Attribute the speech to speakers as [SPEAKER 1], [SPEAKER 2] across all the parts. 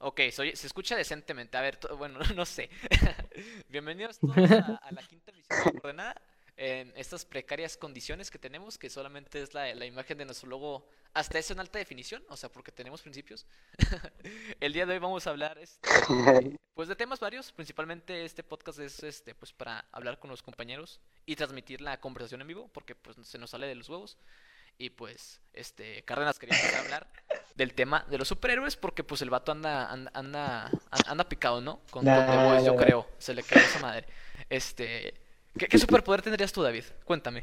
[SPEAKER 1] Ok, soy- se escucha decentemente. A ver, to- bueno, no sé. Bienvenidos todos a, a la quinta misión coordenada. En estas precarias condiciones que tenemos, que solamente es la, la imagen de nuestro logo, hasta eso en alta definición, o sea, porque tenemos principios. El día de hoy vamos a hablar este, pues de temas varios, principalmente este podcast es este pues para hablar con los compañeros y transmitir la conversación en vivo, porque pues se nos sale de los huevos. Y pues, este, Cárdenas quería empezar a hablar del tema de los superhéroes, porque pues el vato anda, anda, anda, an- anda picado, ¿no? Con, con The Boys, yo
[SPEAKER 2] Nah.
[SPEAKER 1] creo. Se le quedó esa madre. Este, ¿qué, qué superpoder tendrías tú, David? Cuéntame.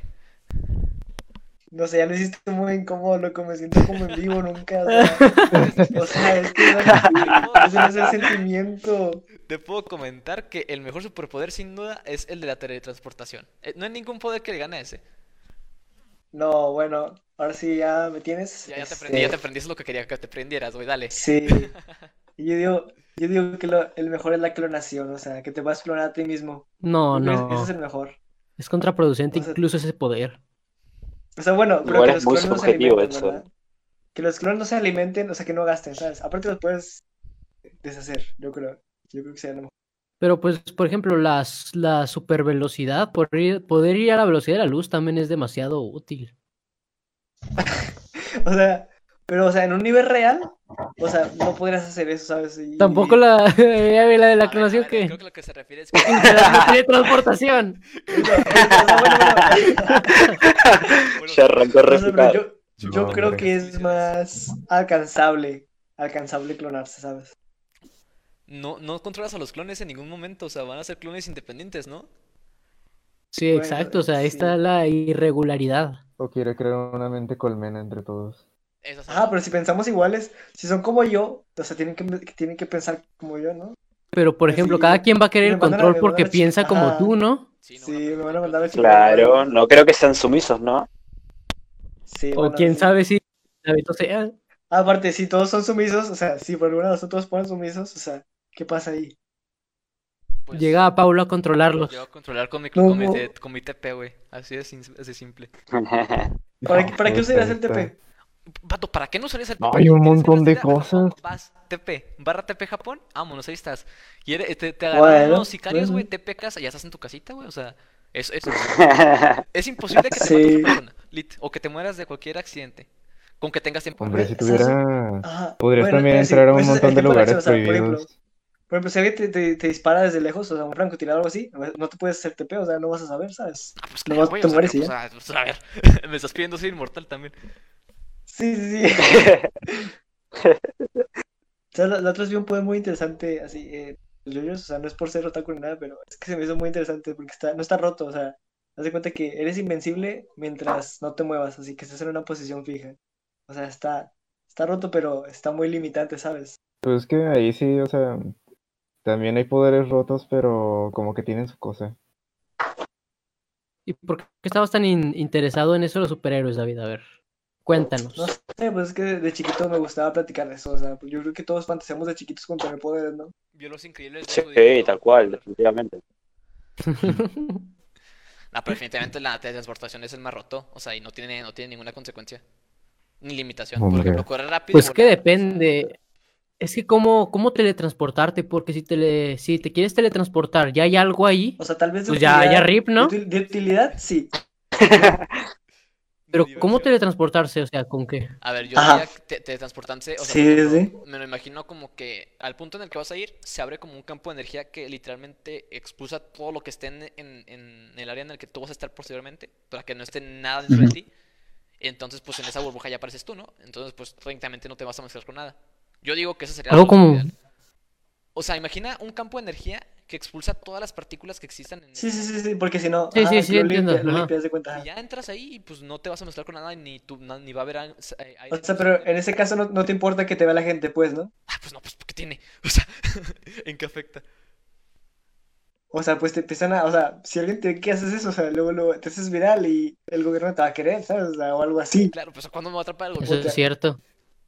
[SPEAKER 2] No sé, ya lo hiciste muy incómodo, loco. Me siento como en vivo nunca. O sea, o sea, es que no- ese no es el sentimiento.
[SPEAKER 1] Te puedo comentar que el mejor superpoder sin duda es el de la teletransportación. Eh, No hay ningún poder que le gane a ese.
[SPEAKER 2] No, bueno, ahora sí ya me tienes.
[SPEAKER 1] Ya, ya te
[SPEAKER 2] Este,
[SPEAKER 1] prendí, ya te prendí, eso es lo que quería que te prendieras, güey, dale.
[SPEAKER 2] Sí. Y Yo digo, yo digo que lo- el mejor es la clonación, o sea, que te vas a clonar a ti mismo.
[SPEAKER 3] No,
[SPEAKER 2] Yo creo que
[SPEAKER 3] no.
[SPEAKER 2] Ese Pues es el mejor.
[SPEAKER 3] Es contraproducente
[SPEAKER 2] O sea-
[SPEAKER 3] incluso ese poder.
[SPEAKER 2] O sea, bueno, pero
[SPEAKER 4] Igual
[SPEAKER 2] que
[SPEAKER 4] es
[SPEAKER 2] los
[SPEAKER 4] muy
[SPEAKER 2] clones no se
[SPEAKER 4] subjetivo
[SPEAKER 2] alimenten,
[SPEAKER 4] eso.
[SPEAKER 2] ¿verdad? Que los clones no se alimenten, o sea, que no gasten, ¿sabes? Aparte los puedes deshacer, yo creo. Yo creo que sería lo mejor.
[SPEAKER 3] Pero pues, por ejemplo, las, la supervelocidad, poder ir, poder ir a la velocidad de la luz también es demasiado útil.
[SPEAKER 2] O sea, pero, o sea, en un nivel real, o sea, no podrías hacer eso, ¿sabes? Y-
[SPEAKER 3] Tampoco la, ya vi la de
[SPEAKER 1] A
[SPEAKER 3] la
[SPEAKER 2] Ah,
[SPEAKER 1] ver,
[SPEAKER 3] clonación
[SPEAKER 1] a ver,
[SPEAKER 3] que...
[SPEAKER 1] Creo que lo que se refiere es que...
[SPEAKER 3] de transportación.
[SPEAKER 1] Bueno,
[SPEAKER 4] Se arrancó
[SPEAKER 2] O sea, pero
[SPEAKER 4] refutado.
[SPEAKER 2] yo, yo
[SPEAKER 5] No,
[SPEAKER 2] creo
[SPEAKER 5] hombre.
[SPEAKER 2] que es más alcanzable, alcanzable clonarse, ¿sabes?
[SPEAKER 1] no, no controlas a los clones en ningún momento, o sea, van a ser clones independientes, ¿no?
[SPEAKER 3] Sí,
[SPEAKER 2] Bueno,
[SPEAKER 3] exacto. O sea, ahí
[SPEAKER 2] sí.
[SPEAKER 3] está la irregularidad.
[SPEAKER 5] O quiere crear una mente colmena entre todos.
[SPEAKER 1] Eso es
[SPEAKER 2] Ah, pero si pensamos iguales, si son como yo, o sea, tienen que, tienen que pensar como yo, ¿no?
[SPEAKER 3] Pero, por
[SPEAKER 2] Pues
[SPEAKER 3] ejemplo,
[SPEAKER 2] sí,
[SPEAKER 3] cada quien va a querer
[SPEAKER 2] me
[SPEAKER 3] el
[SPEAKER 2] mandan a-
[SPEAKER 3] control
[SPEAKER 2] me mandan
[SPEAKER 3] porque
[SPEAKER 2] a chi-
[SPEAKER 3] piensa como
[SPEAKER 2] ajá.
[SPEAKER 3] tú, ¿no?
[SPEAKER 2] Sí,
[SPEAKER 1] una
[SPEAKER 2] me
[SPEAKER 1] pregunta
[SPEAKER 2] van a
[SPEAKER 1] de
[SPEAKER 2] mandar a
[SPEAKER 1] clones.
[SPEAKER 4] Claro, no creo que sean sumisos, ¿no?
[SPEAKER 2] Sí,
[SPEAKER 3] O
[SPEAKER 2] bueno,
[SPEAKER 3] quién
[SPEAKER 2] sí.
[SPEAKER 3] sabe ah, si David, o sea,
[SPEAKER 2] Aparte, si todos son sumisos, o sea, si por alguna razón todos ponen sumisos, o sea, ¿qué pasa ahí?
[SPEAKER 1] Pues,
[SPEAKER 3] llega a Paulo a controlarlos.
[SPEAKER 1] Yo a controlar con mi,
[SPEAKER 2] No,
[SPEAKER 1] con mi
[SPEAKER 2] no.
[SPEAKER 1] te- con mi TP, güey. Así de, sin- así de simple.
[SPEAKER 2] ¿Para, qué- para qué usarías el TP?
[SPEAKER 1] Vato, ¿para qué no usarías el
[SPEAKER 5] No,
[SPEAKER 1] TP?
[SPEAKER 5] hay un
[SPEAKER 1] ¿Quieres ir a
[SPEAKER 5] montón de
[SPEAKER 1] hacer a Japón?
[SPEAKER 5] cosas.
[SPEAKER 1] Vas, TP, barra TP Japón, vámonos, ahí estás. Y eres- te, te
[SPEAKER 2] Bueno,
[SPEAKER 1] agarran unos sicarios, güey,
[SPEAKER 2] bueno.
[SPEAKER 1] te pecas, ya estás en tu casita, güey. O sea, es, es, es imposible que te mate
[SPEAKER 2] Sí.
[SPEAKER 1] una persona, lit, o que te mueras de cualquier accidente. Con que tengas tiempo. Ah,
[SPEAKER 5] Hombre, si
[SPEAKER 2] Hombre, eso sí.
[SPEAKER 5] tuviera...
[SPEAKER 2] Ajá,
[SPEAKER 5] Podrías
[SPEAKER 2] bueno, eh,
[SPEAKER 5] también
[SPEAKER 2] es decir,
[SPEAKER 5] entrar a un
[SPEAKER 2] ese es el
[SPEAKER 5] montón de
[SPEAKER 2] tipo
[SPEAKER 5] lugares
[SPEAKER 2] acción, o sea, por ejemplo,
[SPEAKER 5] prohibidos.
[SPEAKER 2] Por ejemplo, pues, si alguien te, te- te dispara desde lejos, o sea, un francotirador o algo así, pues, no te puedes hacer TP, o sea, no vas a saber, ¿sabes?
[SPEAKER 1] Ah, pues
[SPEAKER 2] No
[SPEAKER 1] claro,
[SPEAKER 2] vas-
[SPEAKER 1] güey,
[SPEAKER 2] te
[SPEAKER 1] o sea,
[SPEAKER 2] mueres
[SPEAKER 1] que,
[SPEAKER 2] y ya.
[SPEAKER 1] pues, ah, pues, a ver, me estás pidiendo ser inmortal también.
[SPEAKER 2] Sí, sí, sí. O sea, la, la otra vez vi un poder muy interesante, así, eh, los yoyos, o sea, no es por ser otaku ni nada, pero es que se me hizo muy interesante porque está, no está roto, o sea, haz de cuenta que eres invencible mientras no te muevas, así que estás en una posición fija. O sea, está, está roto, pero está muy limitante, ¿sabes?
[SPEAKER 5] Pues es que ahí sí, o sea, también hay poderes rotos, pero como que tienen su cosa.
[SPEAKER 3] ¿Y por qué estabas tan in- interesado en eso de los superhéroes, David? A ver, cuéntanos.
[SPEAKER 2] No sé, pues es que de chiquito me gustaba platicar de eso, o sea, pues yo creo que todos fantaseamos de chiquitos con tener poderes, ¿no?
[SPEAKER 1] Vio los increíbles.
[SPEAKER 4] Sí,
[SPEAKER 1] luego dijo,
[SPEAKER 4] tal cual, definitivamente.
[SPEAKER 1] Ah, pero definitivamente la teletransportación es el más roto. O sea, y no tiene, no tiene ninguna consecuencia. Ni limitación. Por
[SPEAKER 5] Hombre.
[SPEAKER 1] ejemplo, correr rápido. y
[SPEAKER 3] Pues que
[SPEAKER 1] volar.
[SPEAKER 3] depende. Es que cómo, cómo teletransportarte, porque si te, le- si te quieres teletransportar, ya hay algo ahí,
[SPEAKER 2] O sea, tal vez de
[SPEAKER 3] pues ya, ya
[SPEAKER 2] utilidad-
[SPEAKER 3] rip, ¿no?
[SPEAKER 2] de util- de utilidad, sí.
[SPEAKER 3] Pero ¿cómo
[SPEAKER 1] Diversión.
[SPEAKER 3] teletransportarse? O sea, ¿con qué?
[SPEAKER 1] A ver, yo
[SPEAKER 2] Ajá.
[SPEAKER 1] diría que te- teletransportarse. O sea,
[SPEAKER 2] Sí,
[SPEAKER 1] por ejemplo,
[SPEAKER 2] sí.
[SPEAKER 1] me lo imagino como que al punto en el que vas a ir, se abre como un campo de energía que literalmente expulsa todo lo que esté en, en- en el área en el que tú vas a estar posteriormente. Para que no esté nada dentro de ti. Entonces, pues en esa burbuja ya apareces tú, ¿no? Entonces, pues técnicamente no te vas a mezclar con nada. Yo digo que esa sería la
[SPEAKER 3] Algo como...
[SPEAKER 1] posibilidad. O sea, imagina un campo de energía que expulsa todas las partículas que existan en
[SPEAKER 2] Sí,
[SPEAKER 1] ese
[SPEAKER 2] sí, sí, sí, porque si no,
[SPEAKER 3] Sí, sí, sí,
[SPEAKER 2] lo
[SPEAKER 3] entiendo,
[SPEAKER 2] limpia- lo
[SPEAKER 3] ajá.
[SPEAKER 2] limpias de cuenta.
[SPEAKER 1] Y ya entras ahí y pues no te vas a mezclar con nada ni tú, na- ni va a haber a- s- eh, aire
[SPEAKER 2] O
[SPEAKER 1] en
[SPEAKER 2] sea,
[SPEAKER 1] el
[SPEAKER 2] pero
[SPEAKER 1] ambiente.
[SPEAKER 2] en ese caso no, no te importa que te vea la gente, pues, ¿no?
[SPEAKER 1] Ah, pues no, pues ¿qué tiene? O sea, ¿en qué afecta?
[SPEAKER 2] O sea, pues te empiezan a, o sea, si alguien te ve que haces eso, o sea, luego, luego te haces viral y el gobierno te va a querer, ¿sabes? O, sea, o algo así.
[SPEAKER 1] Claro, pues ¿cuándo me va a atrapar el
[SPEAKER 3] Eso
[SPEAKER 1] gobierno?
[SPEAKER 2] sea,
[SPEAKER 3] es cierto.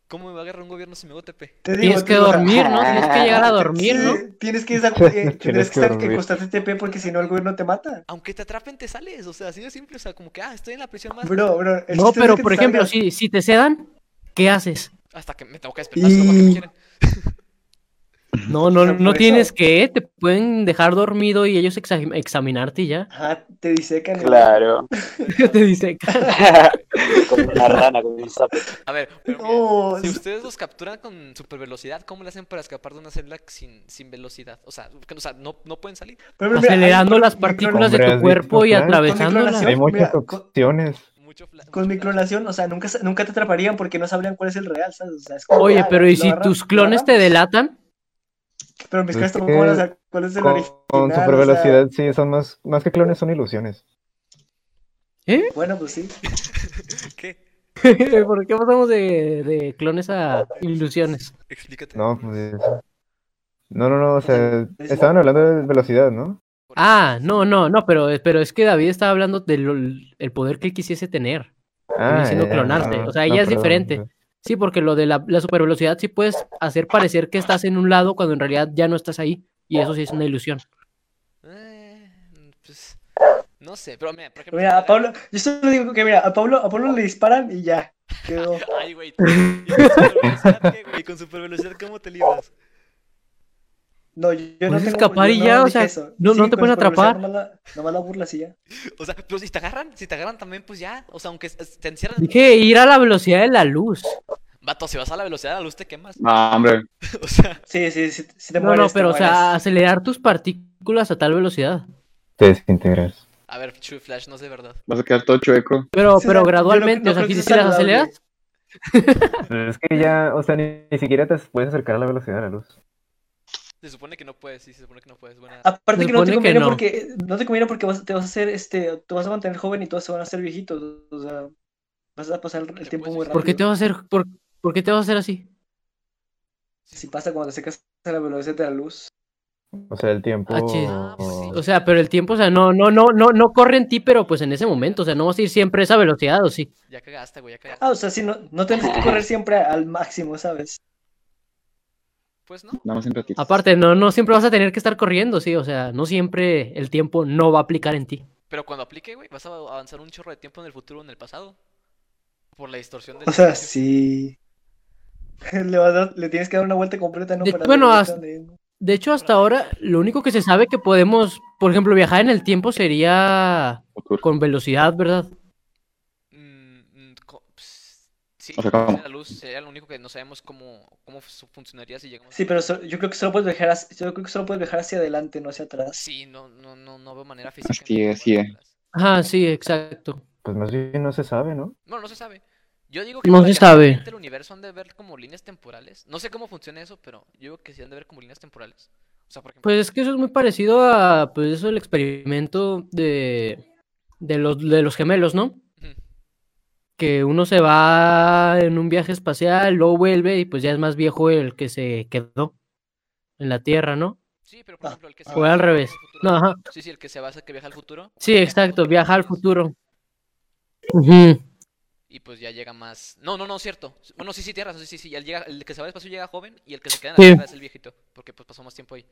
[SPEAKER 1] ¿Cómo me va a agarrar un gobierno si me hago TP?
[SPEAKER 2] Te digo,
[SPEAKER 3] Tienes
[SPEAKER 2] pues tú,
[SPEAKER 3] que
[SPEAKER 2] o sea,
[SPEAKER 3] dormir, ¿no? Tienes que llegar a dormir,
[SPEAKER 2] sí,
[SPEAKER 3] ¿no?
[SPEAKER 2] Tienes que estar, eh, tienes que
[SPEAKER 5] Tienes que
[SPEAKER 2] estar en
[SPEAKER 5] dormir.
[SPEAKER 2] constante TP porque si no el gobierno te mata.
[SPEAKER 1] Aunque te atrapen, te sales. O sea, así de simple. O sea, como que, ah, estoy en la prisión más.
[SPEAKER 2] Bro, bro, el
[SPEAKER 3] No,
[SPEAKER 2] chiste es
[SPEAKER 3] pero
[SPEAKER 2] que
[SPEAKER 3] por
[SPEAKER 2] te
[SPEAKER 3] ejemplo,
[SPEAKER 2] salgas.
[SPEAKER 3] si, si te sedan, ¿qué haces?
[SPEAKER 1] Hasta que me tengo que despertar. solo para que me
[SPEAKER 2] Y-
[SPEAKER 1] quieran.
[SPEAKER 3] No, no,
[SPEAKER 2] sea,
[SPEAKER 3] no
[SPEAKER 2] por
[SPEAKER 3] tienes
[SPEAKER 2] Pues eso-
[SPEAKER 3] que, te pueden dejar dormido y ellos exa- examinarte y ya.
[SPEAKER 2] Ajá, te disecan. el-
[SPEAKER 4] Claro.
[SPEAKER 3] Te dice,
[SPEAKER 4] como una rana, como un sapo.
[SPEAKER 1] A ver, pero mira,
[SPEAKER 2] No,
[SPEAKER 1] si ustedes los capturan con super velocidad, ¿cómo le hacen para escapar de una celda sin, sin velocidad? O sea, que- o sea, no, no pueden salir.
[SPEAKER 2] pero Pues mira,
[SPEAKER 3] acelerando
[SPEAKER 2] hay-
[SPEAKER 3] las
[SPEAKER 2] micro-
[SPEAKER 3] partículas de
[SPEAKER 5] Hombre,
[SPEAKER 3] tu
[SPEAKER 5] has
[SPEAKER 3] cuerpo
[SPEAKER 5] visto
[SPEAKER 3] y
[SPEAKER 5] que-
[SPEAKER 3] atravesándolas.
[SPEAKER 2] Con
[SPEAKER 5] Hay muchas
[SPEAKER 2] Ah, pues mira, con-
[SPEAKER 5] opciones.
[SPEAKER 1] Mucho fla-
[SPEAKER 2] Con
[SPEAKER 1] mucho flash.
[SPEAKER 2] microlación, o sea, nunca, sa- nunca te atraparían porque no sabrían cuál es el real, ¿sabes? O sea, es como,
[SPEAKER 3] Oye,
[SPEAKER 2] ah,
[SPEAKER 3] pero ¿y
[SPEAKER 2] lo
[SPEAKER 3] si
[SPEAKER 2] agarran,
[SPEAKER 3] tus
[SPEAKER 2] lo
[SPEAKER 3] clones te
[SPEAKER 2] agarran,
[SPEAKER 3] delatan?
[SPEAKER 2] Pero mis clones
[SPEAKER 5] Es que
[SPEAKER 2] tampoco van a saber cuál es el
[SPEAKER 5] Con,
[SPEAKER 2] original.
[SPEAKER 5] con super
[SPEAKER 2] o sea,
[SPEAKER 5] velocidad, sí, son más, más que clones, son ilusiones.
[SPEAKER 2] bueno, pues sí.
[SPEAKER 1] ¿Qué?
[SPEAKER 3] ¿Por qué pasamos de, de clones a ilusiones?
[SPEAKER 1] Explícate.
[SPEAKER 5] No, pues. No, no, no, o sea, estaban hablando de velocidad, ¿no?
[SPEAKER 3] Ah, no, no, no, pero, pero es que David estaba hablando del el poder que él quisiese tener.
[SPEAKER 5] Ah,
[SPEAKER 3] diciendo
[SPEAKER 5] ya, ya,
[SPEAKER 3] clonarte, o sea, ella es
[SPEAKER 5] perdón,
[SPEAKER 3] diferente.
[SPEAKER 5] perdón.
[SPEAKER 3] Sí, porque lo de la, la supervelocidad sí puedes hacer parecer que estás en un lado cuando en realidad ya no estás ahí. Y eso sí es una ilusión.
[SPEAKER 1] Eh, pues, no sé, pero mira, por ejemplo.
[SPEAKER 2] Mira, a Pablo, yo solo digo que mira, a Pablo, a Pablo le disparan y ya. Quedó.
[SPEAKER 1] Ay, güey. ¿Y con supervelocidad qué, güey? ¿Con supervelocidad cómo te libras?
[SPEAKER 2] No, yo yo no
[SPEAKER 3] Puedes
[SPEAKER 2] tengo
[SPEAKER 3] escapar
[SPEAKER 2] yo
[SPEAKER 3] y
[SPEAKER 2] no
[SPEAKER 3] ya, o
[SPEAKER 2] dije
[SPEAKER 3] sea,
[SPEAKER 2] eso.
[SPEAKER 3] no- no te
[SPEAKER 2] con
[SPEAKER 3] pueden
[SPEAKER 2] supervelocidad
[SPEAKER 3] atrapar.
[SPEAKER 2] Nomás la, nomás la burlas y ya.
[SPEAKER 1] O sea, pero si te agarran, si te agarran también, pues ya. O sea, aunque es- te encierran.
[SPEAKER 3] Dije ir a la velocidad de la luz.
[SPEAKER 1] Vato, si vas a la velocidad de la luz te quemas.
[SPEAKER 4] No, hombre.
[SPEAKER 1] O sea,
[SPEAKER 2] Sí, sí, sí, sí te
[SPEAKER 3] No,
[SPEAKER 2] mueres,
[SPEAKER 3] no,
[SPEAKER 2] te
[SPEAKER 3] pero o sea,
[SPEAKER 2] mueres.
[SPEAKER 3] acelerar tus partículas a tal velocidad.
[SPEAKER 5] Te desintegras.
[SPEAKER 1] a ver, True Flash, no sé, ¿verdad?
[SPEAKER 6] Vas a quedar todo chueco.
[SPEAKER 3] Pero,
[SPEAKER 2] Sí, o sea, yo
[SPEAKER 3] pero
[SPEAKER 2] no-
[SPEAKER 3] gradualmente,
[SPEAKER 2] no
[SPEAKER 3] o sea,
[SPEAKER 2] creo
[SPEAKER 3] aquí
[SPEAKER 2] que
[SPEAKER 3] sí
[SPEAKER 2] sea
[SPEAKER 3] las
[SPEAKER 2] saludable.
[SPEAKER 3] aceleras.
[SPEAKER 5] Pues Es que ya, o sea, ni, ni siquiera te puedes acercar a la velocidad de la luz.
[SPEAKER 1] Se supone que no puedes, sí, se supone que no puedes. Buena.
[SPEAKER 2] Aparte
[SPEAKER 3] Se
[SPEAKER 2] que no te
[SPEAKER 3] supone que
[SPEAKER 2] conviene
[SPEAKER 3] no.
[SPEAKER 2] porque no te conviene porque vas, te vas a hacer este, te vas a mantener joven y todos se van a hacer viejitos, o sea, vas a pasar el
[SPEAKER 1] Te puedes
[SPEAKER 2] tiempo muy
[SPEAKER 1] suicidar.
[SPEAKER 2] rápido.
[SPEAKER 3] ¿Por qué te vas a hacer, por, por qué te vas a hacer así?
[SPEAKER 2] Si pasa cuando te secas a la velocidad de la luz.
[SPEAKER 5] O sea, el tiempo.
[SPEAKER 3] Ah, chis.
[SPEAKER 1] Ah, pues sí.
[SPEAKER 3] O sea, pero el tiempo, o sea, no, no, no, no, no corre en ti, pero pues en ese momento, o sea, no vas a ir siempre a esa velocidad, o sí.
[SPEAKER 1] Ya cagaste, güey, ya cagaste.
[SPEAKER 2] Ah, o sea, si no, no tienes que correr siempre al máximo, ¿sabes?
[SPEAKER 1] Pues no.
[SPEAKER 6] Nada más en ratito.
[SPEAKER 3] Aparte, no, no siempre vas a tener que estar corriendo, sí, o sea, no siempre el tiempo no va a aplicar en ti.
[SPEAKER 1] Pero cuando aplique, güey, vas a avanzar un chorro de tiempo en el futuro o en el pasado. Por la distorsión del
[SPEAKER 2] O sea,
[SPEAKER 1] espacio.
[SPEAKER 2] sí. Le, vas a dar- le tienes que dar una vuelta completa, ¿no?
[SPEAKER 3] De- bueno,
[SPEAKER 2] ver
[SPEAKER 3] hasta-
[SPEAKER 2] dónde es.
[SPEAKER 3] De hecho, hasta ahora, lo único que se sabe que podemos, por ejemplo, viajar en el tiempo sería
[SPEAKER 6] Futuro.
[SPEAKER 3] con velocidad, ¿verdad?
[SPEAKER 1] Mm, mm, co- ps- sí,
[SPEAKER 6] O sea, ¿cómo?
[SPEAKER 1] sería la luz sería lo único que no sabemos cómo, cómo fu- funcionaría si llegamos.
[SPEAKER 2] Sí, pero so- yo creo que solo puedes viajar hacia, yo creo que solo puedes viajar hacia adelante, no hacia atrás.
[SPEAKER 1] Sí, no, no, no, no veo manera física. en
[SPEAKER 6] Así
[SPEAKER 1] que
[SPEAKER 6] es,
[SPEAKER 1] se pueda
[SPEAKER 6] sí, eh.
[SPEAKER 1] lograr.
[SPEAKER 3] Ajá, sí, exacto.
[SPEAKER 5] Pues más bien no se sabe, ¿no?
[SPEAKER 1] Bueno, no se sabe. Yo digo que
[SPEAKER 3] No
[SPEAKER 1] para
[SPEAKER 3] se
[SPEAKER 1] que realmente
[SPEAKER 3] sabe.
[SPEAKER 1] el universo han de ver como líneas temporales. No sé cómo funciona eso, pero yo digo que sí han de ver como líneas temporales. O sea, por ejemplo,
[SPEAKER 3] Pues es que eso es muy parecido a, pues eso, el experimento de, de los, de los gemelos, ¿no?
[SPEAKER 1] ujú,
[SPEAKER 3] Que uno se va en un viaje espacial, luego vuelve y pues ya es más viejo el que se quedó en la Tierra, ¿no?
[SPEAKER 1] sí, pero por ejemplo, el que se
[SPEAKER 2] Ah.
[SPEAKER 1] va
[SPEAKER 3] O al
[SPEAKER 1] al
[SPEAKER 3] revés.
[SPEAKER 1] futuro-
[SPEAKER 3] No, ajá.
[SPEAKER 1] Sí, sí, el que se basa que viaja al futuro
[SPEAKER 3] Sí, exacto, viaja al futuro. Ujú.
[SPEAKER 1] y pues ya llega más. No, no, no, cierto. Bueno, sí, sí, tienes razón. Sí, sí, sí. El, llega, el que se va al espacio llega joven y el que se queda en la
[SPEAKER 3] Sí.
[SPEAKER 1] Tierra es el viejito, porque pues pasó más tiempo ahí.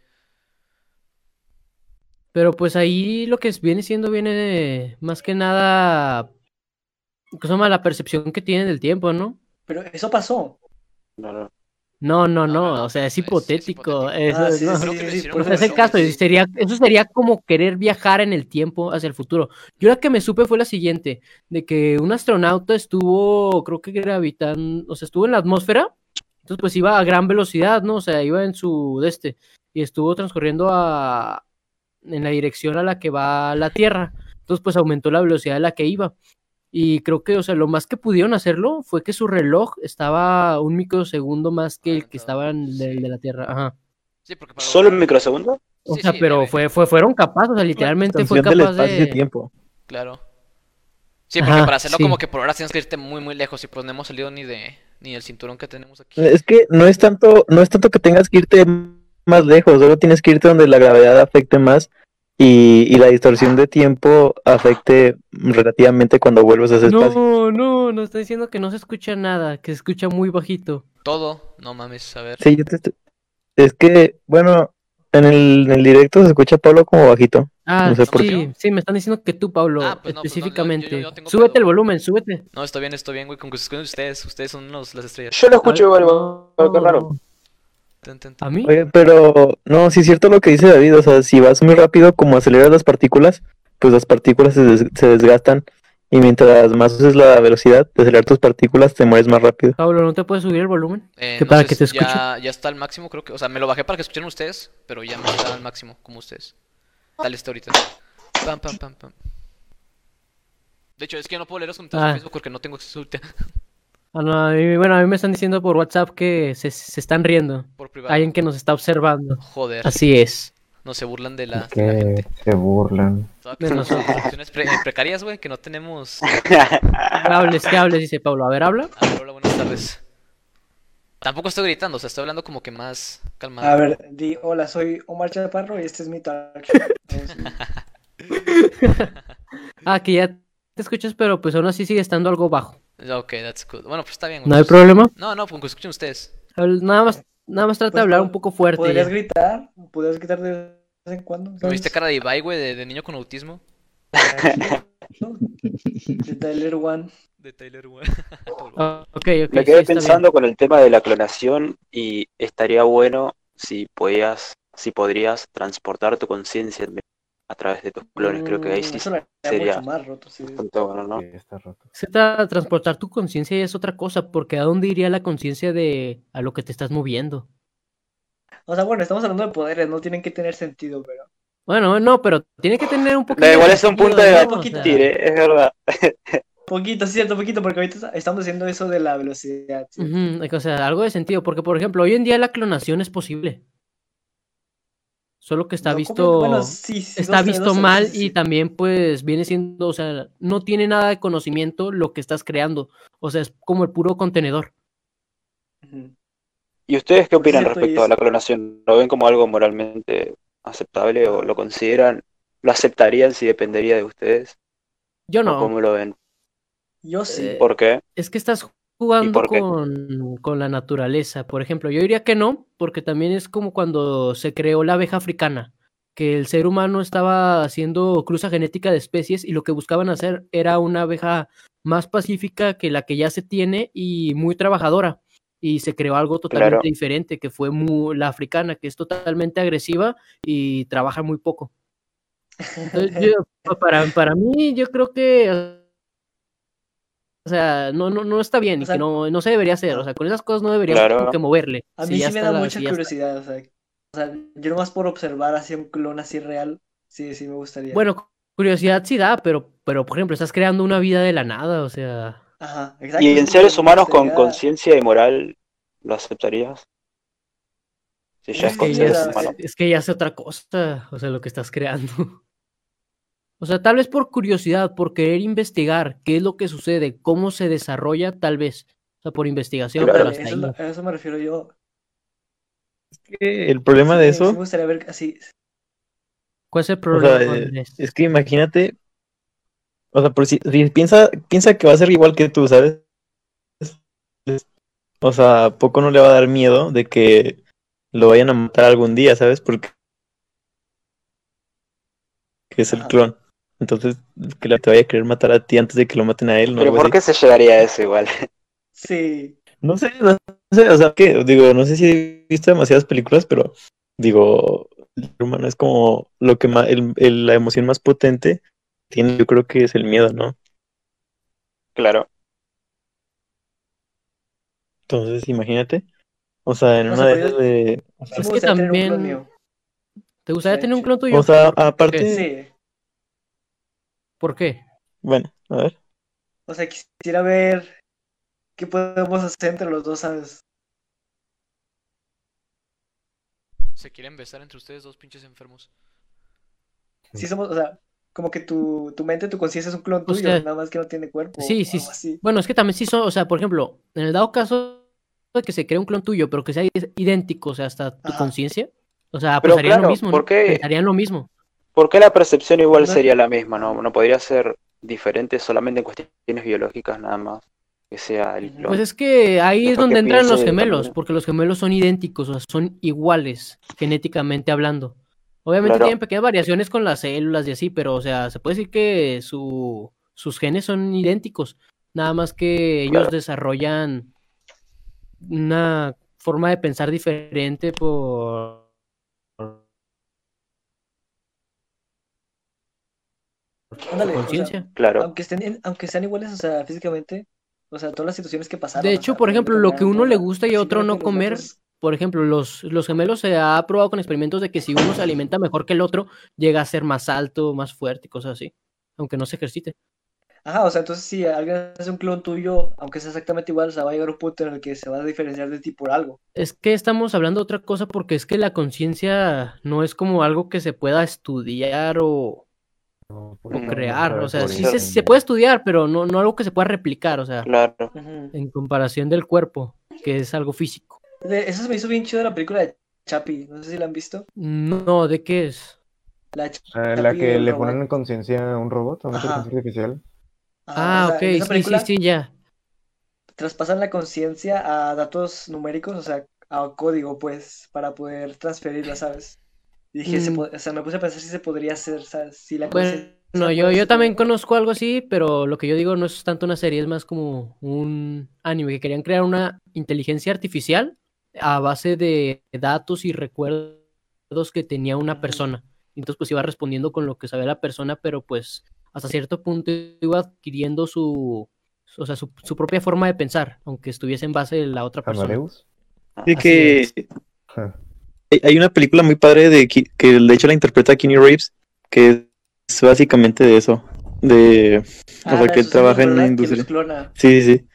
[SPEAKER 3] Pero pues ahí lo que es- viene siendo viene de, más que nada ¿cómo se llama? la percepción que tienen del tiempo, ¿no?
[SPEAKER 2] Pero eso pasó.
[SPEAKER 4] No, no.
[SPEAKER 1] No,
[SPEAKER 3] No, no, no,
[SPEAKER 1] no,
[SPEAKER 3] o sea, Ah,
[SPEAKER 1] no, es- es
[SPEAKER 3] es hipotético.
[SPEAKER 1] hipotético.
[SPEAKER 3] eso
[SPEAKER 2] Ah, sí,
[SPEAKER 3] no.
[SPEAKER 2] sí,
[SPEAKER 1] Creo que lo
[SPEAKER 2] sí,
[SPEAKER 1] hicieron
[SPEAKER 2] por
[SPEAKER 3] O
[SPEAKER 1] por
[SPEAKER 2] eso
[SPEAKER 3] sea, es el
[SPEAKER 2] pasó.
[SPEAKER 3] caso, y
[SPEAKER 1] sí.
[SPEAKER 3] sería, eso sería como querer viajar en el tiempo hacia el futuro. Yo la que me supe fue la siguiente, de que un astronauta estuvo, creo que gravitando, o sea, estuvo en la atmósfera, entonces pues iba a gran velocidad, ¿no? O sea, iba en su de este, y estuvo transcurriendo a, en la dirección a la que va la Tierra, entonces pues aumentó la velocidad a la que iba. Y creo que, o sea, lo más que pudieron hacerlo fue que su reloj estaba un microsegundo más que el que estaba en el del de la Tierra. Ajá.
[SPEAKER 1] Sí, porque para
[SPEAKER 4] ¿Solo un
[SPEAKER 1] lograr-
[SPEAKER 4] microsegundo?
[SPEAKER 3] O
[SPEAKER 1] Sí,
[SPEAKER 3] sea,
[SPEAKER 1] sí,
[SPEAKER 3] pero
[SPEAKER 1] breve,
[SPEAKER 3] fue, fue, fueron capaces, o sea, literalmente fue
[SPEAKER 7] expansión del
[SPEAKER 3] capaz
[SPEAKER 7] espacio y
[SPEAKER 3] de...
[SPEAKER 7] tiempo.
[SPEAKER 1] Claro. Sí, porque
[SPEAKER 3] Ajá,
[SPEAKER 1] para hacerlo
[SPEAKER 3] sí.
[SPEAKER 1] como que por horas tienes que irte muy, muy lejos y pues no hemos salido ni de ni del cinturón que tenemos aquí.
[SPEAKER 8] Eh,
[SPEAKER 7] Es que no es tanto, no es tanto que tengas que irte más lejos, solo tienes que irte donde la gravedad afecte más y, y la distorsión de tiempo afecte relativamente cuando vuelves a ese espacio.
[SPEAKER 3] No, no, no está diciendo que no se escucha nada, que se escucha muy bajito.
[SPEAKER 1] Todo, no mames, a ver.
[SPEAKER 7] Sí, yo te estoy- es que, bueno, en el, en el directo se escucha a Pablo como bajito.
[SPEAKER 3] Ah,
[SPEAKER 7] No sé por
[SPEAKER 3] sí,
[SPEAKER 1] qué.
[SPEAKER 3] sí, me están diciendo que tú, Pablo,
[SPEAKER 1] Ah, pues no, pues no, yo- yo- yo
[SPEAKER 3] específicamente.
[SPEAKER 1] no tengo
[SPEAKER 3] súbete
[SPEAKER 1] pedo.
[SPEAKER 3] el volumen, súbete.
[SPEAKER 1] No, está bien, está bien, güey, con que se escuchen ustedes, ustedes son los, las estrellas.
[SPEAKER 4] Yo lo escucho igual, algo
[SPEAKER 3] No.
[SPEAKER 4] raro.
[SPEAKER 1] Tun, tun, tun.
[SPEAKER 3] ¿A mí?
[SPEAKER 7] Oye, pero no, sí es cierto lo que dice David, o sea, si vas muy rápido, como aceleras las partículas, pues las partículas se, des- se desgastan. Y mientras más uses la velocidad de acelerar tus partículas, te mueres más rápido.
[SPEAKER 3] Pablo, ¿no te puedes subir el volumen?
[SPEAKER 1] Eh,
[SPEAKER 3] que
[SPEAKER 1] no
[SPEAKER 3] para
[SPEAKER 1] sé
[SPEAKER 3] que
[SPEAKER 1] si
[SPEAKER 3] te escuche.
[SPEAKER 1] Ya, ya está al máximo, creo que. O sea, me lo bajé para que escucharan ustedes, pero ya me estaba al máximo, como ustedes. Tal está ahorita. Pam, pam, pam, pam. De hecho, es que no puedo leer los comentarios
[SPEAKER 3] Ah.
[SPEAKER 1] de Facebook porque no tengo acceso ahorita
[SPEAKER 3] Ah, no, a mí- bueno, a mí me están diciendo por WhatsApp que se, se están riendo.
[SPEAKER 1] por privado.
[SPEAKER 3] Alguien que nos está observando.
[SPEAKER 1] Joder,
[SPEAKER 3] Así es.
[SPEAKER 1] no se burlan de la, de la
[SPEAKER 5] Que
[SPEAKER 1] gente.
[SPEAKER 5] se burlan.
[SPEAKER 1] Todas
[SPEAKER 3] de
[SPEAKER 1] las
[SPEAKER 3] nosotros.
[SPEAKER 1] opciones pre- eh, precarias, güey, que no tenemos.
[SPEAKER 3] ¿Qué hables? ¿Qué hables? Dice Pablo. A ver, habla.
[SPEAKER 1] Ah, hola, buenas tardes. Tampoco estoy gritando, o sea, estoy hablando como que más calmado.
[SPEAKER 2] A ver, di, hola, soy Omar Chaparro y este es mi talk.
[SPEAKER 3] Ah, que ya te escuchas, pero pues aún así sigue estando algo bajo.
[SPEAKER 1] Ok, that's good. Bueno, pues está bien. güey,
[SPEAKER 3] No hay
[SPEAKER 1] pues-
[SPEAKER 3] problema.
[SPEAKER 1] No, no, pues que escuchen ustedes.
[SPEAKER 3] Habl- Nada más, nada más trata
[SPEAKER 2] Pues,
[SPEAKER 3] de hablar
[SPEAKER 2] Pablo,
[SPEAKER 3] un poco fuerte.
[SPEAKER 2] ¿Podrías
[SPEAKER 3] ya.
[SPEAKER 2] gritar? ¿Podrías gritar de vez en cuando?
[SPEAKER 1] ¿Me
[SPEAKER 2] ¿Sabes?
[SPEAKER 1] viste cara de Ibai, güey, de, de niño con autismo?
[SPEAKER 2] ¿No? De Tyler One.
[SPEAKER 1] De Taylor, güey.
[SPEAKER 3] Ah, ok, ok.
[SPEAKER 4] Me
[SPEAKER 3] sí,
[SPEAKER 4] quedé
[SPEAKER 3] está bien.
[SPEAKER 4] pensando con el tema de la clonación y estaría bueno si podías, si podrías transportar tu conciencia a través de tus clones. Creo que ahí
[SPEAKER 2] Mm,
[SPEAKER 4] sí
[SPEAKER 2] eso lo haría
[SPEAKER 4] sería-
[SPEAKER 2] mucho más roto, sí.
[SPEAKER 4] tanto bueno, ¿no?
[SPEAKER 5] Sí, está roto.
[SPEAKER 3] Se trata de transportar tu conciencia y es otra cosa, porque ¿a dónde iría la conciencia de a lo que te estás moviendo?
[SPEAKER 2] O sea, bueno, estamos hablando de poderes, no tienen que tener sentido, pero.
[SPEAKER 3] Bueno, no, pero tiene que tener un poquito.
[SPEAKER 4] No, igual es un punto de
[SPEAKER 2] no,
[SPEAKER 4] batir, ¿eh? es verdad.
[SPEAKER 2] Poquito, sí, cierto, poquito, porque ahorita está- estamos haciendo eso de la velocidad. ¿sí?
[SPEAKER 3] o sea, algo de sentido, porque por ejemplo, hoy en día la clonación es posible. Solo que está
[SPEAKER 2] No,
[SPEAKER 3] visto
[SPEAKER 2] como- bueno, sí, sí,
[SPEAKER 3] está
[SPEAKER 2] dos, tres,
[SPEAKER 3] visto
[SPEAKER 2] dos, tres,
[SPEAKER 3] mal
[SPEAKER 2] sí, sí,
[SPEAKER 3] y también pues viene siendo, o sea, no tiene nada de conocimiento lo que estás creando. O sea, es como el puro contenedor.
[SPEAKER 2] Ujú.
[SPEAKER 4] ¿Y ustedes qué opinan
[SPEAKER 2] cierto, y
[SPEAKER 4] respecto
[SPEAKER 2] es-
[SPEAKER 4] a la clonación? ¿Lo ven como algo moralmente aceptable o lo consideran, lo aceptarían si dependería de ustedes?
[SPEAKER 3] Yo
[SPEAKER 4] ¿O
[SPEAKER 3] no.
[SPEAKER 4] cómo lo ven?
[SPEAKER 2] Yo sí.
[SPEAKER 3] Eh,
[SPEAKER 4] ¿Por qué?
[SPEAKER 3] Es que estás jugando
[SPEAKER 4] por qué?
[SPEAKER 3] con, con la naturaleza, por ejemplo. Yo diría que no, porque también es como cuando se creó la abeja africana, que el ser humano estaba haciendo cruza genética de especies y lo que buscaban hacer era una abeja más pacífica que la que ya se tiene y muy trabajadora. Y se creó algo totalmente
[SPEAKER 4] Claro.
[SPEAKER 3] diferente, que fue mu- la africana, que es totalmente agresiva y trabaja muy poco. Entonces, yo- para, para mí, yo creo que. O sea, no, no, no está bien,
[SPEAKER 2] O
[SPEAKER 3] y
[SPEAKER 2] sea,
[SPEAKER 3] que no, no se debería hacer. O sea, con esas cosas no deberíamos
[SPEAKER 4] Claro.
[SPEAKER 3] como que moverle.
[SPEAKER 2] A
[SPEAKER 3] si
[SPEAKER 2] mí
[SPEAKER 3] ya
[SPEAKER 2] sí me
[SPEAKER 3] está
[SPEAKER 2] da
[SPEAKER 3] la-
[SPEAKER 2] mucha
[SPEAKER 3] si ya está.
[SPEAKER 2] curiosidad, o sea, o sea, yo nomás por observar así un clon así real, sí, sí me gustaría.
[SPEAKER 3] Bueno, cu- curiosidad sí da, pero, pero por ejemplo, estás creando una vida de la nada, o sea.
[SPEAKER 2] Ajá, exacto.
[SPEAKER 4] ¿Y en seres
[SPEAKER 2] me
[SPEAKER 4] humanos con
[SPEAKER 2] gustaría-
[SPEAKER 4] conciencia y moral lo aceptarías? Si ya
[SPEAKER 2] Es
[SPEAKER 4] es
[SPEAKER 3] que ya
[SPEAKER 4] conciencia
[SPEAKER 2] es-
[SPEAKER 4] humana.
[SPEAKER 3] es que ya hace otra cosa, o sea, lo que estás creando. O sea, tal vez por curiosidad, por querer investigar qué es lo que sucede, cómo se desarrolla, tal vez. O sea, por investigación,
[SPEAKER 4] Claro.
[SPEAKER 3] pero
[SPEAKER 2] Eso,
[SPEAKER 3] hasta
[SPEAKER 2] es
[SPEAKER 3] ahí.
[SPEAKER 2] lo- a eso me refiero yo.
[SPEAKER 7] El problema
[SPEAKER 2] Sí,
[SPEAKER 7] de
[SPEAKER 2] sí me
[SPEAKER 7] eso
[SPEAKER 2] gustaría ver así.
[SPEAKER 3] ¿Cuál es el problema?
[SPEAKER 7] eh,
[SPEAKER 3] Andrés?
[SPEAKER 7] es que imagínate, o sea, por si, si piensa, piensa que va a ser igual que tú, ¿sabes? Es- O sea, ¿a poco no le va a dar miedo de que lo vayan a matar algún día, ¿sabes? Porque que es el
[SPEAKER 2] Ajá.
[SPEAKER 7] clon. Entonces, que la- te vaya a querer matar a ti antes de que lo maten a él, ¿no?
[SPEAKER 4] ¿Pero
[SPEAKER 7] Algo
[SPEAKER 4] por
[SPEAKER 7] así.
[SPEAKER 4] qué se llegaría a eso igual?
[SPEAKER 2] Sí.
[SPEAKER 7] No sé, no sé, o sea, que digo, no sé si he visto demasiadas películas, pero digo, el ser humano es como lo que más, el, el- la emoción más potente tiene, yo creo que es el miedo, ¿no?
[SPEAKER 4] Claro.
[SPEAKER 7] Entonces, imagínate, o sea, en
[SPEAKER 2] O
[SPEAKER 7] una
[SPEAKER 2] sea, pues,
[SPEAKER 7] de
[SPEAKER 2] pero
[SPEAKER 7] esas de, o
[SPEAKER 2] sí
[SPEAKER 7] sea,
[SPEAKER 2] me
[SPEAKER 3] Es que
[SPEAKER 2] gustaría tener un clon
[SPEAKER 3] también-
[SPEAKER 2] mío.
[SPEAKER 3] ¿Te gustaría
[SPEAKER 2] Sí,
[SPEAKER 3] tener un
[SPEAKER 2] sí.
[SPEAKER 3] clon tuyo?
[SPEAKER 7] o sea,
[SPEAKER 2] Sí.
[SPEAKER 7] aparte,
[SPEAKER 3] ¿Por qué?
[SPEAKER 7] bueno, a ver,
[SPEAKER 2] O sea, quisiera ver qué podemos hacer entre los dos, ¿sabes?
[SPEAKER 1] Se quieren besar entre ustedes dos pinches enfermos.
[SPEAKER 2] Sí somos, o sea, como que tu, tu mente, tu conciencia es un clon
[SPEAKER 3] O
[SPEAKER 2] tuyo,
[SPEAKER 3] sea,
[SPEAKER 2] nada más que no tiene cuerpo.
[SPEAKER 3] sí,
[SPEAKER 2] o
[SPEAKER 3] sí,
[SPEAKER 2] algo así.
[SPEAKER 3] Bueno, es que también sí son, o sea, por ejemplo, en el dado caso de que se cree un clon tuyo, pero que sea i- idéntico, o sea, hasta tu
[SPEAKER 2] Ajá.
[SPEAKER 3] conciencia, o sea,
[SPEAKER 4] Pero
[SPEAKER 3] pues harían lo
[SPEAKER 4] claro,
[SPEAKER 3] mismo, ¿no?
[SPEAKER 4] ¿por qué?
[SPEAKER 3] Pensarían lo mismo.
[SPEAKER 4] ¿Por qué la percepción igual
[SPEAKER 2] No-
[SPEAKER 4] sería la misma? ¿No, no podría ser diferente solamente en cuestiones biológicas nada más? Que sea el
[SPEAKER 2] Pues
[SPEAKER 4] clon.
[SPEAKER 3] Pues es que ahí
[SPEAKER 4] Yo
[SPEAKER 3] es
[SPEAKER 4] creo
[SPEAKER 3] donde
[SPEAKER 4] que
[SPEAKER 3] entran los
[SPEAKER 4] pienso de esa
[SPEAKER 3] gemelos,
[SPEAKER 4] manera.
[SPEAKER 3] porque los gemelos son idénticos, o sea, son iguales genéticamente hablando. Obviamente
[SPEAKER 4] Claro.
[SPEAKER 3] tienen pequeñas variaciones con las células y así, pero, o sea, se puede decir que su, sus genes son idénticos, nada más que ellos
[SPEAKER 4] Claro.
[SPEAKER 3] desarrollan una forma de pensar diferente por... por
[SPEAKER 2] Ándale,
[SPEAKER 3] su
[SPEAKER 2] o sea,
[SPEAKER 3] conciencia.
[SPEAKER 4] Claro,
[SPEAKER 2] Aunque, estén, en- aunque sean iguales, o sea, físicamente, o sea, todas las situaciones que pasaron.
[SPEAKER 3] De
[SPEAKER 2] o
[SPEAKER 3] hecho,
[SPEAKER 2] sea,
[SPEAKER 3] por ejemplo, lo que uno le gusta y a otro no
[SPEAKER 2] simplemente
[SPEAKER 3] comer,
[SPEAKER 2] nosotros-
[SPEAKER 3] Por ejemplo, los, los gemelos se ha probado con experimentos de que si uno se alimenta mejor que el otro, llega a ser más alto, más fuerte y cosas así. Aunque no se ejercite.
[SPEAKER 2] Ajá, o sea, entonces si alguien hace un clon tuyo, aunque sea exactamente igual, o sea, va a llegar un punto en el que se va a diferenciar de ti por algo.
[SPEAKER 3] Es que estamos hablando de otra cosa porque es que la conciencia no es como algo que se pueda estudiar o, o
[SPEAKER 4] No,
[SPEAKER 3] crear. O sea,
[SPEAKER 4] por
[SPEAKER 3] sí
[SPEAKER 4] eso.
[SPEAKER 3] se, se puede estudiar, pero no, no algo que se pueda replicar, o sea,
[SPEAKER 4] claro.
[SPEAKER 3] en comparación del cuerpo, que es algo físico.
[SPEAKER 2] De- Eso se me hizo bien chido de la película de Chapi, no sé si la han visto.
[SPEAKER 3] No, ¿de qué es?
[SPEAKER 2] La Ch-
[SPEAKER 5] Ah, la
[SPEAKER 2] Chapi,
[SPEAKER 5] que
[SPEAKER 2] el
[SPEAKER 5] le
[SPEAKER 2] robot.
[SPEAKER 5] ponen conciencia a un robot, a una
[SPEAKER 2] Ajá.
[SPEAKER 5] inteligencia artificial.
[SPEAKER 3] Ah,
[SPEAKER 2] o sea,
[SPEAKER 3] ok,
[SPEAKER 2] en esa
[SPEAKER 3] sí,
[SPEAKER 2] película
[SPEAKER 3] sí, sí, ya.
[SPEAKER 2] traspasan la conciencia a datos numéricos, o sea, a código, pues, para poder transferirla, ¿sabes? Y dije, se
[SPEAKER 3] Mm.
[SPEAKER 2] po- o sea, me puse a pensar si se podría hacer, ¿sabes? Si la
[SPEAKER 3] Bueno,
[SPEAKER 2] conciencia
[SPEAKER 3] yo,
[SPEAKER 2] puede
[SPEAKER 3] yo
[SPEAKER 2] ser-
[SPEAKER 3] también conozco algo así, pero lo que yo digo no es tanto una serie, es más como un anime que querían crear una inteligencia artificial a base de datos y recuerdos que tenía una
[SPEAKER 2] Ujú.
[SPEAKER 3] persona. Entonces pues iba respondiendo con lo que sabía la persona, pero pues hasta cierto punto iba adquiriendo su, o sea, su, su propia forma de pensar, aunque estuviese en base de la otra
[SPEAKER 5] Ah,
[SPEAKER 3] persona.
[SPEAKER 5] Amadeus.
[SPEAKER 7] De
[SPEAKER 3] Así
[SPEAKER 7] que
[SPEAKER 3] es.
[SPEAKER 5] Ja.
[SPEAKER 7] hay- hay una película muy padre de Ki- que de hecho la interpreta Keanu Reeves, que es básicamente de eso, de
[SPEAKER 2] Ah,
[SPEAKER 7] o sea,
[SPEAKER 2] la
[SPEAKER 7] que
[SPEAKER 2] de Susan
[SPEAKER 7] trabaja en
[SPEAKER 2] Sontag,
[SPEAKER 7] una
[SPEAKER 2] que los
[SPEAKER 7] industria.
[SPEAKER 2] clona.
[SPEAKER 7] Sí, sí, sí.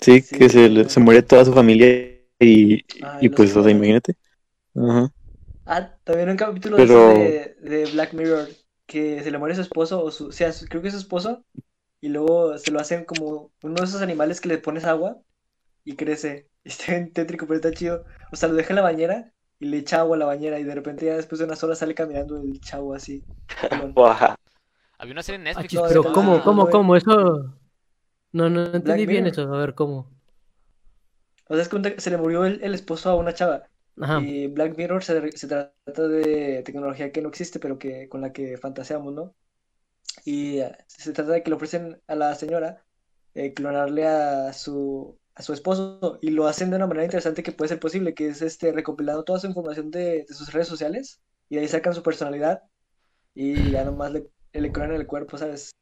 [SPEAKER 7] Sí,
[SPEAKER 2] Sí,
[SPEAKER 7] que se,
[SPEAKER 2] sí,
[SPEAKER 7] le-
[SPEAKER 2] sí.
[SPEAKER 7] se muere toda su familia y,
[SPEAKER 2] Ay,
[SPEAKER 7] y
[SPEAKER 2] los
[SPEAKER 7] pues, o sea,
[SPEAKER 2] clones.
[SPEAKER 7] imagínate. Ajá.
[SPEAKER 2] Ah, también un capítulo de esos
[SPEAKER 7] Pero-
[SPEAKER 2] de, de Black Mirror que se le muere su esposo, o, su, o sea, su- creo que es su esposo, y luego se lo hacen como uno de esos animales que le pones agua y crece. Y Está bien tétrico, pero está chido. O sea, lo deja en la bañera y le echa agua a la bañera, y de repente ya después de unas horas sale caminando el chavo así. pelón.
[SPEAKER 4] Buah,
[SPEAKER 1] Había una serie en
[SPEAKER 3] Ah,
[SPEAKER 1] Netflix.
[SPEAKER 3] chis,
[SPEAKER 2] No,
[SPEAKER 1] que
[SPEAKER 3] pero
[SPEAKER 1] se
[SPEAKER 2] no,
[SPEAKER 3] ¿cómo,
[SPEAKER 2] no,
[SPEAKER 1] llamaba-
[SPEAKER 3] cómo,
[SPEAKER 2] no,
[SPEAKER 3] cómo? Eso... No, no, no entendí bien
[SPEAKER 2] Mirror.
[SPEAKER 3] eso, a ver cómo.
[SPEAKER 2] O sea, es como que se le murió el, el esposo a una chava.
[SPEAKER 5] Ah.
[SPEAKER 3] Ajá.
[SPEAKER 2] Y Black Mirror se, se trata de tecnología que no existe, pero que con la que fantaseamos, ¿no? Y eh, se trata de que le ofrecen a la señora eh, clonarle a su, a su esposo y lo hacen de una manera interesante que puede ser posible, que es este recopilando toda su información de, de sus redes sociales y de ahí sacan su personalidad y ya nomás le, le clonan el cuerpo, ¿sabes? Y-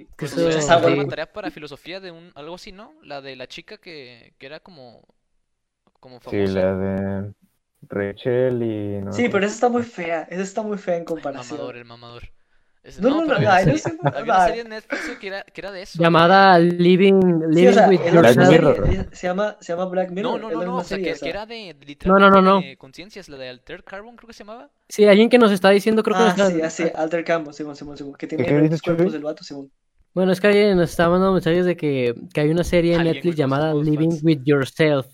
[SPEAKER 3] Que
[SPEAKER 1] Pues,
[SPEAKER 2] pues,
[SPEAKER 3] eso-
[SPEAKER 1] era-
[SPEAKER 2] está
[SPEAKER 1] era
[SPEAKER 2] bueno.
[SPEAKER 1] una tarea para filosofía de un algo así, ¿no? La de la chica que, que era como como
[SPEAKER 5] Sí,
[SPEAKER 1] famosa.
[SPEAKER 5] la de Rachel y... no pues. me
[SPEAKER 2] Sí, pero
[SPEAKER 5] acuerdo.
[SPEAKER 2] esa está muy fea, esa está muy fea en
[SPEAKER 1] Ay, mamador,
[SPEAKER 2] comparación.
[SPEAKER 1] el mamador. Es-
[SPEAKER 2] No, no, no,
[SPEAKER 1] pero había
[SPEAKER 2] ay,
[SPEAKER 1] una
[SPEAKER 2] no
[SPEAKER 1] serie,
[SPEAKER 2] sé,
[SPEAKER 1] había una
[SPEAKER 2] ay.
[SPEAKER 1] serie en Netflix güey, que era, que era de eso.
[SPEAKER 3] Llamada Living,
[SPEAKER 2] Sí,
[SPEAKER 3] living
[SPEAKER 2] o sea,
[SPEAKER 3] with
[SPEAKER 2] es la misma
[SPEAKER 5] Black
[SPEAKER 3] Yourself.
[SPEAKER 5] Mirror.
[SPEAKER 2] serie, es- se llama, se llama Black Mirror.
[SPEAKER 1] No, no,
[SPEAKER 2] es
[SPEAKER 1] no,
[SPEAKER 2] la
[SPEAKER 1] no,
[SPEAKER 2] misma
[SPEAKER 1] o sea,
[SPEAKER 2] serie,
[SPEAKER 1] que,
[SPEAKER 2] o sea.
[SPEAKER 1] que era de
[SPEAKER 3] No, no, no, no.
[SPEAKER 1] de conciencias, la de Altered Carbon creo que se llamaba.
[SPEAKER 3] Sí, alguien que nos está diciendo, creo que
[SPEAKER 2] Ah,
[SPEAKER 3] nos está-
[SPEAKER 2] sí, así, Alter Campbell, según, según, según. Que tiene
[SPEAKER 5] ¿Qué
[SPEAKER 2] diferentes
[SPEAKER 5] dices, Chuy?
[SPEAKER 2] cuerpos del vato, según.
[SPEAKER 3] Bueno, es que alguien nos está mandando mensajes de que, que hay una serie en
[SPEAKER 1] Alguien,
[SPEAKER 3] Netflix
[SPEAKER 1] güey,
[SPEAKER 3] llamada
[SPEAKER 1] somos
[SPEAKER 3] Living
[SPEAKER 1] fans.
[SPEAKER 3] with Yourself,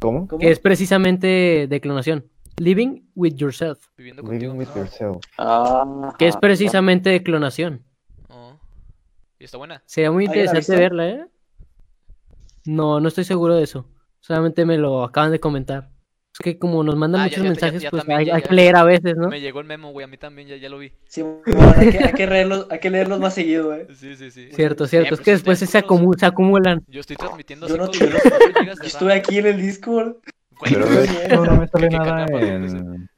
[SPEAKER 5] ¿Cómo?
[SPEAKER 2] ¿Cómo?
[SPEAKER 3] que es precisamente de clonación. Living with Yourself,
[SPEAKER 1] Viviendo
[SPEAKER 5] Living
[SPEAKER 1] contigo.
[SPEAKER 5] with
[SPEAKER 1] Ah,
[SPEAKER 5] yourself.
[SPEAKER 4] Ah,
[SPEAKER 3] que es precisamente de clonación.
[SPEAKER 1] oh. Y está buena.
[SPEAKER 3] Sería muy
[SPEAKER 2] ¿Alguien Ah, la ha
[SPEAKER 3] interesante
[SPEAKER 2] visto?
[SPEAKER 3] verla, ¿eh? No, no estoy seguro de eso. Solamente me lo acaban de comentar. Es que como nos mandan
[SPEAKER 1] Ah, ya-
[SPEAKER 3] muchos
[SPEAKER 1] ya- ya-
[SPEAKER 3] mensajes,
[SPEAKER 1] ya
[SPEAKER 3] pues
[SPEAKER 1] también,
[SPEAKER 3] hay,
[SPEAKER 1] ya-
[SPEAKER 3] hay
[SPEAKER 1] ya-
[SPEAKER 3] que leer a veces, ¿no?
[SPEAKER 1] Me llegó el memo, güey, a mí también, ya, ya lo vi.
[SPEAKER 2] Sí, bueno, hay, que, hay, que leerlos, hay que leerlos más seguido, eh.
[SPEAKER 1] Sí, sí, sí.
[SPEAKER 3] Cierto,
[SPEAKER 1] Eh,
[SPEAKER 3] cierto.
[SPEAKER 1] pues
[SPEAKER 3] Es que
[SPEAKER 1] ustedes,
[SPEAKER 3] después se,
[SPEAKER 1] culeros,
[SPEAKER 3] acumul- se acumulan.
[SPEAKER 1] Yo estoy transmitiendo
[SPEAKER 2] Yo no
[SPEAKER 1] cinco
[SPEAKER 2] te-
[SPEAKER 1] gigas- cinco gigas
[SPEAKER 2] Yo
[SPEAKER 1] de
[SPEAKER 2] estuve
[SPEAKER 1] RAM.
[SPEAKER 2] aquí en el Discord.
[SPEAKER 1] Güey,
[SPEAKER 5] Pero
[SPEAKER 2] Bueno,
[SPEAKER 5] de
[SPEAKER 2] sí,
[SPEAKER 5] hecho no me sale
[SPEAKER 1] que
[SPEAKER 5] nada
[SPEAKER 1] caramba, güey, pues,
[SPEAKER 5] en...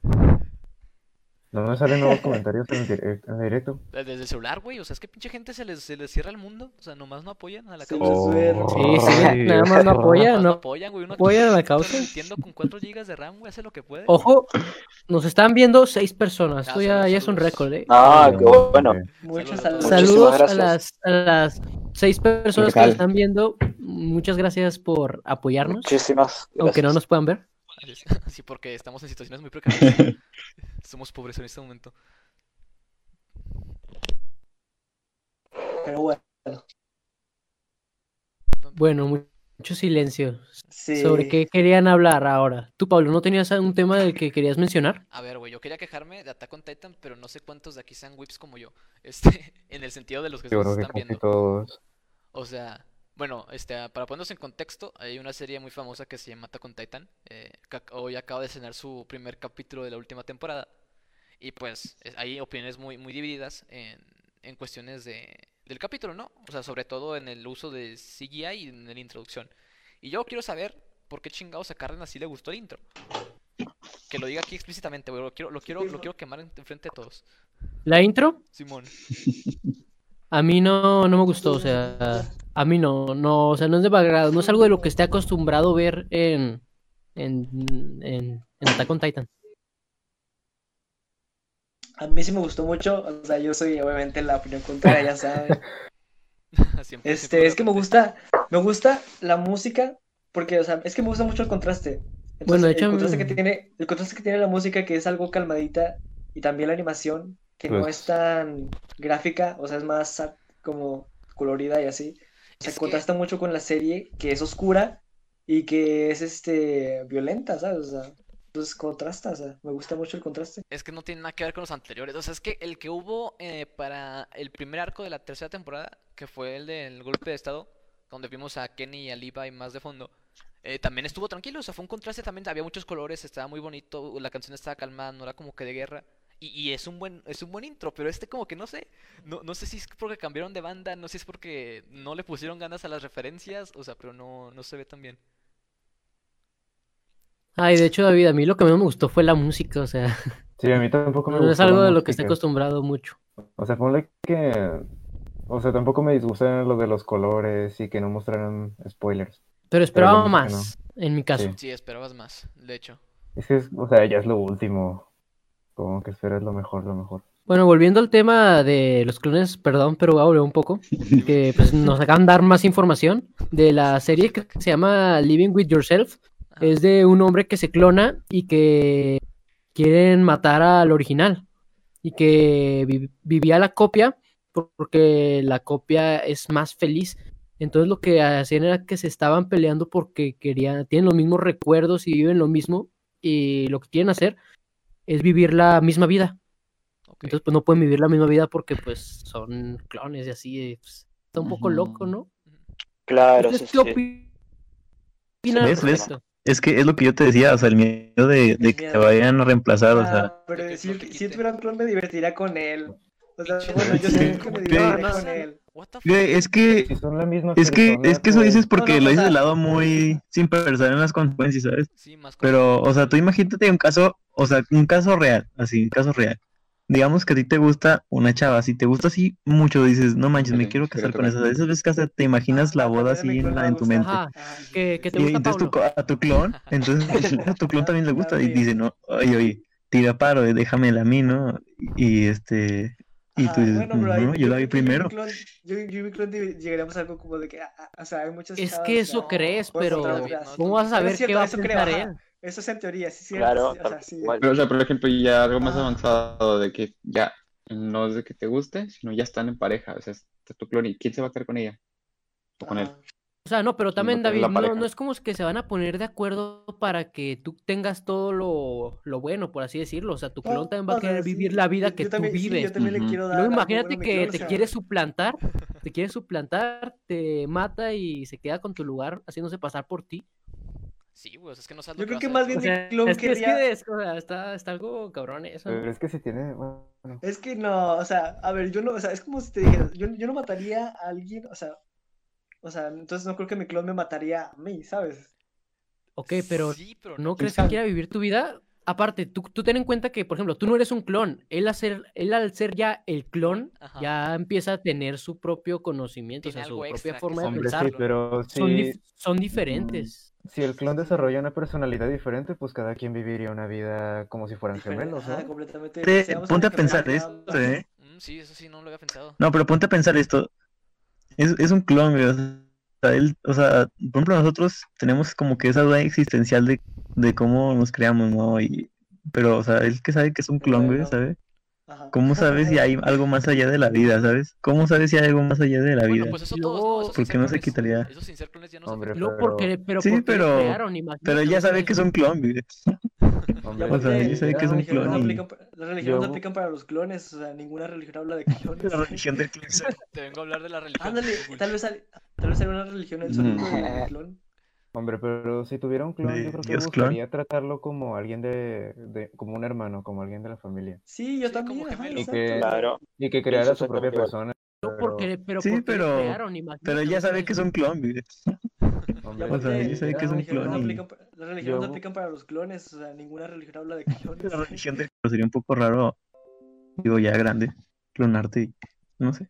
[SPEAKER 5] No me salen nuevos comentarios en, direct- en directo.
[SPEAKER 1] Desde el celular, güey. O sea, es que pinche gente se les, se les cierra el mundo. O sea, nomás no apoyan a la
[SPEAKER 2] Sí,
[SPEAKER 1] causa.
[SPEAKER 2] Oh,
[SPEAKER 3] Sí, sí,
[SPEAKER 5] Ay,
[SPEAKER 3] nada más no apoya,
[SPEAKER 1] Nomás no
[SPEAKER 3] no
[SPEAKER 1] apoyan, güey. Uno aquí
[SPEAKER 3] apoya a la
[SPEAKER 1] está
[SPEAKER 3] causa.
[SPEAKER 1] transmitiendo con 4 GB de RAM, güey. Hace lo que puede.
[SPEAKER 3] Ojo, nos están viendo seis personas.
[SPEAKER 1] Ah,
[SPEAKER 3] Esto ya,
[SPEAKER 1] saludos,
[SPEAKER 3] ya es un
[SPEAKER 1] saludos.
[SPEAKER 3] récord, ¿eh?
[SPEAKER 4] Ah, qué bueno.
[SPEAKER 2] Eh.
[SPEAKER 1] Saludos
[SPEAKER 2] Muchas saludos.
[SPEAKER 1] a todos.
[SPEAKER 3] Saludos a
[SPEAKER 4] gracias.
[SPEAKER 3] las, a las seis personas que
[SPEAKER 7] Total.
[SPEAKER 3] nos están viendo. Muchas gracias por apoyarnos,
[SPEAKER 4] Muchísimas gracias.
[SPEAKER 3] aunque no nos puedan ver.
[SPEAKER 1] Así es. Sí, porque estamos en situaciones muy precarias. Somos pobres en este momento.
[SPEAKER 2] Pero bueno,
[SPEAKER 3] Bueno, mu- mucho silencio.
[SPEAKER 2] sí.
[SPEAKER 3] ¿Sobre qué querían hablar ahora? Tú, Pablo, ¿no tenías un tema del que querías mencionar?
[SPEAKER 1] A ver, güey. Yo quería quejarme de Attack on Titan, pero no sé cuántos de aquí sean whips como yo. Este, en el sentido de los que
[SPEAKER 5] Yo creo
[SPEAKER 1] nos
[SPEAKER 5] que
[SPEAKER 1] están
[SPEAKER 5] casi
[SPEAKER 1] viendo.
[SPEAKER 5] todos.
[SPEAKER 1] O sea, bueno, este, para ponernos en contexto, hay una serie muy famosa que se llama Attack on Titan. eh, que ac- hoy acaba de cenar su primer capítulo de la última temporada. Y pues es- hay opiniones muy, muy divididas en, en cuestiones de, del capítulo, ¿no? O sea, sobre todo en el uso de CGI y en la introducción. Y yo quiero saber, por qué chingados a Cárdenas sí le gustó el intro. Que lo diga aquí explícitamente, güey. Lo quiero, lo quiero, lo quiero quemar en, frente de todos.
[SPEAKER 3] La intro,
[SPEAKER 1] Simón.
[SPEAKER 3] a mí no, no me gustó, o sea, a mí no, no, o sea, no es de mi agrado, no es algo de lo que esté acostumbrado ver en, en, en, en Attack on Titan.
[SPEAKER 2] A mí sí me gustó mucho, o sea, yo soy obviamente la opinión contraria, ya saben.
[SPEAKER 1] Siempre-
[SPEAKER 2] Este,
[SPEAKER 1] siempre
[SPEAKER 2] es que me gusta, me gusta la música, porque, o sea, es que me gusta mucho el contraste. Entonces,
[SPEAKER 3] Bueno, de hecho,
[SPEAKER 2] el contraste que
[SPEAKER 3] mm.
[SPEAKER 2] tiene, el contraste que tiene la música, que es algo calmadita, y también la animación, que no
[SPEAKER 5] Pues-
[SPEAKER 2] es tan gráfica, o sea, es más ah, como colorida y así. O sea,
[SPEAKER 1] Es que-
[SPEAKER 2] contrasta mucho con la serie, que es oscura y que es este violenta, ¿sabes? O sea, entonces contrasta, o sea, me gusta mucho el contraste.
[SPEAKER 1] Es que no tiene nada que ver con los anteriores. O sea, es que el que hubo eh, para el primer arco de la tercera temporada, que fue el del golpe de estado, donde vimos a Kenny y a Levi más de fondo, eh, también estuvo tranquilo. O sea, fue un contraste también. Había muchos colores, estaba muy bonito, la canción estaba calmada, no era como que de guerra. Y, y es un buen, es un buen intro, pero este como que no sé, no, no sé si es porque cambiaron de banda, no sé si es porque no le pusieron ganas a las referencias, o sea, pero no, no se ve tan bien.
[SPEAKER 3] Ay, de hecho, David, a mí lo que menos me gustó fue la música, o sea,
[SPEAKER 5] Sí, a mí tampoco me
[SPEAKER 3] no es
[SPEAKER 5] gustó la
[SPEAKER 3] algo de lo que esté
[SPEAKER 5] música.
[SPEAKER 3] acostumbrado mucho.
[SPEAKER 5] O sea, ponle que. O sea, tampoco me disgustan lo de los colores y que no mostraron spoilers.
[SPEAKER 3] Pero
[SPEAKER 5] la
[SPEAKER 3] esperaba
[SPEAKER 5] música
[SPEAKER 3] más, en mi caso.
[SPEAKER 5] Sí.
[SPEAKER 1] Sí, esperabas más, de hecho.
[SPEAKER 5] Es que, es, o sea, ya es lo último. Como que esperas lo mejor, lo mejor.
[SPEAKER 3] Bueno, volviendo al tema de los clones, perdón, pero voy a volver un poco, que pues, nos acaban de dar más información de la serie que se llama Living With Yourself.
[SPEAKER 1] Ajá.
[SPEAKER 3] Es de un hombre que se clona y que quieren matar al original. Y que vi- vivía la copia por- porque la copia es más feliz. Entonces lo que hacían era que se estaban peleando porque querían, tienen los mismos recuerdos y viven lo mismo. Y lo que quieren hacer es vivir la misma vida.
[SPEAKER 1] Ok.
[SPEAKER 3] Entonces, pues no pueden vivir la misma vida porque, pues, son clones y así. eh, pues, está un poco
[SPEAKER 5] Ujú.
[SPEAKER 3] loco, ¿no?
[SPEAKER 4] Claro, sí,
[SPEAKER 3] ¿Ustedes
[SPEAKER 4] sí.
[SPEAKER 3] qué opi- opinan al
[SPEAKER 4] ¿Ves? ¿Ves?
[SPEAKER 3] respecto?
[SPEAKER 8] Es que es lo que yo te decía, o sea, el miedo de, de que te vayan a reemplazar, o sea.
[SPEAKER 2] Ah, pero
[SPEAKER 1] De que
[SPEAKER 2] si,
[SPEAKER 1] no te
[SPEAKER 2] si
[SPEAKER 1] quiten.
[SPEAKER 2] tuviera un clon me divertiría con él. O sea,
[SPEAKER 1] Pinche
[SPEAKER 2] bueno, yo
[SPEAKER 8] Sí.
[SPEAKER 2] sé que me
[SPEAKER 8] Sí.
[SPEAKER 2] divertiría
[SPEAKER 1] Sí.
[SPEAKER 2] con él.
[SPEAKER 1] What the
[SPEAKER 8] Güey,
[SPEAKER 1] fuck?
[SPEAKER 8] Es que,
[SPEAKER 5] Si son la misma pues,
[SPEAKER 8] es que, es que eso dices
[SPEAKER 2] No,
[SPEAKER 8] porque
[SPEAKER 2] no,
[SPEAKER 8] lo
[SPEAKER 2] o
[SPEAKER 8] dices
[SPEAKER 2] sea-
[SPEAKER 8] del lado muy sin pensar en las consecuencias, ¿sabes?
[SPEAKER 1] Sí, más cosas.
[SPEAKER 8] Pero, o sea, tú imagínate un caso, o sea, un caso real, así, un caso real. Digamos que a ti te gusta una chava, si te gusta así mucho, dices, no manches, me
[SPEAKER 6] Ándale,
[SPEAKER 8] quiero casar
[SPEAKER 6] pero
[SPEAKER 8] con esa.
[SPEAKER 6] también-
[SPEAKER 8] Esas veces que hasta te imaginas la boda
[SPEAKER 2] También a mi
[SPEAKER 8] así en,
[SPEAKER 2] clon
[SPEAKER 8] la-
[SPEAKER 2] le
[SPEAKER 8] en tu
[SPEAKER 2] gusta.
[SPEAKER 8] mente.
[SPEAKER 3] Ajá, que, que te
[SPEAKER 8] Y
[SPEAKER 3] gusta
[SPEAKER 8] entonces tu,
[SPEAKER 3] Pablo.
[SPEAKER 8] co- a tu clon, entonces a tu clon también le gusta y dice, no, oye, oye, tira paro, eh, déjamela a mí, ¿no? Y este, y tú
[SPEAKER 2] Ajá,
[SPEAKER 8] dices,
[SPEAKER 2] Ah, bueno, pero ahí
[SPEAKER 8] no, yo
[SPEAKER 2] creo que yo
[SPEAKER 8] la vi
[SPEAKER 2] y mi
[SPEAKER 8] primero.
[SPEAKER 2] clon- Yo, yo y mi clon divi- llegaríamos a algo como de que, ah, ah, o sea, hay muchas
[SPEAKER 3] Es
[SPEAKER 2] chavas
[SPEAKER 3] que eso
[SPEAKER 2] no,
[SPEAKER 3] crees,
[SPEAKER 2] puedes
[SPEAKER 3] pero
[SPEAKER 2] encontrar otras.
[SPEAKER 1] no-
[SPEAKER 3] ¿cómo vas a
[SPEAKER 2] Pero
[SPEAKER 3] saber
[SPEAKER 2] es cierto,
[SPEAKER 3] qué va a
[SPEAKER 2] eso creo,
[SPEAKER 3] pensar
[SPEAKER 2] ajá.
[SPEAKER 3] él?
[SPEAKER 2] Eso es en teoría, sí, sí.
[SPEAKER 4] Claro,
[SPEAKER 2] sí, o sea, sí.
[SPEAKER 4] igual.
[SPEAKER 6] Pero, o sea, por ejemplo, ya algo más
[SPEAKER 2] Ah.
[SPEAKER 6] avanzado de que ya no es de que te guste, sino ya están en pareja. O sea, está tu clon y ¿quién se va a quedar con ella? O con él.
[SPEAKER 2] Ajá.
[SPEAKER 3] O sea, no, pero también,
[SPEAKER 6] tener
[SPEAKER 3] David,
[SPEAKER 6] la
[SPEAKER 3] no,
[SPEAKER 6] pareja.
[SPEAKER 3] no es como es que se van a poner de acuerdo para que tú tengas todo lo, lo bueno, por así decirlo. O sea, tu clon
[SPEAKER 2] No,
[SPEAKER 3] también va a
[SPEAKER 2] o sea,
[SPEAKER 3] querer
[SPEAKER 2] sí,
[SPEAKER 3] vivir la vida
[SPEAKER 2] yo-
[SPEAKER 3] que
[SPEAKER 2] yo
[SPEAKER 3] tú
[SPEAKER 2] también, sí,
[SPEAKER 3] vives.
[SPEAKER 2] yo también le
[SPEAKER 6] Ujú.
[SPEAKER 2] quiero dar
[SPEAKER 3] Luego
[SPEAKER 2] algo
[SPEAKER 3] imagínate
[SPEAKER 2] bueno a mi
[SPEAKER 3] que
[SPEAKER 2] clon, o
[SPEAKER 3] te
[SPEAKER 2] sea,
[SPEAKER 3] quiere suplantar, te quiere suplantar, te mata y se queda con tu lugar haciéndose pasar por ti.
[SPEAKER 1] Sí, güey, o sea, es que no sabes lo
[SPEAKER 2] Yo creo
[SPEAKER 1] que
[SPEAKER 2] que
[SPEAKER 1] vas a
[SPEAKER 2] más
[SPEAKER 1] hacer.
[SPEAKER 2] bien
[SPEAKER 3] O
[SPEAKER 2] mi
[SPEAKER 3] sea,
[SPEAKER 2] clon
[SPEAKER 3] es que, es que
[SPEAKER 2] quería.
[SPEAKER 3] es- o sea, está, está algo cabrón eso. ¿no?
[SPEAKER 5] Pero es que si tiene. Bueno,
[SPEAKER 2] Es que no, o sea, a ver, yo no, o sea, es como si te dijera, yo, yo no mataría a alguien, o sea, o sea, entonces no creo que mi clon me mataría a mí, ¿sabes?
[SPEAKER 3] Ok, pero
[SPEAKER 1] Sí, pero
[SPEAKER 3] ¿no
[SPEAKER 1] no.
[SPEAKER 3] crees que quiera vivir tu vida? Aparte, tú, tú ten en cuenta que, por ejemplo, tú no eres un clon. Él, al ser- él al ser ya el clon,
[SPEAKER 1] Ajá.
[SPEAKER 3] ya empieza a tener su propio conocimiento, o
[SPEAKER 1] Tiene
[SPEAKER 3] sea, su
[SPEAKER 1] algo extra
[SPEAKER 3] propia
[SPEAKER 1] que
[SPEAKER 3] forma
[SPEAKER 1] se
[SPEAKER 3] de
[SPEAKER 5] hombre,
[SPEAKER 3] pensar.
[SPEAKER 5] sí, pero
[SPEAKER 3] Son, dif-
[SPEAKER 5] si,
[SPEAKER 3] son diferentes.
[SPEAKER 5] si el clon desarrolla una personalidad diferente, pues cada quien viviría una vida como si fueran
[SPEAKER 2] Diferente,
[SPEAKER 5] gemelos, ¿eh?
[SPEAKER 2] ajá,
[SPEAKER 5] ¿no?
[SPEAKER 2] completamente.
[SPEAKER 8] Te-
[SPEAKER 2] seamos
[SPEAKER 8] ponte a
[SPEAKER 2] honestos,
[SPEAKER 8] pensar
[SPEAKER 2] nada
[SPEAKER 8] esto,
[SPEAKER 2] más.
[SPEAKER 8] ¿eh?
[SPEAKER 1] Mm, sí, eso sí, no lo había pensado.
[SPEAKER 8] No, pero ponte a pensar esto. Es, es un clon, güey. O sea, él, o sea, por ejemplo, nosotros tenemos como que esa duda existencial de, de cómo nos creamos, ¿no? Y, pero, o sea, él que sabe que es un clon, güey,
[SPEAKER 2] Bueno.
[SPEAKER 8] ¿sabes?
[SPEAKER 2] Ajá.
[SPEAKER 8] ¿Cómo sabes si hay algo más allá de la vida, ¿sabes? ¿Cómo sabes si hay algo más allá de la
[SPEAKER 1] Bueno,
[SPEAKER 8] vida?
[SPEAKER 1] pues eso
[SPEAKER 3] Y
[SPEAKER 1] todos,
[SPEAKER 3] luego-
[SPEAKER 1] ¿no? Esos
[SPEAKER 8] ¿Por qué no se
[SPEAKER 1] clones-
[SPEAKER 8] quitaría?
[SPEAKER 1] Esos sin ser clones ya no se
[SPEAKER 5] Hombre,
[SPEAKER 3] Y
[SPEAKER 1] afectan.
[SPEAKER 3] luego, ¿por qué- pero
[SPEAKER 8] Mm, Sí,
[SPEAKER 3] ¿por qué lo
[SPEAKER 8] pero-
[SPEAKER 3] crearon? Imagínate,
[SPEAKER 8] Pero él ya
[SPEAKER 3] no
[SPEAKER 8] sabe
[SPEAKER 3] sabes
[SPEAKER 8] que es un clon, güey.
[SPEAKER 5] Hombre,
[SPEAKER 2] Ya
[SPEAKER 8] O sea,
[SPEAKER 2] aparte,
[SPEAKER 8] yo sé que
[SPEAKER 2] las
[SPEAKER 8] es un
[SPEAKER 2] religiones no
[SPEAKER 8] clon y-
[SPEAKER 2] aplican pa- Las religiones no
[SPEAKER 5] Yo-
[SPEAKER 2] aplican para los clones, o sea, ninguna religión habla de clones.
[SPEAKER 8] La religión del clon.
[SPEAKER 1] Te vengo a hablar de la religión.
[SPEAKER 2] Ándale,
[SPEAKER 1] Uy,
[SPEAKER 2] tal vez, hay- tal vez alguna religión el sonido del clon.
[SPEAKER 5] hombre, pero si tuviera un clon,
[SPEAKER 8] De
[SPEAKER 5] yo creo que me
[SPEAKER 8] Dios clon.
[SPEAKER 5] gustaría tratarlo como alguien de, de- como un hermano, como alguien de la familia.
[SPEAKER 2] Sí, yo
[SPEAKER 1] Sí, como
[SPEAKER 2] también, ajá,
[SPEAKER 1] gemelo.
[SPEAKER 5] Y
[SPEAKER 2] exacto.
[SPEAKER 5] que-
[SPEAKER 4] Claro,
[SPEAKER 5] Y que creara su propia
[SPEAKER 4] exactamente igual.
[SPEAKER 5] persona.
[SPEAKER 3] Pero ¿por qué- pero
[SPEAKER 8] Sí,
[SPEAKER 3] ¿por qué lo
[SPEAKER 8] pero-
[SPEAKER 3] crearon? Imagínate,
[SPEAKER 8] Pero él ya
[SPEAKER 3] no
[SPEAKER 8] sabe
[SPEAKER 3] sabes-
[SPEAKER 8] que es un clon, güey.
[SPEAKER 2] La
[SPEAKER 5] Hombre,
[SPEAKER 8] O sea,
[SPEAKER 2] parte-
[SPEAKER 8] yo sabía que es un
[SPEAKER 2] las religiones no
[SPEAKER 8] clon y-
[SPEAKER 2] aplican pa- Las religiones
[SPEAKER 5] Yo-
[SPEAKER 2] no aplican para los clones, o sea, ninguna religión habla de
[SPEAKER 8] La
[SPEAKER 2] clones.
[SPEAKER 8] religión del pero sería un poco raro, digo ya grande, clonarte y no sé.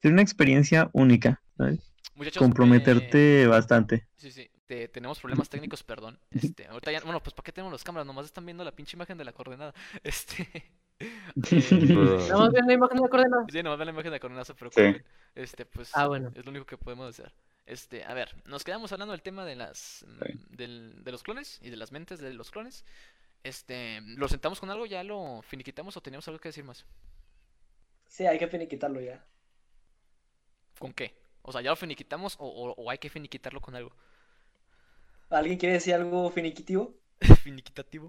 [SPEAKER 8] Sería una experiencia única, ¿sabes?
[SPEAKER 1] Muchachos, eh,
[SPEAKER 8] Comprometerte bastante.
[SPEAKER 1] sí, sí. te- tenemos problemas técnicos, perdón. Este, ahorita ya, bueno, pues ¿para qué tenemos las cámaras? Nomás están viendo la pinche imagen de la coordenada. Este. eh,
[SPEAKER 3] Nada más viendo la imagen de la coordenada.
[SPEAKER 1] Sí, nomás ven la imagen de Coronel, no se preocupen.
[SPEAKER 6] Sí.
[SPEAKER 1] Este, pues,
[SPEAKER 3] Ah, bueno.
[SPEAKER 1] es lo único que podemos hacer. Este, a ver, nos quedamos hablando del tema de las mm, del- de los clones y de las mentes de los clones. Este, ¿lo sentamos con algo? ¿Ya lo finiquitamos o teníamos algo que decir más?
[SPEAKER 2] Sí, hay que finiquitarlo ya.
[SPEAKER 1] ¿Con qué? O sea, ¿ya lo finiquitamos o, o- o hay que finiquitarlo con algo?
[SPEAKER 2] ¿Alguien quiere decir algo finiquitivo?
[SPEAKER 1] Finiquitativo.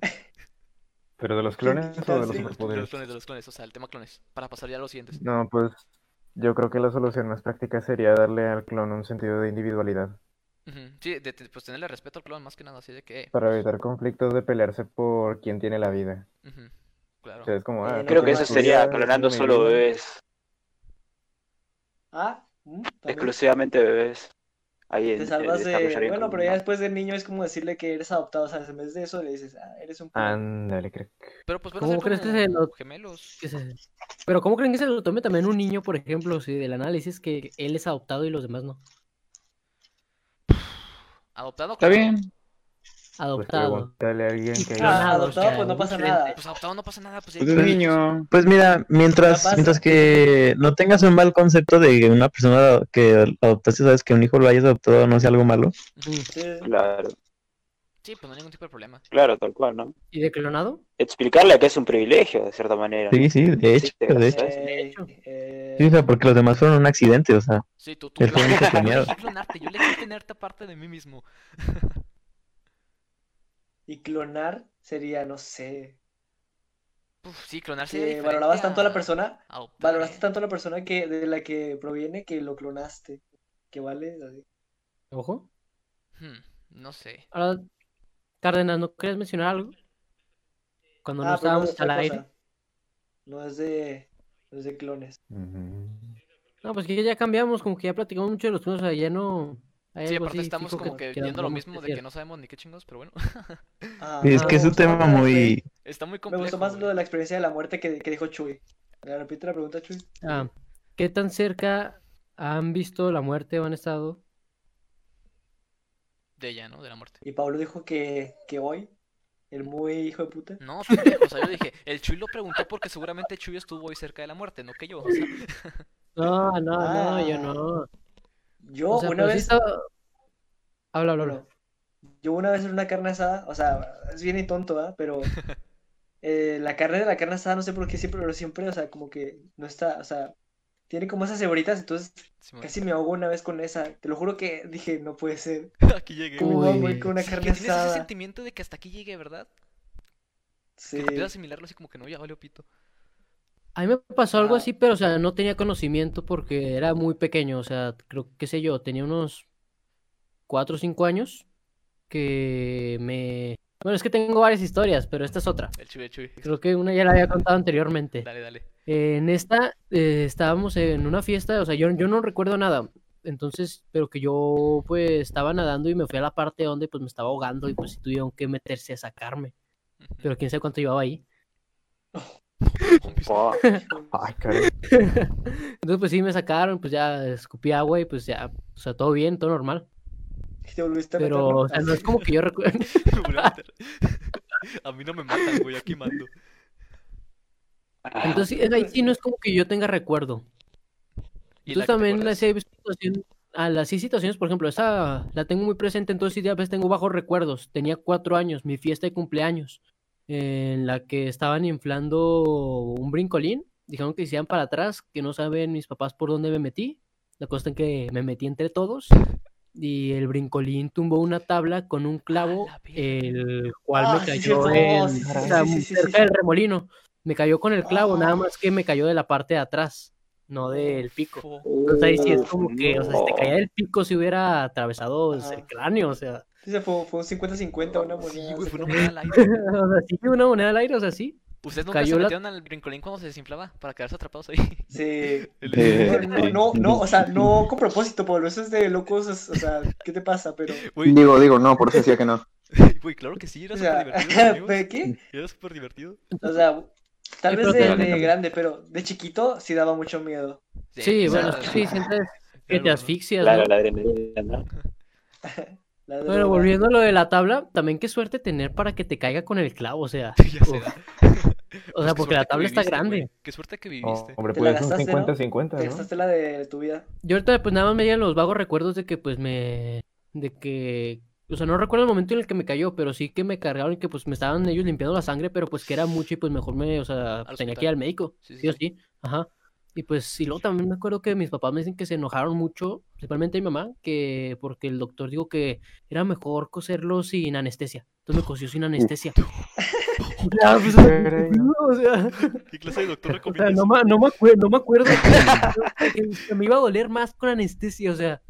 [SPEAKER 5] ¿Pero de los clones
[SPEAKER 2] Sí,
[SPEAKER 5] o de los
[SPEAKER 2] sí, sí.
[SPEAKER 1] De los
[SPEAKER 5] superpoderes?
[SPEAKER 1] clones, de los clones, o sea, el tema clones. Para pasar ya a los siguientes.
[SPEAKER 5] No, pues yo creo que la solución más práctica sería darle al clon un sentido de individualidad
[SPEAKER 1] Ujú, Sí, de, de- pues tenerle respeto al clon más que nada, así de que. eh,
[SPEAKER 5] para evitar conflictos de pelearse por quién tiene la vida.
[SPEAKER 1] ujú, claro.
[SPEAKER 5] O sea, es como, ah,
[SPEAKER 2] Eh,
[SPEAKER 5] tú
[SPEAKER 4] Creo que
[SPEAKER 5] tienes
[SPEAKER 4] eso
[SPEAKER 5] tu
[SPEAKER 4] sería
[SPEAKER 5] vida, yo
[SPEAKER 4] clonando
[SPEAKER 5] tengo mi
[SPEAKER 4] solo
[SPEAKER 5] vida.
[SPEAKER 4] bebés,
[SPEAKER 2] Ah, mm, también.
[SPEAKER 4] exclusivamente bebés. Ahí en-
[SPEAKER 2] Te
[SPEAKER 4] eh,
[SPEAKER 2] salvas de.
[SPEAKER 4] desarrollarían
[SPEAKER 2] Bueno,
[SPEAKER 4] como
[SPEAKER 2] pero ya
[SPEAKER 4] una-
[SPEAKER 2] después del niño es como decirle que eres adoptado, ¿sabes? En vez de eso le dices, ah, eres un. clon.
[SPEAKER 5] Ándale, creo que...
[SPEAKER 1] Pero pues van a
[SPEAKER 3] ¿Cómo
[SPEAKER 1] ser
[SPEAKER 3] crees que se
[SPEAKER 1] como
[SPEAKER 3] lo-
[SPEAKER 1] gemelos.
[SPEAKER 3] que se- Pero ¿cómo creen que se lo tome también un niño, por ejemplo, si del análisis que él es adoptado y los demás no?
[SPEAKER 8] Pues,
[SPEAKER 1] Adoptado
[SPEAKER 6] Está
[SPEAKER 1] claro.
[SPEAKER 6] bien.
[SPEAKER 5] Pues
[SPEAKER 3] Adoptado.
[SPEAKER 5] pregúntale a alguien que...
[SPEAKER 2] Ah,
[SPEAKER 3] Claro,
[SPEAKER 2] adoptado, pues
[SPEAKER 3] claro,
[SPEAKER 2] no pasa
[SPEAKER 3] diferente.
[SPEAKER 2] nada.
[SPEAKER 1] Pues adoptado no pasa nada, pues ya-
[SPEAKER 6] Pues es un niño.
[SPEAKER 7] Pues mira, mientras,
[SPEAKER 2] Capaz.
[SPEAKER 7] mientras que no tengas un mal concepto de que una persona que adoptaste, sabes que un hijo lo hayas adoptado no sea algo malo.
[SPEAKER 3] Ujú.
[SPEAKER 2] Sí,
[SPEAKER 4] Claro,
[SPEAKER 1] Sí, pues no hay ningún tipo de problema.
[SPEAKER 4] claro, tal cual, ¿no?
[SPEAKER 3] ¿Y de clonado?
[SPEAKER 4] Explicarle que es un privilegio, de cierta manera.
[SPEAKER 7] Sí, sí, de hecho,
[SPEAKER 4] te-
[SPEAKER 7] de hecho.
[SPEAKER 2] eh,
[SPEAKER 7] Sí, o
[SPEAKER 2] eh,
[SPEAKER 7] sea, porque los demás fueron un accidente, o sea,
[SPEAKER 1] Sí, tú, tú
[SPEAKER 7] Es lo único que me
[SPEAKER 1] yo
[SPEAKER 7] hago.
[SPEAKER 1] elegí clonarte, yo elegí tenerte aparte de mí mismo.
[SPEAKER 2] Y clonar sería, no sé.
[SPEAKER 1] Uf, sí, clonarse
[SPEAKER 2] que
[SPEAKER 1] era diferente
[SPEAKER 2] valorabas tanto a la persona,
[SPEAKER 1] adoptar,
[SPEAKER 2] valoraste
[SPEAKER 1] ¿eh?
[SPEAKER 2] tanto a la persona que de la que proviene que lo clonaste. Que vale, así.
[SPEAKER 3] Ojo.
[SPEAKER 1] Hmm, no sé.
[SPEAKER 3] Ahora, Cárdenas, ¿no querías mencionar algo? Cuando no
[SPEAKER 2] Ah, pero no
[SPEAKER 3] estábamos
[SPEAKER 2] es
[SPEAKER 3] al
[SPEAKER 2] otra
[SPEAKER 3] aire.
[SPEAKER 2] cosa. No es de. No es de clones.
[SPEAKER 5] Ujú.
[SPEAKER 3] No, pues que ya cambiamos, como que ya platicamos mucho de los turnos, o sea, ya no. hay
[SPEAKER 1] Sí,
[SPEAKER 3] Eh, algo
[SPEAKER 1] aparte
[SPEAKER 3] así
[SPEAKER 1] estamos
[SPEAKER 3] fijo
[SPEAKER 1] como que
[SPEAKER 3] queramos
[SPEAKER 1] viendo lo mismo de
[SPEAKER 3] decir.
[SPEAKER 1] que no sabemos ni qué chingados, pero bueno.
[SPEAKER 2] Ah,
[SPEAKER 7] es que es
[SPEAKER 2] me
[SPEAKER 7] un
[SPEAKER 2] gustó
[SPEAKER 7] tema
[SPEAKER 2] más lo de-
[SPEAKER 7] muy...
[SPEAKER 1] Está muy
[SPEAKER 2] Me
[SPEAKER 1] complejo.
[SPEAKER 2] gustó más
[SPEAKER 1] güey.
[SPEAKER 2] lo de la experiencia de la muerte que, que dijo Chuy. ¿Le repito la pregunta, Chuy?
[SPEAKER 3] Ah, ¿Qué tan cerca han visto la muerte o han estado?
[SPEAKER 1] De ella, ¿no? De la muerte.
[SPEAKER 2] Y Pablo dijo que, que hoy, el muy hijo de puta.
[SPEAKER 1] No, pendejo, o sea, yo dije, el Chuy lo preguntó porque seguramente Chuy estuvo hoy cerca de la muerte, no que yo. o sea,
[SPEAKER 3] No, no, no, yo
[SPEAKER 2] Ah.
[SPEAKER 3] no.
[SPEAKER 2] Yo
[SPEAKER 3] Mm. O sea,
[SPEAKER 2] una
[SPEAKER 3] pero sí
[SPEAKER 2] vez.
[SPEAKER 3] estaba- Habla, habla, habla.
[SPEAKER 2] bueno, yo una vez en una carne asada, o sea, es bien y tonto, ¿ah? Pero eh, la carne de la carne asada, no sé por qué siempre, pero siempre, o sea, como que no está, o sea, tiene como esas cebritas, entonces
[SPEAKER 1] Simón.
[SPEAKER 2] casi me ahogo una vez con esa. Te lo juro que dije, no puede ser.
[SPEAKER 1] Aquí llegué.
[SPEAKER 2] Que me
[SPEAKER 1] güey.
[SPEAKER 2] voy a
[SPEAKER 3] Uy.
[SPEAKER 2] morir con una
[SPEAKER 1] Sí,
[SPEAKER 2] carne
[SPEAKER 1] que tienes ese
[SPEAKER 2] asada.
[SPEAKER 1] sentimiento de que hasta aquí llegué, ¿verdad?
[SPEAKER 2] Sí.
[SPEAKER 1] Que puedes asimilarlo así como que no, ya valió pito.
[SPEAKER 3] A mí me pasó algo
[SPEAKER 2] Ah.
[SPEAKER 3] así, pero o sea, no tenía conocimiento porque era muy pequeño, o sea, creo, qué sé yo, tenía unos cuatro o cinco años que me... Bueno, es que tengo varias historias, pero esta es otra.
[SPEAKER 1] El Chuy, el Chuy.
[SPEAKER 3] Creo que una ya la había contado anteriormente.
[SPEAKER 1] Dale, dale.
[SPEAKER 3] Eh, en esta eh, estábamos en una fiesta, o sea, yo, yo no recuerdo nada. Entonces, pero que yo pues estaba nadando y me fui a la parte donde pues me estaba ahogando y pues sí tuvieron que meterse a sacarme.
[SPEAKER 1] Ujú.
[SPEAKER 3] Pero quién sabe cuánto llevaba ahí.
[SPEAKER 4] Wow.
[SPEAKER 5] Ay, caray.
[SPEAKER 3] Entonces pues sí me sacaron, pues ya escupí agua y pues ya, o sea, todo bien, todo normal.
[SPEAKER 2] Y te volviste a
[SPEAKER 3] Pero,
[SPEAKER 2] meter, ¿no?
[SPEAKER 3] o sea, no es como que yo recuerdo.
[SPEAKER 1] Me volvió a meter. A mí no me matan, güey, aquí mando.
[SPEAKER 3] Entonces sí, ahí sí no es como que yo tenga recuerdo.
[SPEAKER 1] ¿Y
[SPEAKER 3] Entonces
[SPEAKER 1] la que te
[SPEAKER 3] también
[SPEAKER 1] acuerdas?
[SPEAKER 3] las he visto situación- a las sí situaciones, por ejemplo, esa la tengo muy presente, entonces sí, ya ves, tengo bajos recuerdos. Tenía cuatro años, mi fiesta de cumpleaños, en la que estaban inflando un brincolín, dijeron que hicieran para atrás, que no saben mis papás por dónde me metí. La cosa en que me metí entre todos y el brincolín tumbó una tabla con un clavo,
[SPEAKER 1] la verga.
[SPEAKER 3] el cual me
[SPEAKER 2] Ah, sí,
[SPEAKER 3] cayó
[SPEAKER 2] cierto.
[SPEAKER 3] en,
[SPEAKER 2] Oh, sí, sí,
[SPEAKER 3] o sea,
[SPEAKER 2] sí, sí, sí,
[SPEAKER 3] cerca
[SPEAKER 2] sí.
[SPEAKER 3] del remolino. Me cayó con el clavo, nada
[SPEAKER 2] Ah.
[SPEAKER 3] más que me cayó de la parte de atrás, no del pico.
[SPEAKER 1] Fo-
[SPEAKER 3] O sea, ahí sí es como que, o sea, si te caía del pico si hubiera atravesado
[SPEAKER 2] Ajá.
[SPEAKER 3] el cráneo, o sea.
[SPEAKER 2] Sí, se fue, fue un 50-50, una moneda.
[SPEAKER 1] Sí, güey,
[SPEAKER 2] así
[SPEAKER 1] fue una
[SPEAKER 2] como-
[SPEAKER 1] moneda al aire.
[SPEAKER 3] o sea, sí, una moneda al aire, o sea, sí.
[SPEAKER 1] ¿Ustedes nunca
[SPEAKER 3] Cayó
[SPEAKER 1] se
[SPEAKER 3] la-
[SPEAKER 1] metieron al brincolín cuando se desinflaba para quedarse atrapados ahí?
[SPEAKER 2] Sí.
[SPEAKER 8] Eh,
[SPEAKER 2] No, no, no, o sea, no con propósito, Pablo. Eso es de locos. es- O sea, ¿qué te pasa? Pero,
[SPEAKER 1] Uy,
[SPEAKER 6] Digo, digo, no, por eso decía que no.
[SPEAKER 1] uy, claro que sí, era
[SPEAKER 2] o
[SPEAKER 1] súper
[SPEAKER 2] sea,
[SPEAKER 1] divertido. amigos,
[SPEAKER 2] ¿de ¿qué?
[SPEAKER 1] Era súper divertido.
[SPEAKER 2] O sea, tal
[SPEAKER 3] Ay,
[SPEAKER 2] vez
[SPEAKER 3] pero
[SPEAKER 2] de,
[SPEAKER 6] te-
[SPEAKER 2] de grande, pero de chiquito sí daba mucho miedo.
[SPEAKER 3] Sí,
[SPEAKER 1] o sea,
[SPEAKER 3] bueno, es que sí, sientes que
[SPEAKER 1] era
[SPEAKER 3] te
[SPEAKER 1] bueno.
[SPEAKER 3] asfixias,
[SPEAKER 4] Claro,
[SPEAKER 3] ¿no?
[SPEAKER 4] la adrenalina, ¿no?
[SPEAKER 2] La droga.
[SPEAKER 3] Bueno, volviendo a lo de la tabla, también qué suerte tener para que te caiga con el clavo, o sea.
[SPEAKER 1] Ya se
[SPEAKER 3] uf,
[SPEAKER 1] da.
[SPEAKER 3] o sea,
[SPEAKER 1] Pues qué
[SPEAKER 3] porque la
[SPEAKER 1] suerte que
[SPEAKER 3] tabla está
[SPEAKER 1] viviste, güey.
[SPEAKER 3] grande.
[SPEAKER 1] Qué suerte que
[SPEAKER 5] Oh,
[SPEAKER 1] viviste.
[SPEAKER 5] hombre,
[SPEAKER 2] Te la
[SPEAKER 5] pues un
[SPEAKER 2] gastaste, ¿no?
[SPEAKER 5] 50-50,
[SPEAKER 2] Te
[SPEAKER 5] ¿no?
[SPEAKER 2] gastaste la de tu vida.
[SPEAKER 3] Yo ahorita pues nada más me llegan los vagos recuerdos de que pues me... De que... O sea, no recuerdo el momento en el que me cayó, pero sí que me cargaron y que pues me estaban ellos limpiando la sangre, pero pues que era mucho y pues mejor me... O sea,
[SPEAKER 1] Al
[SPEAKER 3] tenía
[SPEAKER 1] hospital.
[SPEAKER 3] que ir al médico.
[SPEAKER 1] Sí, sí,
[SPEAKER 3] Sí o
[SPEAKER 1] sí.
[SPEAKER 3] sí. Ajá. Y pues, y luego también me acuerdo que mis papás me dicen que se enojaron mucho, principalmente mi mamá, que porque el doctor dijo que era mejor coserlo sin anestesia. Entonces me cosió sin anestesia. Ya, pues,
[SPEAKER 5] Caray, ¿no?
[SPEAKER 3] o sea,
[SPEAKER 1] ¿Qué clase de doctor
[SPEAKER 3] o sea,
[SPEAKER 1] recomiendas?
[SPEAKER 3] no, ma- no me acue- no me acuerdo. que- que me iba a doler más con anestesia, o sea.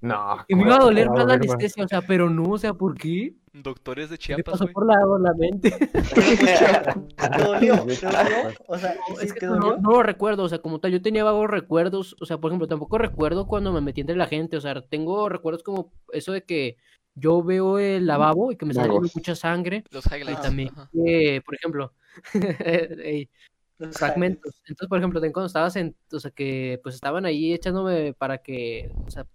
[SPEAKER 5] No,
[SPEAKER 3] Que me
[SPEAKER 5] ¿cómo
[SPEAKER 3] iba a
[SPEAKER 5] te
[SPEAKER 3] doler
[SPEAKER 5] va
[SPEAKER 3] más la
[SPEAKER 5] doler
[SPEAKER 3] anestesia, o sea, pero no, o sea, ¿por qué?
[SPEAKER 1] Doctores de
[SPEAKER 3] ¿Qué le
[SPEAKER 1] Chiapas,
[SPEAKER 3] pasó
[SPEAKER 1] güey.
[SPEAKER 3] por la, por la mente?
[SPEAKER 2] ¿Te dolió? ¿Te dolió? O sea,
[SPEAKER 3] No,
[SPEAKER 2] ¿sí
[SPEAKER 3] es que
[SPEAKER 2] te
[SPEAKER 3] no,
[SPEAKER 2] dolió?
[SPEAKER 3] no lo recuerdo, o sea, como tal, yo tenía vagos recuerdos, o sea, por ejemplo, tampoco recuerdo cuando me metí entre la gente, o sea, tengo recuerdos como eso de que yo veo el lavabo y que me sale
[SPEAKER 6] Vagos.
[SPEAKER 3] mucha sangre,
[SPEAKER 1] Los
[SPEAKER 3] y
[SPEAKER 1] highlights.
[SPEAKER 3] también
[SPEAKER 1] Ah, ajá.
[SPEAKER 3] que, por ejemplo, ey,
[SPEAKER 2] O sea,
[SPEAKER 3] fragmentos. Entonces, por ejemplo, también cuando estabas en, o sea, que pues estaban ahí echándome para que, o sea,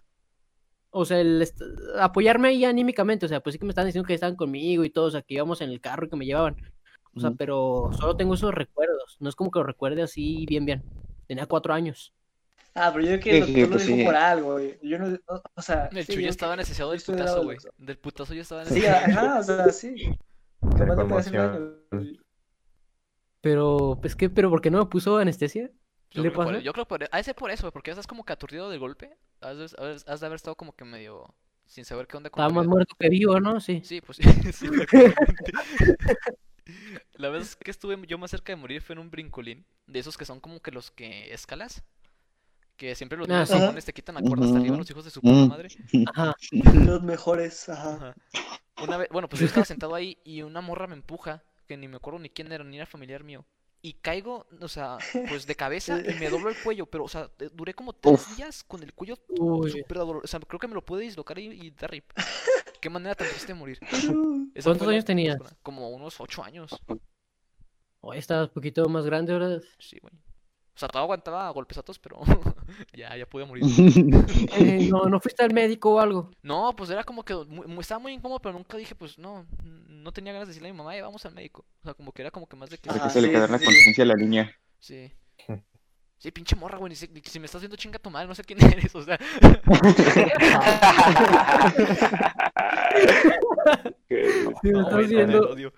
[SPEAKER 3] o sea, el est- apoyarme ahí anímicamente, o sea, pues sí que me estaban diciendo que estaban conmigo y todo, o sea, que íbamos en el carro y que me llevaban. O sea,
[SPEAKER 6] Ujú.
[SPEAKER 3] pero solo tengo esos recuerdos, no es como que lo recuerde así bien, bien. Tenía cuatro años.
[SPEAKER 2] Ah, pero yo creo que el
[SPEAKER 6] Sí,
[SPEAKER 2] doctor lo
[SPEAKER 6] pues
[SPEAKER 2] dijo
[SPEAKER 6] sí.
[SPEAKER 2] por algo, güey. Yo no, no, o sea,
[SPEAKER 1] El
[SPEAKER 2] sí,
[SPEAKER 1] Chuy
[SPEAKER 2] yo-
[SPEAKER 1] estaba necesitado del
[SPEAKER 2] estoy de
[SPEAKER 1] putazo,
[SPEAKER 2] lado,
[SPEAKER 1] güey.
[SPEAKER 2] o sea.
[SPEAKER 1] Del putazo yo estaba
[SPEAKER 2] Sí,
[SPEAKER 1] necesitado.
[SPEAKER 2] ajá, o sea, sí. Capaz no
[SPEAKER 5] Se
[SPEAKER 2] te hace un
[SPEAKER 5] conmoción.
[SPEAKER 2] daño.
[SPEAKER 3] Pero, pues que, pero ¿por qué no me puso anestesia? ¿Qué
[SPEAKER 1] Yo
[SPEAKER 3] le
[SPEAKER 1] creo por- e,
[SPEAKER 3] pasa?
[SPEAKER 1] Yo creo por, a ese por eso, güey, porque estás como que aturdido del golpe. Has de, has- has de haber estado como que medio sin saber qué onda con
[SPEAKER 3] Estaba
[SPEAKER 1] tu
[SPEAKER 3] más
[SPEAKER 1] vida.
[SPEAKER 3] muerto que vivo, ¿no? Sí.
[SPEAKER 1] Sí, pues sí, sí, exactamente. La vez que estuve yo más cerca de morir fue en un brincolín, de esos que son como que los que escalas, que siempre los
[SPEAKER 3] Ah,
[SPEAKER 1] niños
[SPEAKER 3] sí.
[SPEAKER 1] japoneses te quitan la cuerda hasta arriba,
[SPEAKER 6] Ujú.
[SPEAKER 1] los hijos de su puta
[SPEAKER 6] Mm.
[SPEAKER 1] madre.
[SPEAKER 3] Ajá.
[SPEAKER 2] Los mejores, ajá.
[SPEAKER 1] Ajá. Una vez, bueno, pues yo estaba sentado ahí y una morra me empuja, que ni me acuerdo ni quién era, ni era familiar mío. Y caigo, o sea, pues de cabeza y me doblo el cuello, pero, o sea, eh, duré como tres días con el cuello
[SPEAKER 3] Uy.
[SPEAKER 1] súper doloroso. O sea, creo que me lo pude dislocar y, y dar rip. Qué manera tan triste de morir. Esa
[SPEAKER 3] ¿Cuántos
[SPEAKER 1] fue la-
[SPEAKER 3] años tenías?
[SPEAKER 1] Como unos ocho años.
[SPEAKER 3] Hoy estabas un poquito más grande, ¿verdad?
[SPEAKER 1] Sí, güey. O sea, todavía aguantaba golpesatos, pero ya, ya pude morir.
[SPEAKER 3] Eh, no, no fuiste al médico o algo.
[SPEAKER 1] No, pues era como que mu- mu- estaba muy incómodo, pero nunca dije, pues no, no tenía ganas de decirle a mi mamá, ya vamos al médico. O sea, como que era como que más de que...
[SPEAKER 6] Para
[SPEAKER 2] Ah,
[SPEAKER 6] que se le
[SPEAKER 2] sí,
[SPEAKER 6] quedara la
[SPEAKER 2] sí.
[SPEAKER 6] conciencia a la niña.
[SPEAKER 1] Sí. Sí, pinche morra, güey. ni sé- ni- Si me estás viendo chinga tu madre, no sé quién eres, o sea.
[SPEAKER 4] Que no.
[SPEAKER 3] me
[SPEAKER 1] no,
[SPEAKER 3] estás
[SPEAKER 1] güey, no,
[SPEAKER 3] viendo.
[SPEAKER 1] te odio.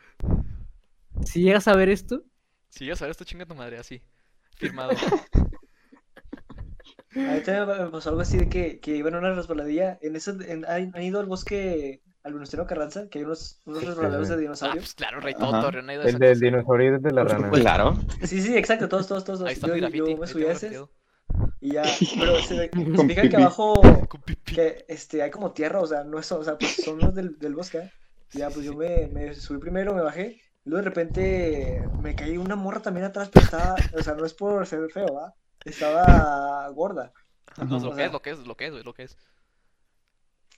[SPEAKER 3] Si llegas a ver esto,
[SPEAKER 1] Si ya sabes esto, chinga tu madre, así. Firmado. Ah,
[SPEAKER 2] Ahorita me pasó algo así de que, que iban a una resbaladilla. En eso, en, ¿han, han ido al bosque, al Venustiano Carranza? Que hay unos, unos
[SPEAKER 5] Sí, sí,
[SPEAKER 2] resbaladillos
[SPEAKER 5] sí.
[SPEAKER 2] de
[SPEAKER 1] Ah,
[SPEAKER 2] dinosaurios.
[SPEAKER 1] pues claro, Rey
[SPEAKER 6] Ajá.
[SPEAKER 1] Toto, René de
[SPEAKER 5] El del dinosaurio de Pues, la
[SPEAKER 3] Por
[SPEAKER 5] rana.
[SPEAKER 6] Claro.
[SPEAKER 2] Sí, sí, exacto, todos, todos, todos. todos.
[SPEAKER 1] Ahí está
[SPEAKER 2] yo,
[SPEAKER 1] mi
[SPEAKER 2] yo
[SPEAKER 1] graffiti. ahí
[SPEAKER 2] me
[SPEAKER 1] tengo
[SPEAKER 2] subí a ese
[SPEAKER 1] graffiteado.
[SPEAKER 2] y ya. Pero se ve-
[SPEAKER 3] Con
[SPEAKER 2] se fijan
[SPEAKER 6] pipí.
[SPEAKER 2] que abajo
[SPEAKER 1] Con pipí.
[SPEAKER 2] que, este, hay como tierra, o sea, no es, o sea, pues son los del, del bosque. ¿eh? Y Ya,
[SPEAKER 1] Sí,
[SPEAKER 2] pues
[SPEAKER 1] sí, sí.
[SPEAKER 2] yo me, me subí primero, me bajé. y Luego de repente me caí una morra también atrás, pero estaba, o sea, no es por ser feo, ¿va? Estaba gorda.
[SPEAKER 1] No, es lo
[SPEAKER 2] o
[SPEAKER 1] que es,
[SPEAKER 2] sea.
[SPEAKER 1] lo que es, lo que es, güey, lo que es.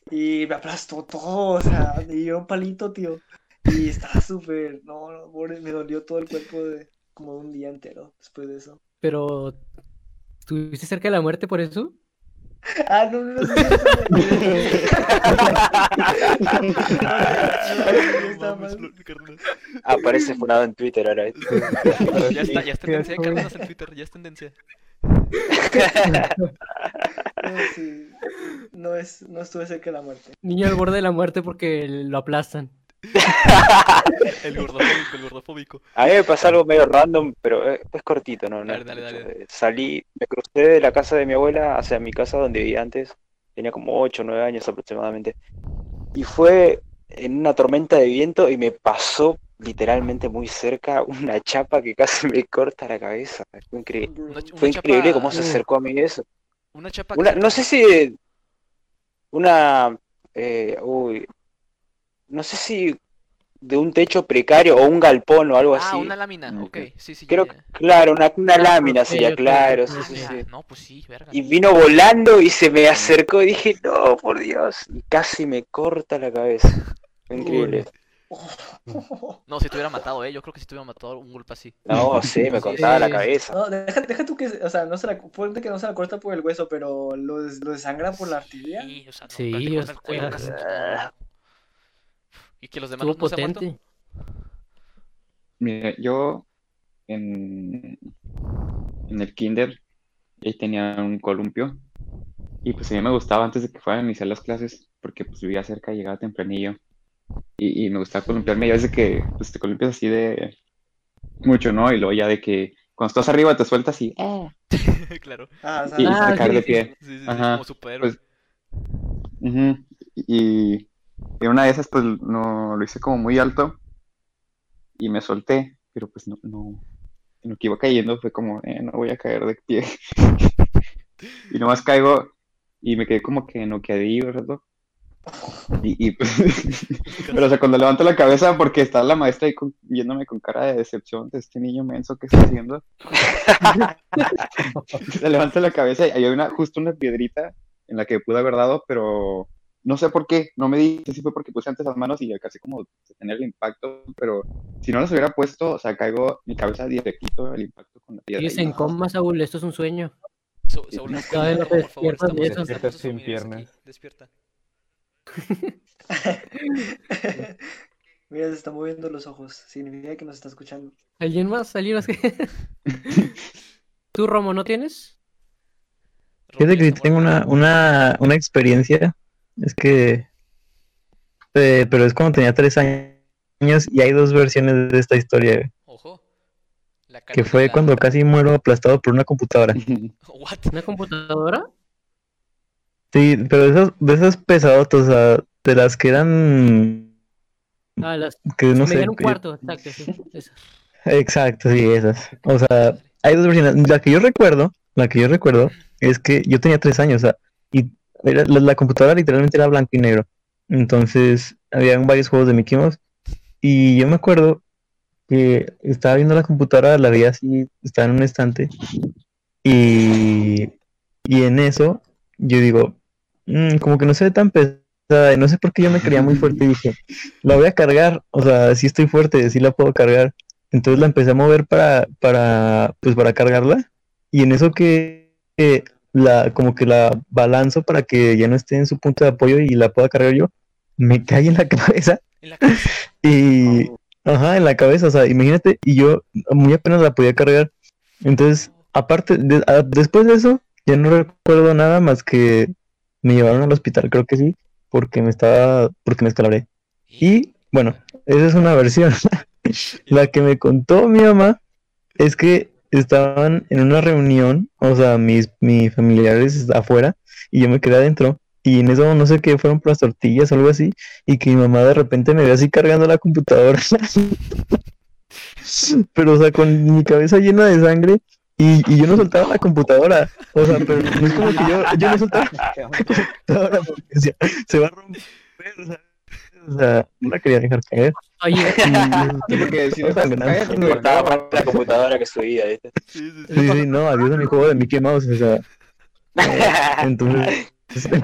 [SPEAKER 2] Y me aplastó todo, o sea, me dio un palito, tío. Y estaba súper, no, no, pobre, me dolió todo el cuerpo de como un día entero después de eso.
[SPEAKER 3] pero. ¿Estuviste cerca de la muerte por eso?
[SPEAKER 2] Ah, no, no, no, no, no, no,
[SPEAKER 1] No
[SPEAKER 2] estaba
[SPEAKER 1] mames,
[SPEAKER 2] mal.
[SPEAKER 1] lo- carnal.
[SPEAKER 4] Aparece funado Ah, en Twitter ahora.
[SPEAKER 1] Ya está, ya está
[SPEAKER 5] Ya
[SPEAKER 1] tendencia,
[SPEAKER 5] estoy.
[SPEAKER 1] Carlos, en Twitter, ya es tendencia.
[SPEAKER 2] No, sí, no es, no estuve cerca de la muerte.
[SPEAKER 3] Niño al borde de la muerte porque lo aplastan.
[SPEAKER 1] El gordofóbico, el gordofóbico.
[SPEAKER 4] A mí me pasó algo medio random, pero eh, es cortito, ¿no? no
[SPEAKER 1] A ver,
[SPEAKER 4] es
[SPEAKER 1] dale,
[SPEAKER 4] mucho.
[SPEAKER 1] dale.
[SPEAKER 4] Eh, Salí, me crucé de la casa de mi abuela hacia mi casa donde vivía antes. Tenía como 8 o 9 años aproximadamente. Y fue en una tormenta de viento y me pasó literalmente muy cerca una chapa que casi me corta la cabeza. Fue, incre-
[SPEAKER 2] Bro.
[SPEAKER 1] Una, ch- una
[SPEAKER 4] fue increíble
[SPEAKER 1] chapa,
[SPEAKER 4] cómo se
[SPEAKER 3] Uh.
[SPEAKER 4] acercó a mí eso.
[SPEAKER 1] una chapa que
[SPEAKER 4] Una,
[SPEAKER 1] se-
[SPEAKER 4] no sé si una eh, uy, no sé si de un techo precario o un galpón o algo
[SPEAKER 1] Ah,
[SPEAKER 4] así.
[SPEAKER 1] una lámina,
[SPEAKER 6] Mm,
[SPEAKER 1] ok, sí, sí. ya,
[SPEAKER 4] Creo
[SPEAKER 1] ya,
[SPEAKER 4] que, claro, una, una
[SPEAKER 3] Ah,
[SPEAKER 4] lámina
[SPEAKER 3] ok,
[SPEAKER 4] sería,
[SPEAKER 3] Eh, ok,
[SPEAKER 4] claro,
[SPEAKER 3] ok,
[SPEAKER 4] sí,
[SPEAKER 1] ya.
[SPEAKER 4] sí,
[SPEAKER 1] Ah,
[SPEAKER 4] sí.
[SPEAKER 1] No, pues sí, verga.
[SPEAKER 4] Y vino volando y se me acercó y dije, no, por Dios. Y casi me corta la cabeza. Fue Increíble.
[SPEAKER 1] No, si te hubiera matado, eh, yo creo que si te hubiera matado un golpe así.
[SPEAKER 4] No, sí, me
[SPEAKER 1] Sí,
[SPEAKER 4] cortaba la
[SPEAKER 3] sí.
[SPEAKER 4] cabeza.
[SPEAKER 2] No, deja, deja tú que, o sea, no se la, ponte que no se la corta por el hueso, pero lo, des- lo desangra por la arteria.
[SPEAKER 1] Sí, o sea, no,
[SPEAKER 3] Sí,
[SPEAKER 1] pero te
[SPEAKER 3] o
[SPEAKER 1] corta el cuello
[SPEAKER 3] sea,
[SPEAKER 1] casi todo.
[SPEAKER 4] ah.
[SPEAKER 1] Y que los demás
[SPEAKER 3] Estuvo
[SPEAKER 1] no se han muerto.
[SPEAKER 3] potente.
[SPEAKER 6] Mira, yo en, en el kinder ahí tenía un columpio y pues a mí me gustaba antes de que fueran a iniciar las clases porque pues vivía cerca y llegaba tempranillo y, y me gustaba columpiarme y a veces que pues te columpias así de mucho, ¿no? Y luego ya de que cuando estás arriba te sueltas y ¡eh!
[SPEAKER 1] claro.
[SPEAKER 2] Ah, o sea,
[SPEAKER 6] y, y
[SPEAKER 3] Ah,
[SPEAKER 6] te caes
[SPEAKER 3] sí,
[SPEAKER 6] de
[SPEAKER 3] sí,
[SPEAKER 6] pie.
[SPEAKER 1] Sí, sí, sí,
[SPEAKER 6] Ajá,
[SPEAKER 1] como superhéroe.
[SPEAKER 6] pues, Ujú. Y, y una de esas, pues no, lo hice como muy alto y me solté, pero pues no, no, en lo que iba cayendo fue como, eh, no voy a caer de pie. Y nomás caigo y me quedé como que noqueadillo, ¿verdad? Y, y pues, pero o sea, cuando levanto la cabeza, porque está la maestra ahí con- viéndome con cara de decepción de este niño menso que está haciendo. Le levanto la cabeza y hay una, justo una piedrita en la que pude haber dado, pero no sé por qué, no me di, no sé si fue porque puse antes las manos y alcancé como tener el impacto, pero si no las hubiera puesto, o sea, caigo mi cabeza directito al impacto con la piedra.
[SPEAKER 3] Sigues
[SPEAKER 6] y-
[SPEAKER 3] en coma, Saúl, esto es un sueño.
[SPEAKER 1] Sa- Saúl,
[SPEAKER 6] no
[SPEAKER 1] nos
[SPEAKER 3] cabe
[SPEAKER 1] cuentas,
[SPEAKER 3] la
[SPEAKER 1] por favor,
[SPEAKER 3] despierta
[SPEAKER 1] estamos-
[SPEAKER 3] de eso.
[SPEAKER 1] estamos
[SPEAKER 5] Despierta sin
[SPEAKER 1] humildes aquí,
[SPEAKER 5] piernas.
[SPEAKER 1] Despierta.
[SPEAKER 2] mira, se está moviendo los ojos. Significa que nos está escuchando.
[SPEAKER 3] ¿Alguien más? ¿Alguien más? ¿Tú, Romo, no tienes?
[SPEAKER 8] Fíjate que sí
[SPEAKER 1] Romeo,
[SPEAKER 8] tengo
[SPEAKER 1] amor.
[SPEAKER 8] una, una, una experiencia. Es que. eh, pero es cuando tenía tres años y hay dos versiones de esta historia, güey,
[SPEAKER 1] Ojo. La
[SPEAKER 8] que
[SPEAKER 1] Carolina.
[SPEAKER 8] fue cuando casi muero aplastado por una computadora.
[SPEAKER 1] What?
[SPEAKER 3] ¿Una computadora?
[SPEAKER 8] Sí, pero de esas, de esas pesadotas, o sea, de las que eran.
[SPEAKER 3] Ah, las...
[SPEAKER 8] Que no
[SPEAKER 3] me
[SPEAKER 8] sé.
[SPEAKER 3] dieron un
[SPEAKER 8] que-
[SPEAKER 3] cuarto, exacto, sí. esa.
[SPEAKER 8] Exacto, sí, esas. O sea,
[SPEAKER 1] Madre.
[SPEAKER 8] hay dos versiones. La que yo recuerdo, la que yo recuerdo, es que yo tenía tres años, o sea, y era- la, la computadora literalmente era blanco y negro. Entonces, habían varios juegos de Mickey Mouse. Y yo me acuerdo que estaba viendo la computadora, la veía así, estaba en un estante. Y, y en eso, yo digo, "Mm, como que no se ve tan pesada. Y no sé por qué yo me creía muy fuerte y dije, la voy a cargar. O sea, sí estoy fuerte, sí la puedo cargar. Entonces la empecé a mover para, para, pues para cargarla. Y en eso que, que la, como que la balanzo para que ya no esté en su punto de apoyo y la pueda cargar yo, me cae en la cabeza
[SPEAKER 1] En la cabeza.
[SPEAKER 8] y, ajá, en la cabeza. O sea, imagínate, y yo muy apenas la podía cargar. Entonces, aparte, de- a- después de eso, ya no recuerdo nada más que me llevaron al hospital, creo que sí, porque me estaba, porque me escalabré. Y bueno, esa es una versión. La que me contó mi mamá es que estaban en una reunión, o sea, mis, mis familiares afuera y yo me quedé adentro. Y en eso no sé qué fueron por las tortillas o algo así. Y que mi mamá de repente me ve así cargando la computadora. pero, o sea, con mi cabeza llena de sangre. Y, y yo no soltaba la computadora. O sea, pero no es como que yo, yo no soltaba la computadora porque o sea, se va a romper. ¿sabes? O sea, no la quería dejar caer.
[SPEAKER 3] Oye,
[SPEAKER 8] Y-
[SPEAKER 6] Porque si
[SPEAKER 8] O sea,
[SPEAKER 6] dejas
[SPEAKER 8] me dan
[SPEAKER 6] caer,
[SPEAKER 8] un
[SPEAKER 6] te
[SPEAKER 8] golpe.
[SPEAKER 4] Cortaba más la computadora que subía, ¿viste?
[SPEAKER 8] Sí, sí, no, adiós a mi juego de Mickey Mouse, o sea, entonces,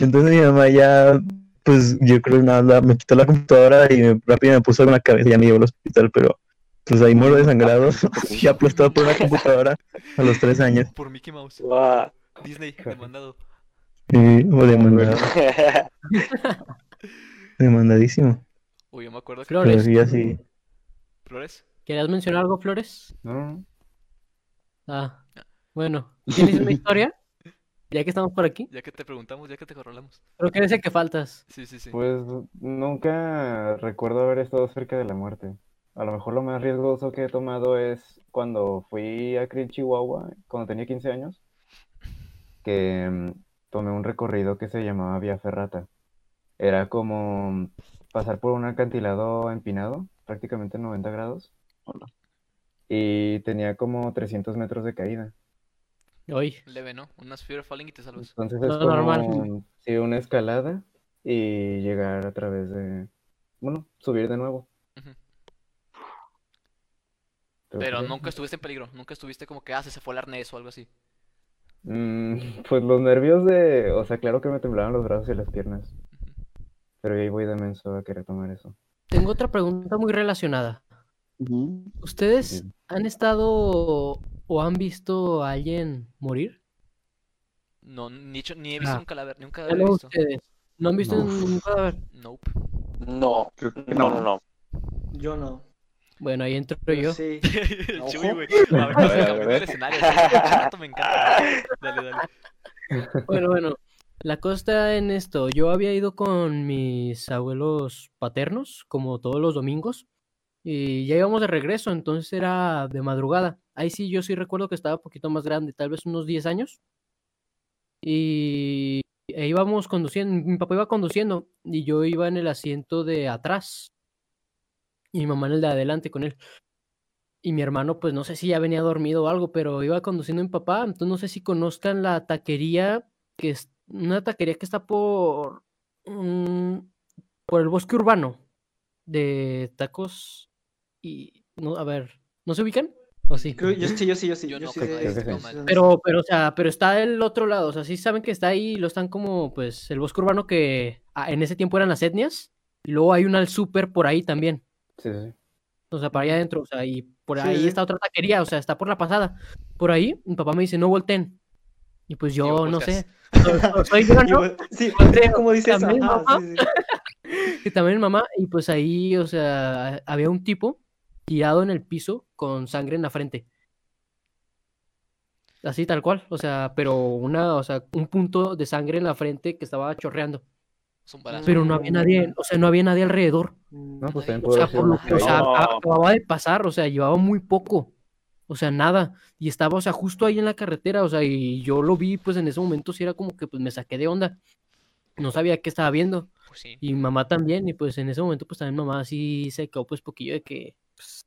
[SPEAKER 8] entonces mi mamá ya, pues yo creo que nada, me quitó la computadora y me- rápido me puso en la cabeza y ya me llevó al hospital, pero pues ahí muero desangrado, ya aplastado por una computadora a los tres años,
[SPEAKER 1] Por Mickey Mouse.
[SPEAKER 4] Guau.
[SPEAKER 1] Disney, demandado.
[SPEAKER 8] y pues, fue demandado, demandadísimo,
[SPEAKER 1] Uy, yo me acuerdo que.
[SPEAKER 8] pero
[SPEAKER 3] Flores,
[SPEAKER 8] sí, así,
[SPEAKER 1] Flores.
[SPEAKER 3] ¿querías mencionar algo, Flores?
[SPEAKER 5] No, no, no.
[SPEAKER 3] Ah, bueno, ¿tienes una historia? Ya que estamos por aquí,
[SPEAKER 1] Ya que te preguntamos, ya que te corralamos.
[SPEAKER 3] creo que eres el que faltas.
[SPEAKER 1] Sí, sí, sí.
[SPEAKER 5] Pues nunca recuerdo haber estado cerca de la muerte. A lo mejor lo más riesgoso que he tomado es cuando fui a Creek, Chihuahua, cuando tenía 15 años, que mm, tomé un recorrido que se llamaba Vía Ferrata. Era como pasar por un acantilado empinado, prácticamente 90 grados,
[SPEAKER 6] Hola.
[SPEAKER 5] y tenía como 300 metros de caída.
[SPEAKER 3] Hoy,
[SPEAKER 1] Leve, ¿no? Unas Fear Falling y te salvas.
[SPEAKER 5] Entonces
[SPEAKER 3] Lo
[SPEAKER 5] es
[SPEAKER 3] normal.
[SPEAKER 5] como sí, una escalada y llegar a través de bueno, subir de nuevo.
[SPEAKER 1] Ujú.
[SPEAKER 5] Creo
[SPEAKER 1] Pero
[SPEAKER 5] que-
[SPEAKER 1] nunca estuviste en peligro, nunca estuviste como que, ah, se se fue el arnés o algo así.
[SPEAKER 5] Mm, pues los nervios de, o sea, claro que me temblaban los brazos y las piernas, pero ahí voy de menso a querer tomar eso.
[SPEAKER 3] Tengo otra pregunta muy relacionada.
[SPEAKER 6] Ujú.
[SPEAKER 3] ¿Ustedes han estado o han visto a alguien morir?
[SPEAKER 1] No, ni, hecho- ni he visto
[SPEAKER 3] Ah.
[SPEAKER 1] un cadáver, ni un
[SPEAKER 3] Ya
[SPEAKER 1] cadáver he
[SPEAKER 3] no
[SPEAKER 1] visto.
[SPEAKER 3] ustedes. ¿No han visto
[SPEAKER 6] No.
[SPEAKER 3] ningún cadáver?
[SPEAKER 1] Nope.
[SPEAKER 4] No,
[SPEAKER 6] Creo que
[SPEAKER 4] no,
[SPEAKER 6] no.
[SPEAKER 4] no, no.
[SPEAKER 2] Yo no.
[SPEAKER 3] Bueno, ahí entro
[SPEAKER 2] pero
[SPEAKER 3] yo.
[SPEAKER 2] Sí.
[SPEAKER 1] El Chuy,
[SPEAKER 2] Ojo.
[SPEAKER 1] güey. A ver, vamos
[SPEAKER 6] ver, a
[SPEAKER 1] cambiando
[SPEAKER 6] ver.
[SPEAKER 1] el escenario. sí, este rato me
[SPEAKER 7] Ah.
[SPEAKER 1] encanta. Dale, dale.
[SPEAKER 3] Bueno, bueno. La cosa está en esto. Yo había ido con mis abuelos paternos, como todos los domingos, y ya íbamos de regreso, entonces era de madrugada. Ahí sí, yo sí recuerdo que estaba un poquito más grande, tal vez unos 10 años. Y e íbamos conduciendo, mi papá iba conduciendo y yo iba en el asiento de atrás y mi mamá en el de adelante con él. Y mi hermano, pues no sé si ya venía dormido o algo, pero iba conduciendo mi papá. Entonces no sé si conozcan la taquería, que es una taquería que está por, mm, por el bosque urbano de tacos y, no, a ver, ¿no se ubican? ¿O Pues sí?
[SPEAKER 2] Creo- Yo sí, yo sí, yo sí.
[SPEAKER 1] Yo
[SPEAKER 2] Yo,
[SPEAKER 1] no,
[SPEAKER 2] sí,
[SPEAKER 1] creo
[SPEAKER 2] sé-
[SPEAKER 5] que
[SPEAKER 2] sé
[SPEAKER 5] no.
[SPEAKER 2] dónde
[SPEAKER 3] Pero, pero, o sea, pero está del otro lado, o sea, sí saben que está ahí, lo están como, pues, el bosque urbano que ah, en ese tiempo eran las etnias, y luego hay una al súper por ahí también,
[SPEAKER 5] Sí, sí, sí.
[SPEAKER 3] o sea, para allá adentro, o sea, y por
[SPEAKER 2] Sí,
[SPEAKER 3] ahí
[SPEAKER 2] sí.
[SPEAKER 3] está otra taquería, o sea, está por la pasada, por ahí, mi papá me dice, no volteen, y pues yo,
[SPEAKER 1] Digo,
[SPEAKER 3] no
[SPEAKER 1] volteas.
[SPEAKER 3] sé, soy- soy yo,
[SPEAKER 2] Y
[SPEAKER 3] ¿no?
[SPEAKER 2] vol- Sí,
[SPEAKER 3] Volteo,
[SPEAKER 2] ¿cómo dice eso?
[SPEAKER 3] también,
[SPEAKER 2] Ajá,
[SPEAKER 3] mamá.
[SPEAKER 2] sí, sí.
[SPEAKER 3] Y también mamá, y pues ahí, o sea, había un tipo tirado en el piso con sangre en la frente. Así tal cual, o sea, pero una, o sea, un punto de sangre en la frente que estaba chorreando.
[SPEAKER 1] Es un balazo.
[SPEAKER 3] Pero no había nadie, o sea, no había nadie alrededor.
[SPEAKER 5] No, pues
[SPEAKER 1] Ay,
[SPEAKER 5] también
[SPEAKER 3] O
[SPEAKER 5] pudo
[SPEAKER 3] sea,
[SPEAKER 5] haber sido
[SPEAKER 3] por lo
[SPEAKER 5] una
[SPEAKER 3] que, o sea,
[SPEAKER 4] No.
[SPEAKER 3] a- acababa de pasar, o sea, llevaba muy poco. O sea, nada. Y estaba, o sea, justo ahí en la carretera, o sea, y yo lo vi, pues en ese momento sí era como que pues me saqué de onda. No sabía qué estaba viendo.
[SPEAKER 1] Pues sí.
[SPEAKER 3] Y mi mamá también, y pues en ese momento, pues también mamá sí se quedó pues poquillo de que pues,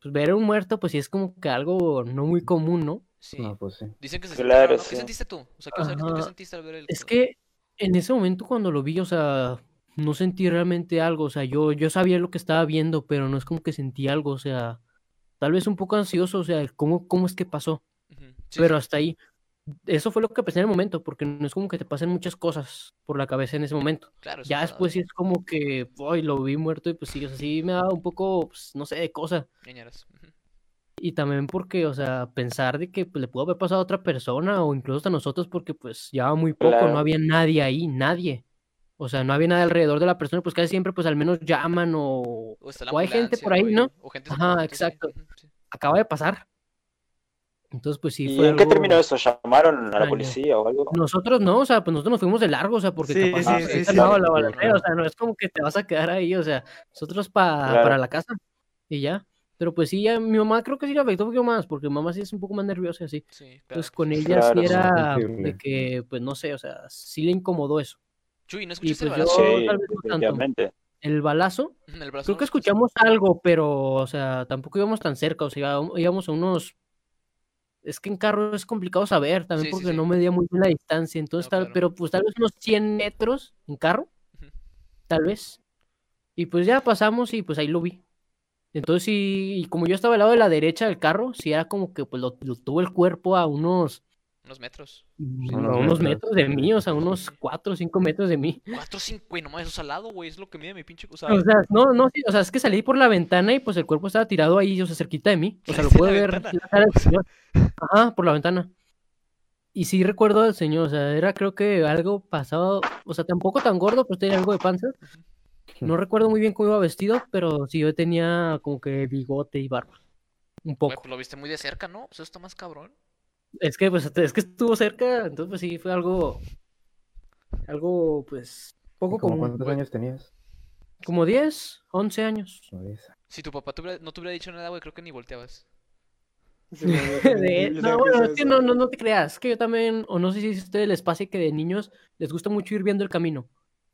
[SPEAKER 3] pues, ver a un muerto, pues sí es como que algo no muy común, ¿no?
[SPEAKER 1] sí.
[SPEAKER 5] No, pues sí.
[SPEAKER 1] Dicen que se
[SPEAKER 4] Claro,
[SPEAKER 1] siente raro, ¿no? ¿Qué
[SPEAKER 4] sí.
[SPEAKER 1] sentiste tú? O sea, quiero saber tú qué
[SPEAKER 3] Ajá.
[SPEAKER 1] sentiste al ver el...
[SPEAKER 3] Es que en ese momento cuando lo vi, o sea, no sentí realmente algo, o sea, yo, yo sabía lo que estaba viendo, pero no es como que sentí algo, o sea, tal vez un poco ansioso, o sea, cómo, cómo es que pasó,
[SPEAKER 1] Ujú, sí, sí.
[SPEAKER 3] pero hasta ahí. Eso fue lo que pensé en el momento, porque no es como que te pasen muchas cosas por la cabeza en ese momento.
[SPEAKER 1] Claro, es un
[SPEAKER 3] Ya
[SPEAKER 1] cadáver.
[SPEAKER 3] después sí es como que, uy, lo vi muerto y pues sí, o sea, sí me da un poco, pues, no sé, de cosa.
[SPEAKER 1] Ñañaras, ujú.
[SPEAKER 3] Y también porque, o sea, pensar de que pues, le pudo haber pasado a otra persona o incluso hasta nosotros porque pues ya muy poco,
[SPEAKER 4] Claro.
[SPEAKER 3] no había nadie ahí, nadie. O sea, no había nada alrededor de la persona, pues casi siempre pues al menos llaman o
[SPEAKER 1] O está la
[SPEAKER 3] O hay gente por
[SPEAKER 1] ambulancia,
[SPEAKER 3] ahí,
[SPEAKER 1] güey, O gente
[SPEAKER 3] Ajá,
[SPEAKER 1] socorrente, sí,
[SPEAKER 3] exacto.
[SPEAKER 1] ujú, sí.
[SPEAKER 3] acaba de pasar. Entonces pues sí
[SPEAKER 4] ¿Y
[SPEAKER 3] fue
[SPEAKER 4] en qué
[SPEAKER 3] algo-
[SPEAKER 4] terminó eso? ¿Llamaron a la
[SPEAKER 3] extraño.
[SPEAKER 4] policía o algo?
[SPEAKER 3] Nosotros no, o sea, pues nosotros nos fuimos de largo, o sea, porque
[SPEAKER 2] Sí,
[SPEAKER 3] capaz
[SPEAKER 2] sí,
[SPEAKER 3] nos
[SPEAKER 2] sí,
[SPEAKER 3] había
[SPEAKER 2] sí.
[SPEAKER 3] calmado la
[SPEAKER 5] Sí,
[SPEAKER 3] balacera, o
[SPEAKER 5] claro.
[SPEAKER 3] sea, no es como que te vas a quedar ahí, o sea, nosotros pa-
[SPEAKER 4] Claro.
[SPEAKER 3] para la casa y ya. Pero pues sí, a mi mamá creo que sí le afectó un poquito más, porque mi mamá sí es un poco más nerviosa y así.
[SPEAKER 1] Sí, claro.
[SPEAKER 3] Pues con ella
[SPEAKER 4] Claro,
[SPEAKER 3] sí
[SPEAKER 4] sí.
[SPEAKER 3] era de
[SPEAKER 5] Sensible.
[SPEAKER 3] que, pues no sé, o sea, sí le incomodó eso.
[SPEAKER 1] Chuy, ¿no
[SPEAKER 3] Y
[SPEAKER 1] escuchaste el
[SPEAKER 3] pues yo
[SPEAKER 1] balazo?
[SPEAKER 4] Sí,
[SPEAKER 3] tal vez no tanto.
[SPEAKER 4] definitivamente.
[SPEAKER 3] El balazo,
[SPEAKER 1] Ujú, el brazo no
[SPEAKER 3] creo que
[SPEAKER 1] lo escuchaste.
[SPEAKER 3] escuchamos algo, pero, o sea, tampoco íbamos tan cerca, o sea, íbamos a unos... Es que en carro es complicado saber, también
[SPEAKER 1] Sí, sí,
[SPEAKER 3] porque
[SPEAKER 1] sí.
[SPEAKER 3] no medía muy bien la distancia, entonces
[SPEAKER 1] No,
[SPEAKER 3] tal,
[SPEAKER 1] claro.
[SPEAKER 3] pero pues tal vez unos 100 metros en carro,
[SPEAKER 1] Ujú.
[SPEAKER 3] tal vez. Y pues ya pasamos y pues ahí lo vi. Entonces sí, y como yo estaba al lado de la derecha del carro, sí era como que pues lo- lo tuvo el cuerpo a unos
[SPEAKER 1] Unos metros.
[SPEAKER 3] Mm,
[SPEAKER 5] Unos
[SPEAKER 3] a unos metros
[SPEAKER 5] metros.
[SPEAKER 3] de mí, o sea, unos 4 o 5 metros de mí.
[SPEAKER 1] 4, 5, y nomás eso es al lado, güey. Es lo que mide mi pinche. O sea,
[SPEAKER 3] O sea, no, no, sí, o sea, es que salí por la ventana y pues el cuerpo estaba tirado ahí, o sea, cerquita de mí. O sea, lo
[SPEAKER 1] ¿Saliste en
[SPEAKER 3] pude
[SPEAKER 1] la
[SPEAKER 3] ver.
[SPEAKER 1] ventana?
[SPEAKER 3] la cara del señor. Ajá, por la ventana. Y sí recuerdo al señor, o sea, era creo que algo pasado, o sea, tampoco tan gordo, pero tenía algo de panza. No recuerdo muy bien cómo iba vestido, pero sí yo tenía como que bigote y barba. Un
[SPEAKER 1] güey,
[SPEAKER 3] poco.
[SPEAKER 1] pues lo viste muy de cerca, ¿no? Eso está más cabrón.
[SPEAKER 3] Es que pues es que estuvo cerca, entonces pues sí fue algo algo pues poco
[SPEAKER 5] ¿Y como
[SPEAKER 3] común.
[SPEAKER 5] cuántos años tenías?
[SPEAKER 3] Como 10, 11 años.
[SPEAKER 5] No, diez.
[SPEAKER 1] Si tu papá te hubiera- no te hubiera dicho nada, güey, creo que ni volteabas.
[SPEAKER 2] Sí, yo
[SPEAKER 3] De-
[SPEAKER 2] también- yo
[SPEAKER 3] no,
[SPEAKER 2] también
[SPEAKER 3] bueno,
[SPEAKER 2] pienso
[SPEAKER 3] es que
[SPEAKER 2] eso.
[SPEAKER 3] no, no, no te creas. Es que yo también, o no sé si a ustedes les pase que de niños les gusta mucho ir viendo el camino.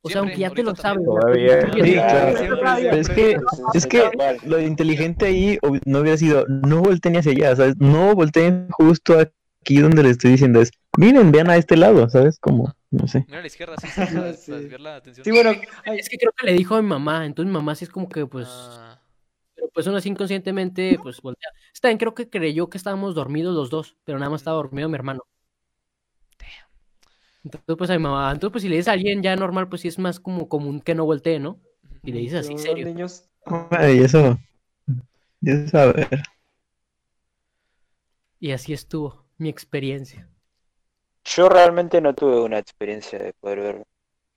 [SPEAKER 3] O
[SPEAKER 1] Siempre,
[SPEAKER 3] sea, aunque ya te
[SPEAKER 1] ahorita
[SPEAKER 3] lo
[SPEAKER 1] también.
[SPEAKER 3] sabes. o sea,
[SPEAKER 5] Todavía.
[SPEAKER 3] tú
[SPEAKER 4] Sí,
[SPEAKER 3] dices, "Ah,
[SPEAKER 4] claro.
[SPEAKER 3] yo
[SPEAKER 2] Siempre,
[SPEAKER 3] sabía".
[SPEAKER 8] Pero es que, es que
[SPEAKER 4] Tal cual.
[SPEAKER 8] lo inteligente ahí ob- no hubiera sido, no volteen hacia allá, ¿sabes? No volteen justo aquí donde le estoy diciendo, es miren, vean a este lado, ¿sabes? Como, no sé.
[SPEAKER 7] Mira a la izquierda, sí, sí, para
[SPEAKER 2] Sí.
[SPEAKER 7] para desviar la atención.
[SPEAKER 2] Sí, bueno, ay,
[SPEAKER 3] Es que creo que le dijo a mi mamá, entonces mi mamá sí es como que, pues,
[SPEAKER 7] Ah,
[SPEAKER 3] pero pues aún así inconscientemente, pues, voltea. Está bien, creo que creyó que estábamos dormidos los dos, pero nada más estaba dormido mi hermano. Entonces, pues, a mi mamá, entonces, pues, si le dices a alguien ya normal, pues, sí es más como común que no voltee, ¿no? Y le dices así,
[SPEAKER 2] los
[SPEAKER 3] serio.
[SPEAKER 2] niños.
[SPEAKER 8] Ay, eso. Ya saber.
[SPEAKER 3] Y así estuvo mi experiencia.
[SPEAKER 4] Yo realmente no tuve una experiencia de poder ver un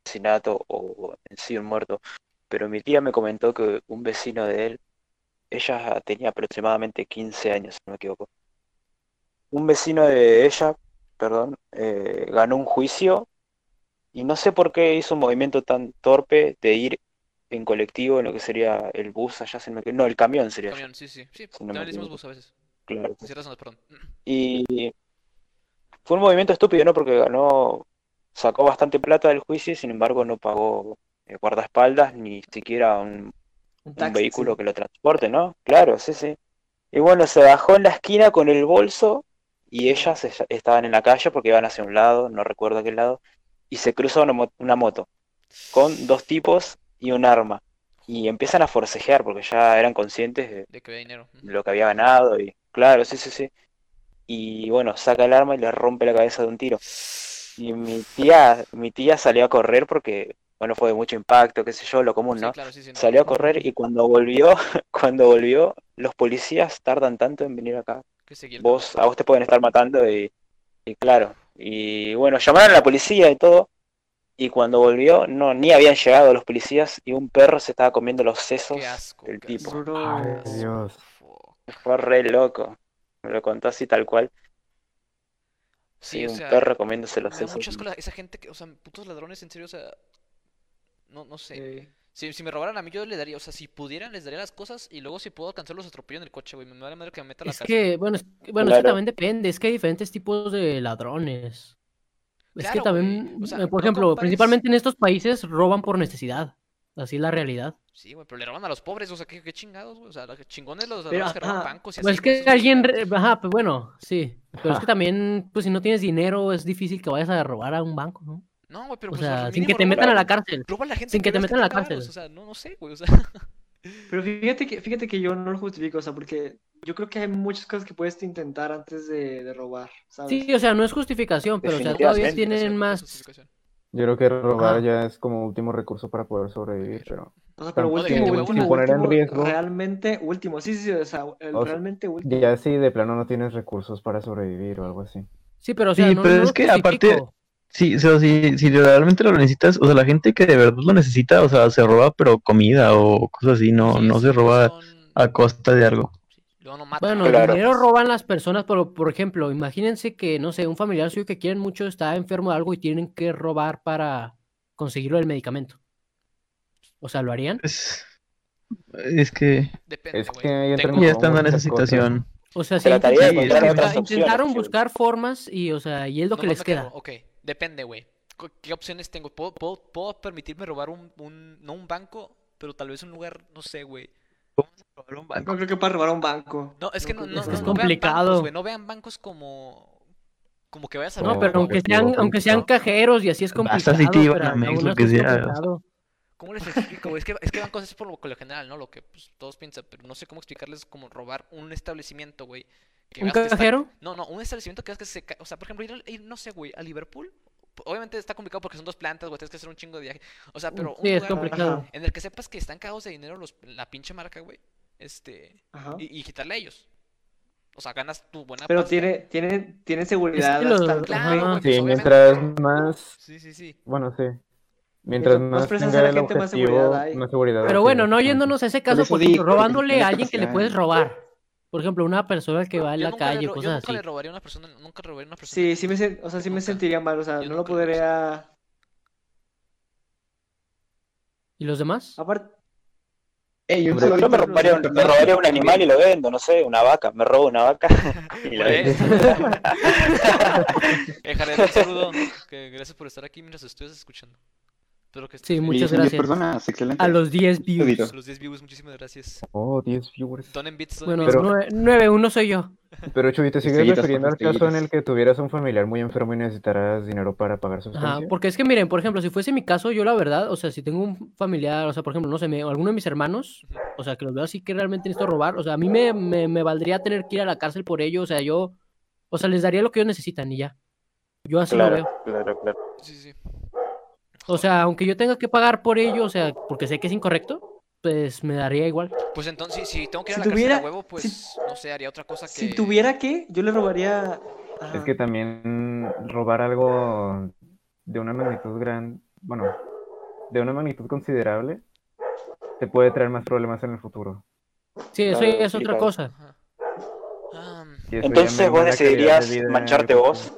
[SPEAKER 4] asesinato o en sí un muerto, pero mi tía me comentó que un vecino de él, ella tenía aproximadamente 15 años, si no me equivoco. Un vecino de ella, perdón, eh, ganó un juicio y no sé por qué hizo un movimiento tan torpe de ir en colectivo, en lo que sería el bus allá, si no me equivoco- no, el camión sería allá,
[SPEAKER 7] Camión, sí, sí. Sí,
[SPEAKER 4] no me
[SPEAKER 7] también le hicimos
[SPEAKER 4] equivoco.
[SPEAKER 7] bus a veces.
[SPEAKER 4] claro.
[SPEAKER 7] En ciertas zonas, perdón. Mm,
[SPEAKER 4] Y fue un movimiento estúpido, ¿no? Porque ganó, sacó bastante plata del juicio y sin embargo no pagó eh, guardaespaldas ni siquiera un,
[SPEAKER 2] Un
[SPEAKER 4] un
[SPEAKER 2] taxi,
[SPEAKER 4] vehículo que lo transporte, ¿no? Claro, sí, sí. Y bueno, se bajó en la esquina con el bolso y ellas es- estaban en la calle porque iban hacia un lado, no recuerdo a qué lado, y se cruzó una, mo- una moto con dos tipos y un arma. Y empiezan a forcejear porque ya eran conscientes de
[SPEAKER 7] De que había dinero. Ujú.
[SPEAKER 4] lo que había ganado y claro, sí, sí, sí. Y bueno, saca el arma y le rompe la cabeza de un tiro. Y mi tía, mi tía salió a correr porque, bueno, fue de mucho impacto, qué sé yo, lo común,
[SPEAKER 7] Sí,
[SPEAKER 4] ¿no?
[SPEAKER 7] claro, sí, sí, no.
[SPEAKER 4] Salió a correr y cuando volvió, cuando volvió, los policías tardan tanto en venir acá.
[SPEAKER 7] Que seguía el
[SPEAKER 4] Vos, a vos te pueden estar matando y, y claro. Y bueno, llamaron a la policía y todo. Y cuando volvió, no, ni habían llegado los policías y un perro se estaba comiendo los sesos
[SPEAKER 7] Qué asco,
[SPEAKER 4] del
[SPEAKER 7] qué
[SPEAKER 4] tipo.
[SPEAKER 7] asco.
[SPEAKER 2] Bro.
[SPEAKER 5] Ay,
[SPEAKER 7] Asco,
[SPEAKER 5] Dios.
[SPEAKER 7] fuck.
[SPEAKER 4] Fue re loco. Me lo contó así tal cual.
[SPEAKER 7] Sí,
[SPEAKER 4] Sí,
[SPEAKER 7] o
[SPEAKER 4] un
[SPEAKER 7] sea,
[SPEAKER 4] perro comiéndose los
[SPEAKER 7] me da
[SPEAKER 4] sesos.
[SPEAKER 7] muchas cosas. Esa gente que, o sea, putos ladrones, en serio, o sea, no, no sé.
[SPEAKER 2] eh,
[SPEAKER 7] Si, si me robaran a mí, yo le daría, o sea, si pudieran, les daría las cosas y luego si puedo alcanzar los atropello en el coche, güey. Me vale madre que me meta a la
[SPEAKER 3] Es
[SPEAKER 7] cárcel.
[SPEAKER 3] que, bueno, es, bueno, es que
[SPEAKER 4] Claro.
[SPEAKER 3] también depende, es que hay diferentes tipos de ladrones. Es que
[SPEAKER 7] Claro,
[SPEAKER 3] también,
[SPEAKER 7] güey, o sea,
[SPEAKER 3] eh, por
[SPEAKER 7] no
[SPEAKER 3] ejemplo,
[SPEAKER 7] compares-
[SPEAKER 3] principalmente en estos países roban por necesidad. Así es la realidad.
[SPEAKER 7] Sí, güey, pero le roban a los pobres, o sea, qué, qué chingados, güey. O sea, los chingones los
[SPEAKER 2] Pero,
[SPEAKER 7] ladrones que roban
[SPEAKER 2] ajá,
[SPEAKER 7] bancos y
[SPEAKER 3] Pues
[SPEAKER 7] así.
[SPEAKER 3] es
[SPEAKER 7] güey,
[SPEAKER 3] que
[SPEAKER 7] esos
[SPEAKER 3] alguien,
[SPEAKER 7] güeyes-
[SPEAKER 3] re- ajá, pues bueno, sí. Pero es que también, pues si no tienes dinero, es difícil que vayas a robar a un banco, ¿no?
[SPEAKER 7] No, güey, pero
[SPEAKER 3] O
[SPEAKER 7] pues al
[SPEAKER 3] sea, sin
[SPEAKER 7] mínimo
[SPEAKER 3] que te
[SPEAKER 7] roba-
[SPEAKER 3] metan a la cárcel.
[SPEAKER 7] roba a la gente
[SPEAKER 3] sin que te
[SPEAKER 7] veas
[SPEAKER 3] metan a la
[SPEAKER 7] tenga varos,
[SPEAKER 3] cárcel.
[SPEAKER 7] O sea, no, no sé, güey, o sea.
[SPEAKER 2] Pero fíjate que, fíjate que yo no lo justifico, o sea, porque yo creo que hay muchas cosas que puedes intentar antes de, de robar, ¿sabes?
[SPEAKER 3] Sí, o sea, no es justificación, pero o sea, todavía
[SPEAKER 4] Definitivamente,
[SPEAKER 7] justificación,
[SPEAKER 3] tienen
[SPEAKER 7] no es
[SPEAKER 3] más.
[SPEAKER 7] justificación.
[SPEAKER 5] Yo creo que robar
[SPEAKER 3] Ajá.
[SPEAKER 5] ya es como último recurso para poder sobrevivir, pero
[SPEAKER 2] O sea, pero
[SPEAKER 5] Tampoco
[SPEAKER 2] último,
[SPEAKER 7] sin
[SPEAKER 2] último,
[SPEAKER 5] poner en
[SPEAKER 2] último,
[SPEAKER 5] riesgo.
[SPEAKER 2] realmente último, sí, sí, sí, o sea, el
[SPEAKER 5] O sea,
[SPEAKER 2] realmente último.
[SPEAKER 5] ya si de plano no tienes recursos para sobrevivir o algo así.
[SPEAKER 3] Sí, pero o sea,
[SPEAKER 8] Sí,
[SPEAKER 3] no,
[SPEAKER 8] pero
[SPEAKER 3] no
[SPEAKER 8] es
[SPEAKER 3] lo
[SPEAKER 8] que aparte-
[SPEAKER 3] justifico.
[SPEAKER 8] Sí, o sea, si, si realmente lo necesitas, o sea, la gente que de verdad lo necesita, o sea, se roba, pero comida o cosas así, no,
[SPEAKER 7] Sí,
[SPEAKER 8] no
[SPEAKER 7] es-
[SPEAKER 8] se roba
[SPEAKER 7] son-
[SPEAKER 8] a costa de algo.
[SPEAKER 7] Sí, Luego no mata.
[SPEAKER 3] Bueno,
[SPEAKER 4] Claro.
[SPEAKER 3] dinero roban las personas, pero por ejemplo, imagínense que, no sé, un familiar suyo que quieren mucho está enfermo de algo y tienen que robar para conseguirlo del medicamento. O sea, ¿lo harían?
[SPEAKER 8] Es, es que
[SPEAKER 7] Depende,
[SPEAKER 5] Es
[SPEAKER 7] güey.
[SPEAKER 5] que ahí
[SPEAKER 7] Tengo-
[SPEAKER 5] entran
[SPEAKER 8] ya
[SPEAKER 5] como
[SPEAKER 8] estando en esa
[SPEAKER 5] muchas cosas.
[SPEAKER 8] situación.
[SPEAKER 3] O sea, sí,
[SPEAKER 4] Trataría de
[SPEAKER 3] intenta-
[SPEAKER 8] encontrar
[SPEAKER 3] intenta-
[SPEAKER 4] otras opciones,
[SPEAKER 3] intentaron
[SPEAKER 4] sí, güey.
[SPEAKER 3] buscar formas y, o sea, y es lo que
[SPEAKER 7] Nomás
[SPEAKER 3] les
[SPEAKER 7] me quedo,
[SPEAKER 3] queda.
[SPEAKER 7] Ok, depende, güey. Co- ¿Qué opciones tengo? ¿Puedo, puedo, puedo permitirme robar un, un- no un banco, pero tal vez un lugar, no sé, güey.
[SPEAKER 1] Robar un
[SPEAKER 2] No
[SPEAKER 1] banco.
[SPEAKER 2] creo que para robar un banco.
[SPEAKER 7] No, es que no, no,
[SPEAKER 3] Es que es
[SPEAKER 7] no- no vean
[SPEAKER 3] complicado.
[SPEAKER 7] bancos, güey, No vean bancos como, como que vayas a
[SPEAKER 3] No,
[SPEAKER 7] robar,
[SPEAKER 3] pero
[SPEAKER 5] No,
[SPEAKER 3] aunque
[SPEAKER 5] porque
[SPEAKER 3] sean,
[SPEAKER 5] luego
[SPEAKER 3] aunque sean
[SPEAKER 5] complicado.
[SPEAKER 3] cajeros y así es
[SPEAKER 8] Basta
[SPEAKER 3] complicado.
[SPEAKER 8] si te iban
[SPEAKER 3] pero
[SPEAKER 8] a Mex,
[SPEAKER 3] aún
[SPEAKER 8] lo
[SPEAKER 3] así
[SPEAKER 8] que ah,
[SPEAKER 3] es
[SPEAKER 8] sea.
[SPEAKER 3] complicado.
[SPEAKER 7] ¿Cómo les explico? güey? Es que, es que bancos es por lo, por lo general, ¿no? Lo que pues, todos piensan, pero no sé cómo explicarles como robar un establecimiento, güey. que
[SPEAKER 3] ¿Un
[SPEAKER 7] veas que está-
[SPEAKER 3] cajero?
[SPEAKER 7] No, no, un establecimiento que veas que se cae. O sea, por ejemplo, ir, al- ir, no sé, güey, a Liverpool. p- Obviamente está complicado porque son dos plantas, güey, tienes que hacer un chingo de viaje. O sea, pero un
[SPEAKER 3] Sí, es
[SPEAKER 7] lugar
[SPEAKER 3] complicado.
[SPEAKER 7] en el que sepas que están cagados de dinero los, la pinche marca, güey. Este,
[SPEAKER 2] Ajá.
[SPEAKER 7] y, y quitarle a ellos. O sea, ganas tu buena
[SPEAKER 2] Pero
[SPEAKER 7] pasta.
[SPEAKER 2] tiene, tiene, tiene seguridad.
[SPEAKER 3] Es que lo-
[SPEAKER 2] hasta-
[SPEAKER 7] Claro,
[SPEAKER 3] Ajá.
[SPEAKER 7] güey, pues,
[SPEAKER 5] Sí,
[SPEAKER 7] obviamente-
[SPEAKER 5] mientras más,
[SPEAKER 7] Sí, sí, sí.
[SPEAKER 5] bueno, sí. Mientras
[SPEAKER 2] más
[SPEAKER 5] más
[SPEAKER 2] presas a
[SPEAKER 5] tenga
[SPEAKER 2] la
[SPEAKER 5] el
[SPEAKER 2] gente, más
[SPEAKER 5] objetivo,
[SPEAKER 2] seguridad hay.
[SPEAKER 5] más seguridad
[SPEAKER 3] Pero
[SPEAKER 5] hay,
[SPEAKER 3] bueno,
[SPEAKER 5] sí,
[SPEAKER 3] no
[SPEAKER 5] sí.
[SPEAKER 3] yéndose a ese caso,
[SPEAKER 6] eso
[SPEAKER 3] por
[SPEAKER 6] digo,
[SPEAKER 3] ejemplo, robándole
[SPEAKER 6] porque
[SPEAKER 3] a alguien que le
[SPEAKER 6] hay.
[SPEAKER 3] puedes robar. Por ejemplo, una persona que va en
[SPEAKER 7] Yo
[SPEAKER 3] la
[SPEAKER 7] nunca le
[SPEAKER 3] calle,
[SPEAKER 7] ro- yo
[SPEAKER 3] cosas
[SPEAKER 7] nunca
[SPEAKER 3] así.
[SPEAKER 7] le robaría a una persona, nunca robaría a una persona.
[SPEAKER 2] Sí, sí me, sen- o sea, sí me
[SPEAKER 7] Nunca.
[SPEAKER 2] sentiría mal, o sea,
[SPEAKER 7] Yo
[SPEAKER 2] no
[SPEAKER 7] nunca lo
[SPEAKER 2] lo podría...
[SPEAKER 3] ¿Y los demás?
[SPEAKER 7] Ah,
[SPEAKER 2] Aparte,
[SPEAKER 6] Ey, un
[SPEAKER 5] Hombre,
[SPEAKER 6] saludito
[SPEAKER 4] Yo me
[SPEAKER 6] a los
[SPEAKER 4] robaría, un, me
[SPEAKER 6] demás.
[SPEAKER 4] robaría un animal y lo vendo, no sé, una vaca. Me robo una vaca y la
[SPEAKER 7] Bueno,
[SPEAKER 4] vendo.
[SPEAKER 7] eh, eh, Jared, un saludo. que gracias por estar aquí mientras estoy escuchando. Espero que estés
[SPEAKER 3] Sí,
[SPEAKER 7] bien.
[SPEAKER 3] muchas
[SPEAKER 6] Y son diez
[SPEAKER 3] gracias.
[SPEAKER 6] personas, excelente.
[SPEAKER 3] A los 10 views.
[SPEAKER 6] Saludito.
[SPEAKER 7] Los 10 views, muchísimas gracias.
[SPEAKER 5] Oh, 10 viewers.
[SPEAKER 7] Donen bits, donen
[SPEAKER 3] Bueno,
[SPEAKER 7] bits.
[SPEAKER 5] Pero-
[SPEAKER 3] 9-1 soy yo.
[SPEAKER 5] Pero Chuy, te sigues
[SPEAKER 6] Estrellitas,
[SPEAKER 5] refiriendo al
[SPEAKER 6] papas,
[SPEAKER 5] caso en el que tuvieras un familiar muy enfermo y necesitarás dinero para pagar su
[SPEAKER 3] Ajá,
[SPEAKER 5] estancia?
[SPEAKER 3] porque es que miren, por ejemplo, si fuese mi caso, yo la verdad, o sea, si tengo un familiar, o sea, por ejemplo, no sé, me- alguno de mis hermanos, o sea, que los veo así que realmente necesito robar, o sea, a mí me, me, me valdría tener que ir a la cárcel por ello, o sea, yo, o sea, les daría lo que ellos necesitan y ya. Yo así lo veo.
[SPEAKER 4] Claro, claro, claro.
[SPEAKER 7] Sí, sí.
[SPEAKER 3] O sea, aunque yo tenga que pagar por ello, o sea, porque sé que es incorrecto, pues me daría igual.
[SPEAKER 7] Pues entonces, si tengo que ir
[SPEAKER 2] Si
[SPEAKER 7] a la cárcel a
[SPEAKER 2] tuviera-
[SPEAKER 7] huevo, pues
[SPEAKER 2] si-
[SPEAKER 7] no sé, haría otra cosa que.
[SPEAKER 2] Si tuviera que, yo le robaría. Ajá.
[SPEAKER 5] Es que también robar algo de una magnitud gran, bueno, de una magnitud considerable, te puede traer más problemas en el futuro.
[SPEAKER 3] Sí, eso
[SPEAKER 4] Claro,
[SPEAKER 3] ya es otra
[SPEAKER 4] explicado.
[SPEAKER 3] cosa.
[SPEAKER 7] Ajá. Ah,
[SPEAKER 5] Y eso ya
[SPEAKER 4] Entonces
[SPEAKER 5] merma
[SPEAKER 4] vos
[SPEAKER 5] la calidad de
[SPEAKER 4] decidirías
[SPEAKER 5] vida en el
[SPEAKER 4] mancharte
[SPEAKER 5] futuro.
[SPEAKER 4] vos.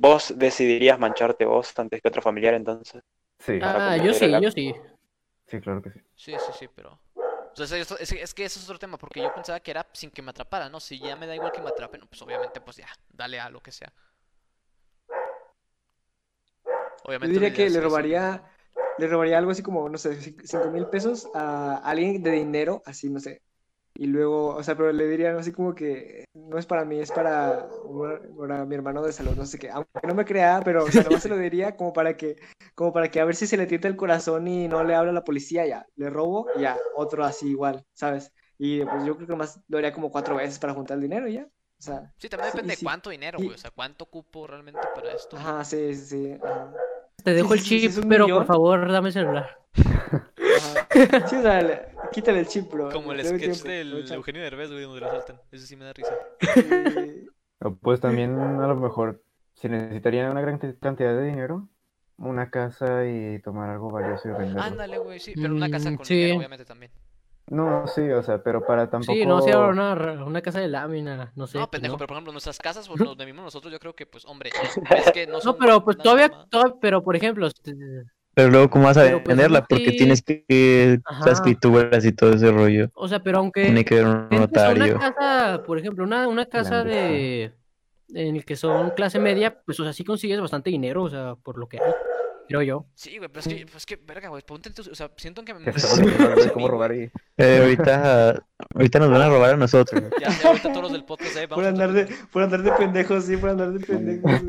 [SPEAKER 4] Vos decidirías mancharte vos antes que otro familiar, entonces.
[SPEAKER 5] Sí,
[SPEAKER 3] Ah,
[SPEAKER 4] como
[SPEAKER 3] yo sí,
[SPEAKER 4] era-
[SPEAKER 3] yo sí.
[SPEAKER 5] sí, claro que sí.
[SPEAKER 7] sí, sí, sí, pero. O sea, eso- es, es que eso es otro tema, porque yo pensaba que era sin que me atrapara, ¿no? Si ya me da igual que me atrapen, pues obviamente, pues ya, dale a lo que sea.
[SPEAKER 2] Yo
[SPEAKER 7] Obviamente.
[SPEAKER 2] diría
[SPEAKER 7] lo
[SPEAKER 2] que le
[SPEAKER 7] ideal sería eso,
[SPEAKER 2] robaría, le robaría algo así como, no sé, 5 mil pesos a alguien de dinero, así, no sé. Y luego, o sea, pero le diría algo así como que no es para mí, es para, para mi hermano de salud, no sé qué. Aunque no me crea, pero o sea, nomás se lo diría como para que, como para que a ver si se le tienta el corazón y no le habla a la policía, ya. Le robo, ya. Otro así igual, ¿sabes? Y pues yo creo que más lo haría como cuatro veces para juntar el dinero, ya. O sea,
[SPEAKER 7] Sí, también
[SPEAKER 2] Sí,
[SPEAKER 7] depende
[SPEAKER 2] sí.
[SPEAKER 7] de cuánto dinero, güey.
[SPEAKER 2] Y-
[SPEAKER 7] O sea, cuánto cupo realmente para esto.
[SPEAKER 2] ajá, sí, sí, sí. ajá.
[SPEAKER 3] Te dejo el
[SPEAKER 2] sí, sí,
[SPEAKER 3] chip,
[SPEAKER 2] es un
[SPEAKER 3] pero por
[SPEAKER 2] millón.
[SPEAKER 3] favor, dame el celular.
[SPEAKER 2] Ajá. Sí, o sea, le- quítale el chip, bro.
[SPEAKER 7] Como el
[SPEAKER 2] Dame
[SPEAKER 7] sketch
[SPEAKER 2] tiempo,
[SPEAKER 7] del
[SPEAKER 2] aprovecha.
[SPEAKER 7] Eugenio Derbez, güey, donde lo saltan. Eso sí me da risa.
[SPEAKER 2] Sí.
[SPEAKER 5] O, Pues también a lo mejor, si necesitaría una gran cantidad de dinero, una casa y tomar algo valioso y venderlo.
[SPEAKER 7] Ándale, güey, sí. Pero una casa
[SPEAKER 3] Mm,
[SPEAKER 7] con
[SPEAKER 3] sí.
[SPEAKER 7] dinero, obviamente, también.
[SPEAKER 5] No, sí, o sea, pero para tampoco...
[SPEAKER 3] Sí, no, sí, ahora una, una casa de lámina, no sé.
[SPEAKER 7] no,
[SPEAKER 3] pues,
[SPEAKER 7] pendejo,
[SPEAKER 3] no.
[SPEAKER 7] pero por ejemplo, nuestras casas, o lo de mismo nosotros, yo creo que, pues, hombre, es que no
[SPEAKER 3] No,
[SPEAKER 7] son
[SPEAKER 3] pero pues
[SPEAKER 7] una
[SPEAKER 3] todavía,
[SPEAKER 7] mamá.
[SPEAKER 3] todavía- pero por ejemplo, este,
[SPEAKER 8] Pero luego, ¿cómo vas a
[SPEAKER 3] Pero, pues,
[SPEAKER 8] venderla?
[SPEAKER 3] no,
[SPEAKER 8] Porque
[SPEAKER 3] sí.
[SPEAKER 8] tienes que
[SPEAKER 3] Ajá.
[SPEAKER 8] las escrituras y todo ese rollo.
[SPEAKER 3] o sea, pero aunque
[SPEAKER 8] Tiene que haber un
[SPEAKER 3] entres a una
[SPEAKER 8] notario.
[SPEAKER 3] casa, por ejemplo, una, una casa
[SPEAKER 5] Grande,
[SPEAKER 3] de en el que son clase media, pues o sea, sí consigues bastante dinero, o sea, por lo que hay, creo yo.
[SPEAKER 7] Sí, güey, pero es que, pues, es que, verga, güey, ponte en tu- O sea, siento que me.
[SPEAKER 5] Que
[SPEAKER 7] me-
[SPEAKER 5] estaba hablando de cómo robar y...
[SPEAKER 8] Eh, ahorita, ahorita nos van a robar a nosotros.
[SPEAKER 7] Ya sé, ahorita todos los del podcast, eh,
[SPEAKER 2] Por
[SPEAKER 7] vamos. a
[SPEAKER 2] andar de, por andar de pendejos, sí, por andar de pendejos.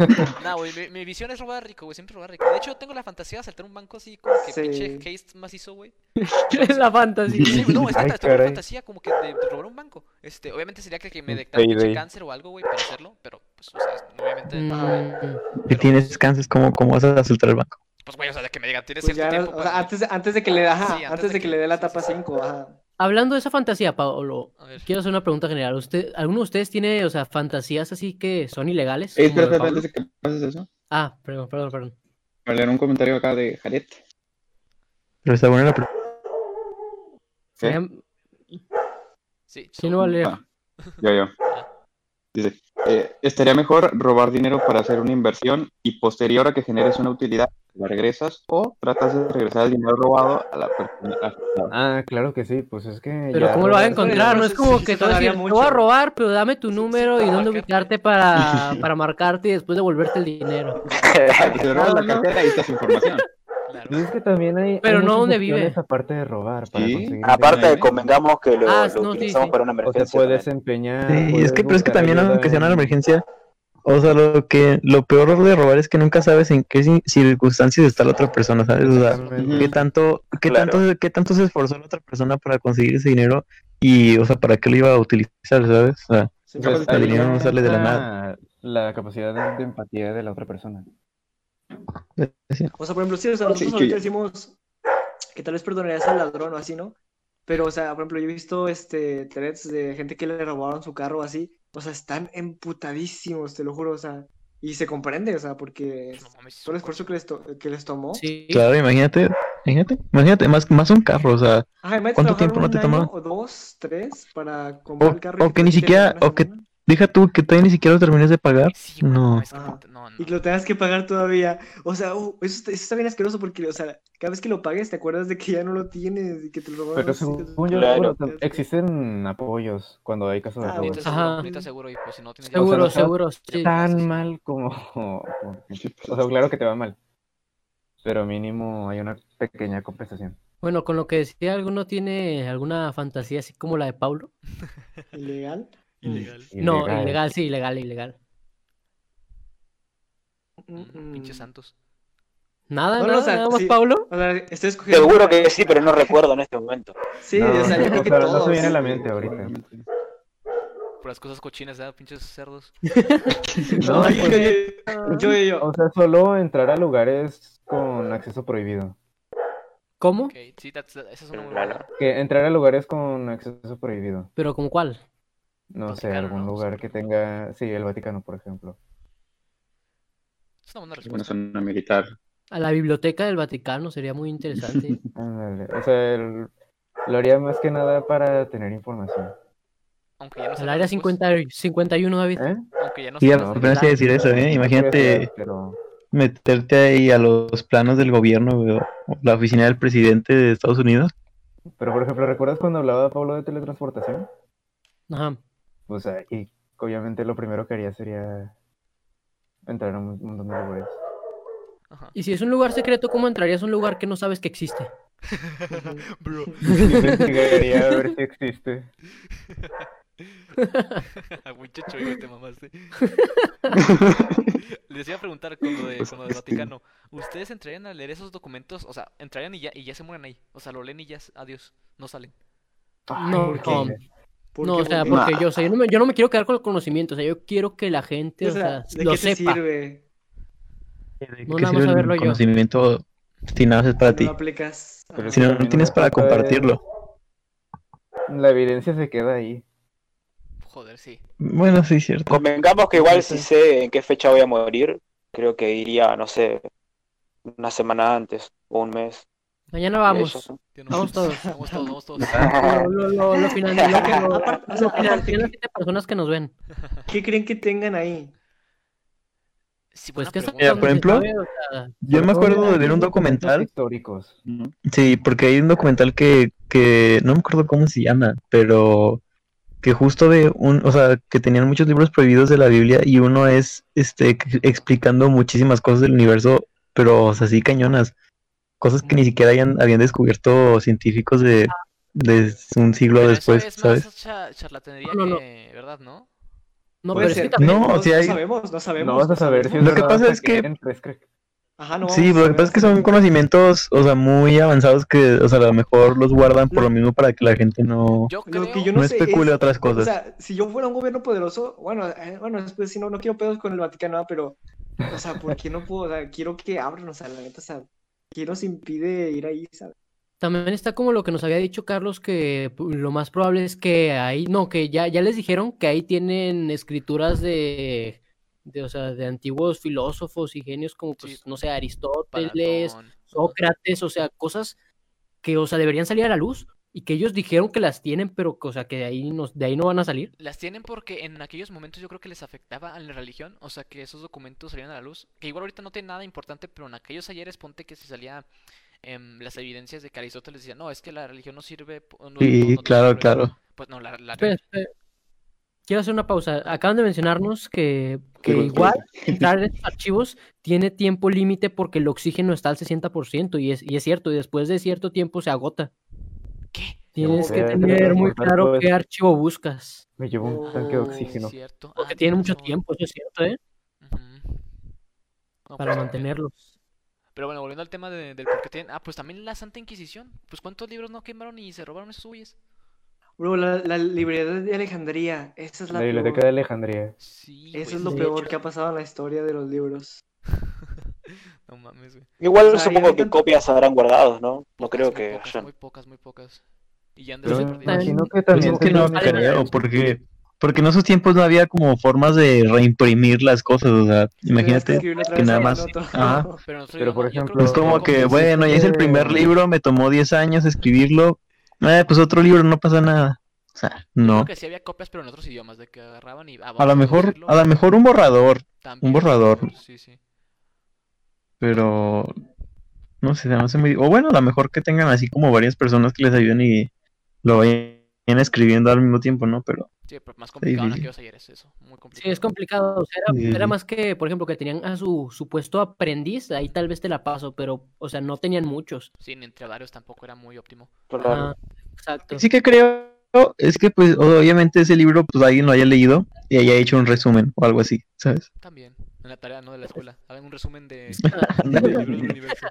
[SPEAKER 7] Nah, güey, mi, mi visión es robar rico, güey, siempre robar rico. De hecho, tengo la fantasía de saltar un banco así, como que
[SPEAKER 2] Sí.
[SPEAKER 7] pinche haste macizo, güey.
[SPEAKER 3] la fantasía.
[SPEAKER 7] Sí, güey, no, es
[SPEAKER 5] Ay,
[SPEAKER 7] neta, tengo la
[SPEAKER 5] caray.
[SPEAKER 7] fantasía como que de robar un banco. Este, obviamente sería que, que me
[SPEAKER 5] Un
[SPEAKER 7] detectara un pinche
[SPEAKER 5] payday.
[SPEAKER 7] cáncer o algo, güey, para hacerlo, pero, pues, o sea, obviamente.
[SPEAKER 3] Mm,
[SPEAKER 8] Si
[SPEAKER 7] pero,
[SPEAKER 8] tienes cáncer, ¿cómo, ¿cómo vas a asaltar el banco?
[SPEAKER 7] Pues, güey, o sea, de que me digan, tienes
[SPEAKER 2] Pues
[SPEAKER 7] cierto
[SPEAKER 2] ya, o
[SPEAKER 7] tiempo. para
[SPEAKER 2] sea,
[SPEAKER 7] que-
[SPEAKER 2] antes, de- antes de que le, ajá,
[SPEAKER 7] Sí,
[SPEAKER 2] antes de que le dé la tapa 5, ajá.
[SPEAKER 3] Hablando de esa fantasía, Paolo,
[SPEAKER 7] A ver.
[SPEAKER 3] quiero hacer una pregunta general. ¿Usted, alguno de ustedes tiene, o sea, fantasías así que son ilegales?
[SPEAKER 6] Eh,
[SPEAKER 3] como
[SPEAKER 6] espera,
[SPEAKER 3] lo de
[SPEAKER 6] espera,
[SPEAKER 3] Paolo?
[SPEAKER 6] antes de que pases eso,
[SPEAKER 3] Ah, perdón, perdón, perdón.
[SPEAKER 6] voy a leer un comentario acá de Jared.
[SPEAKER 8] Pero está buena la pregunta.
[SPEAKER 6] ¿Eh?
[SPEAKER 3] Em,
[SPEAKER 7] Sí,
[SPEAKER 3] ¿Quién lo va a leer?
[SPEAKER 6] Ah, yo, yo. Dice, eh, estaría mejor robar dinero para hacer una inversión y posterior a que generes una utilidad, la regresas o tratas de regresar el dinero robado a la persona afectada.
[SPEAKER 5] Ah, claro que sí, pues es que
[SPEAKER 3] Pero
[SPEAKER 5] ya
[SPEAKER 3] ¿cómo lo vas a
[SPEAKER 5] robar-
[SPEAKER 3] encontrar? No es
[SPEAKER 2] Sí,
[SPEAKER 3] como
[SPEAKER 2] sí,
[SPEAKER 3] que
[SPEAKER 2] sí,
[SPEAKER 3] te voy a decir,
[SPEAKER 2] tardaría
[SPEAKER 3] te voy a
[SPEAKER 2] mucho.
[SPEAKER 3] robar, pero dame tu número
[SPEAKER 7] sí,
[SPEAKER 3] y
[SPEAKER 7] para
[SPEAKER 3] dónde
[SPEAKER 7] marcarte.
[SPEAKER 3] ubicarte para, para marcarte y después devolverte el dinero.
[SPEAKER 6] Te robas pues, la cartera y esta es información.
[SPEAKER 7] Claro.
[SPEAKER 5] Pues es que también hay,
[SPEAKER 3] Pero
[SPEAKER 5] hay
[SPEAKER 3] no
[SPEAKER 5] muchas
[SPEAKER 3] dónde vive.
[SPEAKER 5] opciones aparte de robar para
[SPEAKER 6] Sí.
[SPEAKER 5] conseguir
[SPEAKER 6] Aparte
[SPEAKER 5] dinero.
[SPEAKER 6] de
[SPEAKER 4] convengamos que lo,
[SPEAKER 3] Ah, no, sí, sí.
[SPEAKER 4] una
[SPEAKER 5] ¿eh? O sea, puedes empeñar.
[SPEAKER 8] Sí,
[SPEAKER 5] puedes
[SPEAKER 8] es que, pero es que
[SPEAKER 5] buscar
[SPEAKER 8] también,
[SPEAKER 5] ayuda
[SPEAKER 8] aunque sea una
[SPEAKER 5] en-
[SPEAKER 8] emergencia, o sea, lo que lo peor de robar es que nunca sabes en qué ci- circunstancias está la otra persona, ¿sabes? O sea,
[SPEAKER 5] Exactamente.
[SPEAKER 8] qué tanto, qué
[SPEAKER 4] Claro.
[SPEAKER 8] tanto, qué tanto se esforzó la otra persona para conseguir ese dinero y, o sea, para qué lo iba a utilizar, ¿sabes? O sea,
[SPEAKER 2] Sí,
[SPEAKER 5] Pues,
[SPEAKER 6] Capaz
[SPEAKER 5] ahí
[SPEAKER 6] el dinero
[SPEAKER 8] no sale de la
[SPEAKER 5] entra La capacidad de, de empatía de la otra persona.
[SPEAKER 2] O sea, por ejemplo, sí, o sea, nosotros
[SPEAKER 6] Sí,
[SPEAKER 2] ahorita
[SPEAKER 6] que-
[SPEAKER 2] decimos que tal vez perdonarías al ladrón o así, ¿no? Pero, o sea, por ejemplo, yo he visto este threads de gente que le robaron su carro o así. O sea, están emputadísimos, te lo juro, o sea, y se comprende, o sea, porque
[SPEAKER 7] No mames, es
[SPEAKER 2] todo el
[SPEAKER 7] un
[SPEAKER 2] esfuerzo que les, to- que les tomó.
[SPEAKER 3] Sí.
[SPEAKER 8] claro, imagínate, imagínate, imagínate, más, más un carro, o sea,
[SPEAKER 2] Ajá, imagínate
[SPEAKER 8] ¿Cuánto
[SPEAKER 2] trabajar
[SPEAKER 8] tiempo no
[SPEAKER 2] un
[SPEAKER 8] te
[SPEAKER 2] año
[SPEAKER 8] tomaba?
[SPEAKER 2] O dos, tres para comprar el carro. y
[SPEAKER 8] o que
[SPEAKER 2] te
[SPEAKER 8] ni
[SPEAKER 2] quiten
[SPEAKER 8] siquiera-
[SPEAKER 2] una
[SPEAKER 8] o que-
[SPEAKER 2] semana,
[SPEAKER 8] deja tú que todavía ni siquiera lo termines de pagar.
[SPEAKER 7] Sí, güey, no.
[SPEAKER 8] No.
[SPEAKER 7] es que
[SPEAKER 2] Ajá.
[SPEAKER 7] puta- no, no.
[SPEAKER 2] Y que lo tengas que pagar todavía. O sea, uh, eso, está- eso está bien asqueroso porque, o sea, cada vez que lo pagues te acuerdas de que ya no lo tienes y que te lo robaron.
[SPEAKER 5] Pero
[SPEAKER 2] así que-
[SPEAKER 5] según yo,
[SPEAKER 4] Claro.
[SPEAKER 5] bueno, existen apoyos cuando hay casos de
[SPEAKER 2] Ah,
[SPEAKER 5] robo.
[SPEAKER 7] Necesitas seguro,
[SPEAKER 3] Ajá.
[SPEAKER 7] necesitas seguro y pues si no tienes
[SPEAKER 5] O sea,
[SPEAKER 3] Seguro,
[SPEAKER 5] los-
[SPEAKER 3] seguro, sí.
[SPEAKER 5] Tan mal como. como- O sea, claro que te va mal. Pero mínimo hay una pequeña compensación.
[SPEAKER 3] Bueno, con lo que decía, ¿alguno tiene alguna fantasía así como la de Paulo?
[SPEAKER 2] ¿Ilegal?
[SPEAKER 1] Ilegal.
[SPEAKER 3] No, ilegal, sí, ilegal, ilegal.
[SPEAKER 1] Mm, Pinche Santos.
[SPEAKER 3] Nada,
[SPEAKER 2] No, no,
[SPEAKER 3] nada,
[SPEAKER 2] o sea,
[SPEAKER 3] nada más,
[SPEAKER 2] sí.
[SPEAKER 3] Paulo.
[SPEAKER 2] O sea, estoy escogiendo.
[SPEAKER 4] Seguro que sí, pero no recuerdo en este momento.
[SPEAKER 2] Sí,
[SPEAKER 5] No,
[SPEAKER 2] o sea,
[SPEAKER 5] no,
[SPEAKER 2] yo creo que
[SPEAKER 5] o sea, no
[SPEAKER 2] todos.
[SPEAKER 5] se viene a la mente ahorita.
[SPEAKER 1] Por las cosas cochinas, ¿verdad? Pinches cerdos.
[SPEAKER 5] No,
[SPEAKER 2] Ay,
[SPEAKER 5] pues,
[SPEAKER 2] yo, yo, yo, yo.
[SPEAKER 5] o sea, solo entrar a lugares con acceso prohibido.
[SPEAKER 3] ¿Cómo?
[SPEAKER 1] Ok, sí, that's- esa es una muy
[SPEAKER 4] Claro.
[SPEAKER 1] buena.
[SPEAKER 5] Que entrar a lugares con acceso prohibido.
[SPEAKER 3] ¿Pero como cuál?
[SPEAKER 5] No sé,
[SPEAKER 1] Vaticano,
[SPEAKER 5] algún
[SPEAKER 1] ¿no?
[SPEAKER 5] lugar que tenga, sí, el Vaticano, por ejemplo.
[SPEAKER 1] Es una buena
[SPEAKER 6] Una
[SPEAKER 1] respuesta.
[SPEAKER 6] zona militar.
[SPEAKER 3] A la biblioteca del Vaticano sería muy interesante.
[SPEAKER 5] Ándale, O sea, el- lo haría más que nada para tener información.
[SPEAKER 1] Aunque ya no
[SPEAKER 3] Al
[SPEAKER 1] sean
[SPEAKER 3] área
[SPEAKER 1] los
[SPEAKER 3] 50, 51, David.
[SPEAKER 5] ¿Eh?
[SPEAKER 1] Aunque ya no
[SPEAKER 8] Y
[SPEAKER 1] sean
[SPEAKER 5] no,
[SPEAKER 1] los
[SPEAKER 8] apenas
[SPEAKER 5] claro.
[SPEAKER 8] a decir eso, ¿eh? Imagínate
[SPEAKER 5] Pero
[SPEAKER 8] meterte ahí a los planos del gobierno güey, o la oficina del presidente de Estados Unidos.
[SPEAKER 5] Pero, por ejemplo, ¿recuerdas cuando hablaba Pablo de teletransportación?
[SPEAKER 3] Ajá.
[SPEAKER 5] O sea, y obviamente lo primero que haría sería entrar a un montón de lugares.
[SPEAKER 1] Ajá.
[SPEAKER 3] Y si es un lugar secreto, ¿cómo entrarías a un lugar que no sabes que existe?
[SPEAKER 1] Bro.
[SPEAKER 5] Investigaría a ver si existe.
[SPEAKER 1] Güey, chocho, hijo, te mamaste. Les iba a preguntar con lo, de,
[SPEAKER 6] Pues,
[SPEAKER 1] con lo del
[SPEAKER 6] este-
[SPEAKER 1] Vaticano. ¿Ustedes entrarían a leer esos documentos? O sea, entrarían y ya, y ya se mueren ahí. O sea, lo leen y ya, s- adiós. No salen.
[SPEAKER 3] No,
[SPEAKER 5] ¿por
[SPEAKER 3] no,
[SPEAKER 5] qué?
[SPEAKER 2] ¿Por
[SPEAKER 3] no,
[SPEAKER 2] qué?
[SPEAKER 3] o sea,
[SPEAKER 2] ¿Por qué?
[SPEAKER 3] porque yo, o sea, yo no me, yo no me quiero quedar con el conocimiento, o sea, yo quiero que la gente, o
[SPEAKER 2] O sea,
[SPEAKER 3] sea,
[SPEAKER 2] ¿de
[SPEAKER 3] lo
[SPEAKER 2] qué te
[SPEAKER 3] sepa.
[SPEAKER 2] sirve?
[SPEAKER 8] ¿De
[SPEAKER 3] No, nada
[SPEAKER 8] qué
[SPEAKER 3] más
[SPEAKER 8] sirve el
[SPEAKER 3] saberlo yo.
[SPEAKER 8] conocimiento si nada más es para
[SPEAKER 2] Si
[SPEAKER 8] ti?
[SPEAKER 2] No lo aplicas.
[SPEAKER 5] Pero
[SPEAKER 2] Ajá.
[SPEAKER 8] Si no, no
[SPEAKER 5] También
[SPEAKER 8] tienes
[SPEAKER 5] una
[SPEAKER 8] para
[SPEAKER 5] cosa es-
[SPEAKER 8] compartirlo.
[SPEAKER 5] La evidencia se queda ahí.
[SPEAKER 1] Joder, sí.
[SPEAKER 8] Bueno, sí, cierto.
[SPEAKER 4] Convengamos que igual si sé en qué fecha voy a morir, creo que iría, no sé, una semana antes o un mes.
[SPEAKER 3] Mañana
[SPEAKER 4] Y
[SPEAKER 3] vamos.
[SPEAKER 4] ellos-
[SPEAKER 1] Yo no-
[SPEAKER 3] Vamos todos.
[SPEAKER 1] Vamos todos, vamos todos.
[SPEAKER 3] Lo, lo, lo, lo final- lo que- lo-
[SPEAKER 2] Aparte, o sea,
[SPEAKER 3] lo final-
[SPEAKER 2] aparte,
[SPEAKER 3] tienen las siete personas que nos ven.
[SPEAKER 2] ¿Qué creen que tengan ahí?
[SPEAKER 1] Sí,
[SPEAKER 3] Pues
[SPEAKER 1] buena
[SPEAKER 3] que eso
[SPEAKER 1] pregunta.
[SPEAKER 8] por ejemplo,
[SPEAKER 3] sabe, o sea,
[SPEAKER 8] Yo me
[SPEAKER 5] Sobre todo
[SPEAKER 8] acuerdo de
[SPEAKER 5] hay
[SPEAKER 8] ver un
[SPEAKER 5] documentos
[SPEAKER 8] documental.
[SPEAKER 5] Históricos.
[SPEAKER 8] Sí, porque hay un documental que, que no me acuerdo cómo se llama, pero que justo de un, o sea, que tenían muchos libros prohibidos de la Biblia y uno es este ex- explicando muchísimas cosas del universo, pero o sea, así cañonas, cosas que ni siquiera hayan, habían descubierto científicos de, de un siglo
[SPEAKER 1] Pero
[SPEAKER 8] después,
[SPEAKER 1] eso es
[SPEAKER 8] ¿sabes?
[SPEAKER 1] más cha- charlatanería
[SPEAKER 3] No, no, no.
[SPEAKER 1] que... ¿Verdad, no?
[SPEAKER 3] no,
[SPEAKER 2] Puede
[SPEAKER 3] pero es que
[SPEAKER 2] ser.
[SPEAKER 3] también-
[SPEAKER 8] No, si hay-
[SPEAKER 2] No sabemos, no sabemos.
[SPEAKER 5] No vas a saber si es
[SPEAKER 8] Lo que
[SPEAKER 5] verdad
[SPEAKER 8] pasa
[SPEAKER 5] hasta
[SPEAKER 8] es que-
[SPEAKER 5] entres, creo que-
[SPEAKER 2] Ajá, no
[SPEAKER 8] Sí,
[SPEAKER 2] vamos a
[SPEAKER 8] lo que pasa es que
[SPEAKER 2] saber.
[SPEAKER 8] son conocimientos, o sea, muy avanzados que, o sea, a lo mejor los guardan por lo mismo para que la gente no,
[SPEAKER 1] Yo creo...
[SPEAKER 2] Lo que yo
[SPEAKER 8] no
[SPEAKER 2] no sé
[SPEAKER 8] especule
[SPEAKER 2] es-
[SPEAKER 8] otras
[SPEAKER 2] O
[SPEAKER 8] cosas.
[SPEAKER 2] sea, si yo fuera un gobierno poderoso, bueno, eh, bueno, después si no, no quiero pedos con el Vaticano, ah, pero, o sea, ¿por qué no puedo? O sea, quiero que abran, o sea, la neta, o sea, ¿qué nos impide ir ahí, sabes?
[SPEAKER 3] También está como lo que nos había dicho Carlos, que pu- lo más probable es que ahí, no, que ya, ya les dijeron que ahí tienen escrituras de, de, o sea, de antiguos filósofos y genios como, pues,
[SPEAKER 1] Sí.
[SPEAKER 3] no sé, Aristóteles,
[SPEAKER 1] Paratón.
[SPEAKER 3] Sócrates, o sea, cosas que, o sea, deberían salir a la luz y que ellos dijeron que las tienen, pero que, o sea, que de ahí, nos, de ahí no van a salir.
[SPEAKER 1] Las tienen porque en aquellos momentos yo creo que les afectaba a la religión, o sea que esos documentos salían a la luz, que igual ahorita no tiene nada importante, pero en aquellos ayeres ponte que se salía em, las evidencias de que Aristóteles decía, no, es que la religión no sirve. po- no- no- no
[SPEAKER 8] Sí,
[SPEAKER 1] te
[SPEAKER 8] claro,
[SPEAKER 1] sirve".
[SPEAKER 8] claro.
[SPEAKER 1] Pues no, la, la-
[SPEAKER 3] Espera, espera. Quiero hacer una pausa. Acaban de mencionarnos que, que
[SPEAKER 6] Pero-
[SPEAKER 3] igual entrar en estos archivos tiene tiempo límite porque el oxígeno está al 60% y es, y es cierto, y después de cierto tiempo se agota.
[SPEAKER 1] ¿qué?
[SPEAKER 3] Tienes
[SPEAKER 5] Sí,
[SPEAKER 3] que
[SPEAKER 5] hay que
[SPEAKER 3] tener
[SPEAKER 5] tener
[SPEAKER 3] muy
[SPEAKER 5] cuidado,
[SPEAKER 3] claro
[SPEAKER 5] pues.
[SPEAKER 3] qué archivo buscas.
[SPEAKER 5] Me llevo un tanque de
[SPEAKER 2] Oh,
[SPEAKER 5] oxígeno.
[SPEAKER 1] ¿Cierto?
[SPEAKER 3] Porque
[SPEAKER 1] Ah,
[SPEAKER 3] tiene
[SPEAKER 1] tienes
[SPEAKER 3] mucho
[SPEAKER 1] razón.
[SPEAKER 3] tiempo, eso es cierto, ¿eh?
[SPEAKER 1] Ujú. No,
[SPEAKER 3] Para
[SPEAKER 1] pues,
[SPEAKER 3] mantenerlos.
[SPEAKER 1] Pero bueno, volviendo al tema de- del por qué tienen... Ah, pues también la Santa Inquisición. Pues cuántos libros no quemaron y se robaron esos güeyes.
[SPEAKER 2] Bro, la, la librería de Alejandría, esa es la,
[SPEAKER 5] La biblioteca
[SPEAKER 2] peor.
[SPEAKER 5] de Alejandría.
[SPEAKER 1] Sí,
[SPEAKER 2] Eso
[SPEAKER 1] güey,
[SPEAKER 2] es lo
[SPEAKER 7] Pues,
[SPEAKER 1] sí,
[SPEAKER 2] peor que ha pasado en la historia de los libros.
[SPEAKER 1] No mames, güey.
[SPEAKER 2] O
[SPEAKER 4] Igual
[SPEAKER 2] sea,
[SPEAKER 4] supongo
[SPEAKER 2] hay
[SPEAKER 4] que
[SPEAKER 2] tanto-
[SPEAKER 4] copias habrán guardados, ¿no? No creo
[SPEAKER 1] Pocas, muy
[SPEAKER 4] que
[SPEAKER 1] pocas,
[SPEAKER 4] hayan.
[SPEAKER 1] muy pocas, muy pocas. Y ya han de
[SPEAKER 5] Pero
[SPEAKER 1] ser
[SPEAKER 5] me
[SPEAKER 1] perdidas.
[SPEAKER 5] imagino que
[SPEAKER 8] Pues
[SPEAKER 5] también
[SPEAKER 8] es que no
[SPEAKER 5] tendrán-
[SPEAKER 3] salen
[SPEAKER 8] creo, porque, porque en esos tiempos no había como formas de reimprimir las cosas, o sea,
[SPEAKER 2] Tendrías
[SPEAKER 8] imagínate.
[SPEAKER 2] escribirlo otra
[SPEAKER 8] que
[SPEAKER 2] vez
[SPEAKER 8] nada
[SPEAKER 2] en
[SPEAKER 8] más-
[SPEAKER 2] otro.
[SPEAKER 8] ajá.
[SPEAKER 1] Pero, nosotros
[SPEAKER 5] Pero,
[SPEAKER 1] yo
[SPEAKER 5] por
[SPEAKER 1] no- yo creo
[SPEAKER 5] ejemplo,
[SPEAKER 8] Es como que,
[SPEAKER 5] Sí,
[SPEAKER 8] bueno, ya hice el
[SPEAKER 5] que-
[SPEAKER 8] primer libro, me tomó 10 años escribirlo, eh, pues otro libro, no pasa nada. O sea,
[SPEAKER 1] yo creo
[SPEAKER 8] no.
[SPEAKER 1] que sí había copias, pero en otros idiomas, de que agarraban y... ah,
[SPEAKER 8] A lo mejor, a lo mejor un borrador, un borrador.
[SPEAKER 1] Sí, sí.
[SPEAKER 8] pero no sé, se me hace muy... O bueno, a lo mejor que tengan así como varias personas que les ayuden y lo vayan escribiendo al mismo tiempo, ¿no? Pero
[SPEAKER 7] Sí, pero más complicado en
[SPEAKER 8] difícil.
[SPEAKER 7] aquellos ayeres, eso. Muy complicado.
[SPEAKER 3] Sí, es complicado. o sea, era,
[SPEAKER 8] Sí.
[SPEAKER 3] era más que, por ejemplo, que tenían a su supuesto aprendiz, ahí tal vez te la paso, pero, o sea, no tenían muchos.
[SPEAKER 7] Sí, ni entre varios tampoco era muy óptimo.
[SPEAKER 4] Claro.
[SPEAKER 3] Ajá, exacto.
[SPEAKER 8] Sí que creo es que pues obviamente ese libro pues alguien lo haya leído y haya hecho un resumen o algo así, ¿sabes?
[SPEAKER 7] También, en la tarea, no de la
[SPEAKER 3] Pues,
[SPEAKER 7] escuela. Hagan un resumen de,
[SPEAKER 8] Ándale.
[SPEAKER 7] del libro del universo.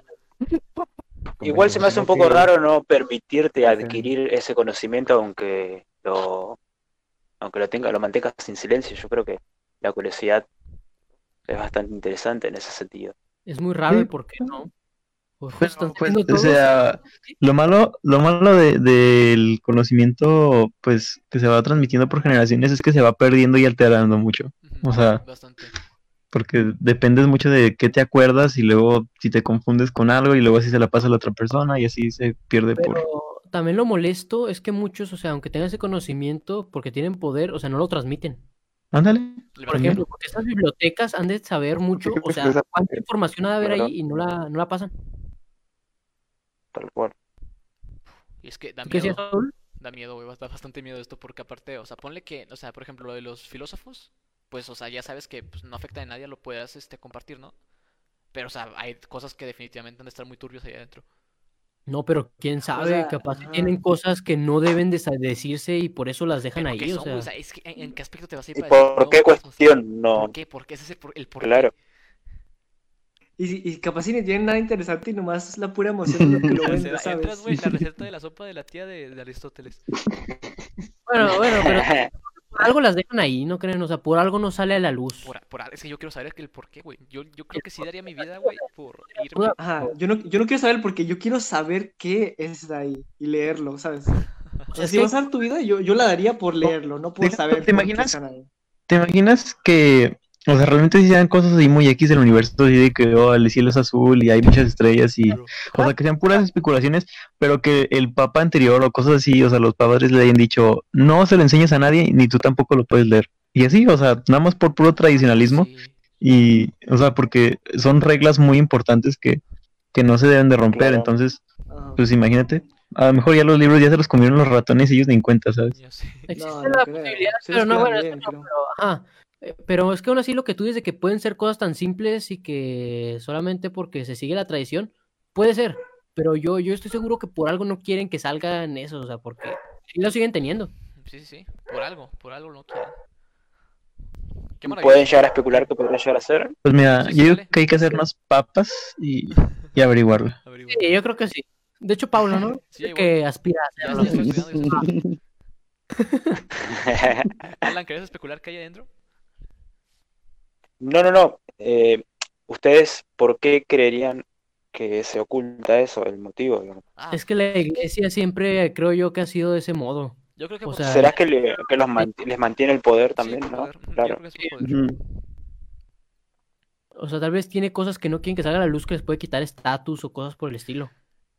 [SPEAKER 4] Igual se me hace un poco
[SPEAKER 5] Imagino que-
[SPEAKER 4] raro no permitirte adquirir ese conocimiento aunque lo aunque lo tenga, lo mantengas sin silencio. Yo creo que la curiosidad es bastante interesante en ese sentido.
[SPEAKER 3] Es muy raro el
[SPEAKER 8] Sí.
[SPEAKER 3] por qué no. Pues,
[SPEAKER 8] Pues,
[SPEAKER 3] están
[SPEAKER 8] pues,
[SPEAKER 3] haciendo todo.
[SPEAKER 8] o sea, lo malo, lo malo de- del conocimiento pues que se va transmitiendo por generaciones es que se va perdiendo y alterando mucho,
[SPEAKER 7] Ujú,
[SPEAKER 8] O sea,
[SPEAKER 7] Bastante.
[SPEAKER 8] porque dependes mucho de qué te acuerdas y luego si te confundes con algo y luego así se la pasa a la otra persona y así se pierde por...
[SPEAKER 3] Pero también lo molesto es que muchos, o sea, aunque tengan ese conocimiento, porque tienen poder, o sea, no lo transmiten.
[SPEAKER 8] Ándale.
[SPEAKER 3] Por
[SPEAKER 8] También.
[SPEAKER 3] ejemplo, porque estas bibliotecas han de saber mucho, o sea, cuánta información ha de haber
[SPEAKER 4] Claro.
[SPEAKER 3] ahí y no la, no la pasan.
[SPEAKER 4] Tal cual.
[SPEAKER 7] Y es que da
[SPEAKER 3] ¿Qué
[SPEAKER 7] miedo.
[SPEAKER 3] es eso, Saúl?
[SPEAKER 7] Da miedo, güey, da bastante miedo esto porque aparte, o sea, ponle que, o sea, por ejemplo, lo de los filósofos, pues, o sea, ya sabes que pues, no afecta a nadie, lo puedas, este, compartir, ¿no? Pero, o sea, hay cosas que definitivamente han de estar muy turbios ahí adentro.
[SPEAKER 3] No, pero quién sabe,
[SPEAKER 2] Ah, sea,
[SPEAKER 3] capaz que
[SPEAKER 2] ajá.
[SPEAKER 3] tienen cosas que no deben de sa- decirse y por eso las dejan
[SPEAKER 7] Pero,
[SPEAKER 3] ahí,
[SPEAKER 7] ¿qué
[SPEAKER 3] o
[SPEAKER 7] son, güey?
[SPEAKER 3] sea.
[SPEAKER 7] O sea, es que, ¿en, en qué aspecto te vas a ir
[SPEAKER 4] ¿Y
[SPEAKER 3] pues,
[SPEAKER 7] para decir,
[SPEAKER 4] por
[SPEAKER 7] no,
[SPEAKER 4] qué
[SPEAKER 7] o sea,
[SPEAKER 4] cuestión? No,
[SPEAKER 7] ¿Por qué? ¿Por qué? Ese es el por, el por qué.
[SPEAKER 4] claro.
[SPEAKER 2] Y, si- y capaz si ni tienen nada interesante y nomás es la pura emoción de lo que
[SPEAKER 7] La
[SPEAKER 2] lo ven,
[SPEAKER 7] receta-
[SPEAKER 2] ¿sabes?
[SPEAKER 7] entras, güey, la receta de la sopa de la tía de, de Aristóteles.
[SPEAKER 3] Bueno, bueno, pero por algo las dejan ahí, ¿no creen? O sea, por algo no sale a la luz.
[SPEAKER 7] Por- por- es que yo quiero saber el por qué, güey. Yo, yo creo que sí daría mi vida, güey, por irme.
[SPEAKER 3] Una-
[SPEAKER 2] Ajá, yo no, yo no quiero saber porque yo quiero saber qué es de ahí y leerlo, ¿sabes? O sea,
[SPEAKER 3] es
[SPEAKER 2] si
[SPEAKER 3] que-
[SPEAKER 2] vas a dar tu vida, yo, yo la daría por leerlo, no por
[SPEAKER 8] ¿Te
[SPEAKER 2] saber. por qué
[SPEAKER 8] imaginas?
[SPEAKER 2] están ahí.
[SPEAKER 8] ¿Te imaginas que, o sea, realmente si sean cosas así muy X del universo, así de que oh, el cielo es azul y hay muchas estrellas y,
[SPEAKER 7] Claro. Ah.
[SPEAKER 8] o sea, que sean puras especulaciones, pero que el papa anterior o cosas así, o sea, los padres le hayan dicho, no se lo enseñes a nadie ni tú tampoco lo puedes leer. Y así, o sea, nada más por puro tradicionalismo
[SPEAKER 7] Sí.
[SPEAKER 8] y, o sea, porque son reglas muy importantes que, que no se deben de romper,
[SPEAKER 4] Claro.
[SPEAKER 8] entonces,
[SPEAKER 7] Ah.
[SPEAKER 2] Ajá.
[SPEAKER 8] pues imagínate, a lo mejor ya los libros ya se los comieron los ratones y ellos ni en cuenta, ¿sabes?
[SPEAKER 7] Yo sé.
[SPEAKER 3] Existe
[SPEAKER 2] No, no
[SPEAKER 3] la
[SPEAKER 2] creo.
[SPEAKER 3] posibilidad,
[SPEAKER 2] Sí
[SPEAKER 3] pero
[SPEAKER 2] les
[SPEAKER 3] no,
[SPEAKER 2] queda
[SPEAKER 3] bueno, eso
[SPEAKER 2] bien,
[SPEAKER 3] no,
[SPEAKER 2] creo.
[SPEAKER 3] pero, ajá. Eh, Pero es que aún así lo que tú dices de que pueden ser cosas tan simples y que solamente porque se sigue la tradición, puede ser. Pero yo, yo estoy seguro que por algo no quieren que salgan eso, o sea, porque sí lo siguen teniendo.
[SPEAKER 7] Sí, sí, sí. Por algo, por algo no quieren. Qué
[SPEAKER 4] ¿Pueden
[SPEAKER 7] maravilla.
[SPEAKER 4] llegar a especular que podría llegar a ser?
[SPEAKER 8] Pues mira,
[SPEAKER 7] Sí, sí,
[SPEAKER 8] yo digo
[SPEAKER 7] dale.
[SPEAKER 8] que hay que hacer más papas y, y averiguarlo.
[SPEAKER 7] Averigua.
[SPEAKER 3] Sí, yo creo que sí. De hecho, Pablo, ¿no?
[SPEAKER 7] Sí, igual.
[SPEAKER 3] que aspira a
[SPEAKER 7] Ya,
[SPEAKER 3] hacerlo.
[SPEAKER 7] ya estoy estudiando, ya estoy estudiando. Alan, ¿querés especular qué hay adentro?
[SPEAKER 4] No, no, no. Eh, ¿ustedes por qué creerían que se oculta eso, el motivo? digamos?
[SPEAKER 7] Ah,
[SPEAKER 3] Es que la iglesia siempre creo yo que ha sido de ese modo.
[SPEAKER 7] yo creo que
[SPEAKER 3] o
[SPEAKER 7] por-
[SPEAKER 3] sea,
[SPEAKER 7] sí,
[SPEAKER 4] ¿Será que, le- que los man- les mantiene el poder también,
[SPEAKER 7] por
[SPEAKER 4] no?
[SPEAKER 7] poder. Yo
[SPEAKER 4] Claro.
[SPEAKER 7] creo que es por poder.
[SPEAKER 8] Ujú.
[SPEAKER 3] O sea, tal vez tiene cosas que no quieren que salga a la luz que les puede quitar estatus o cosas por el estilo.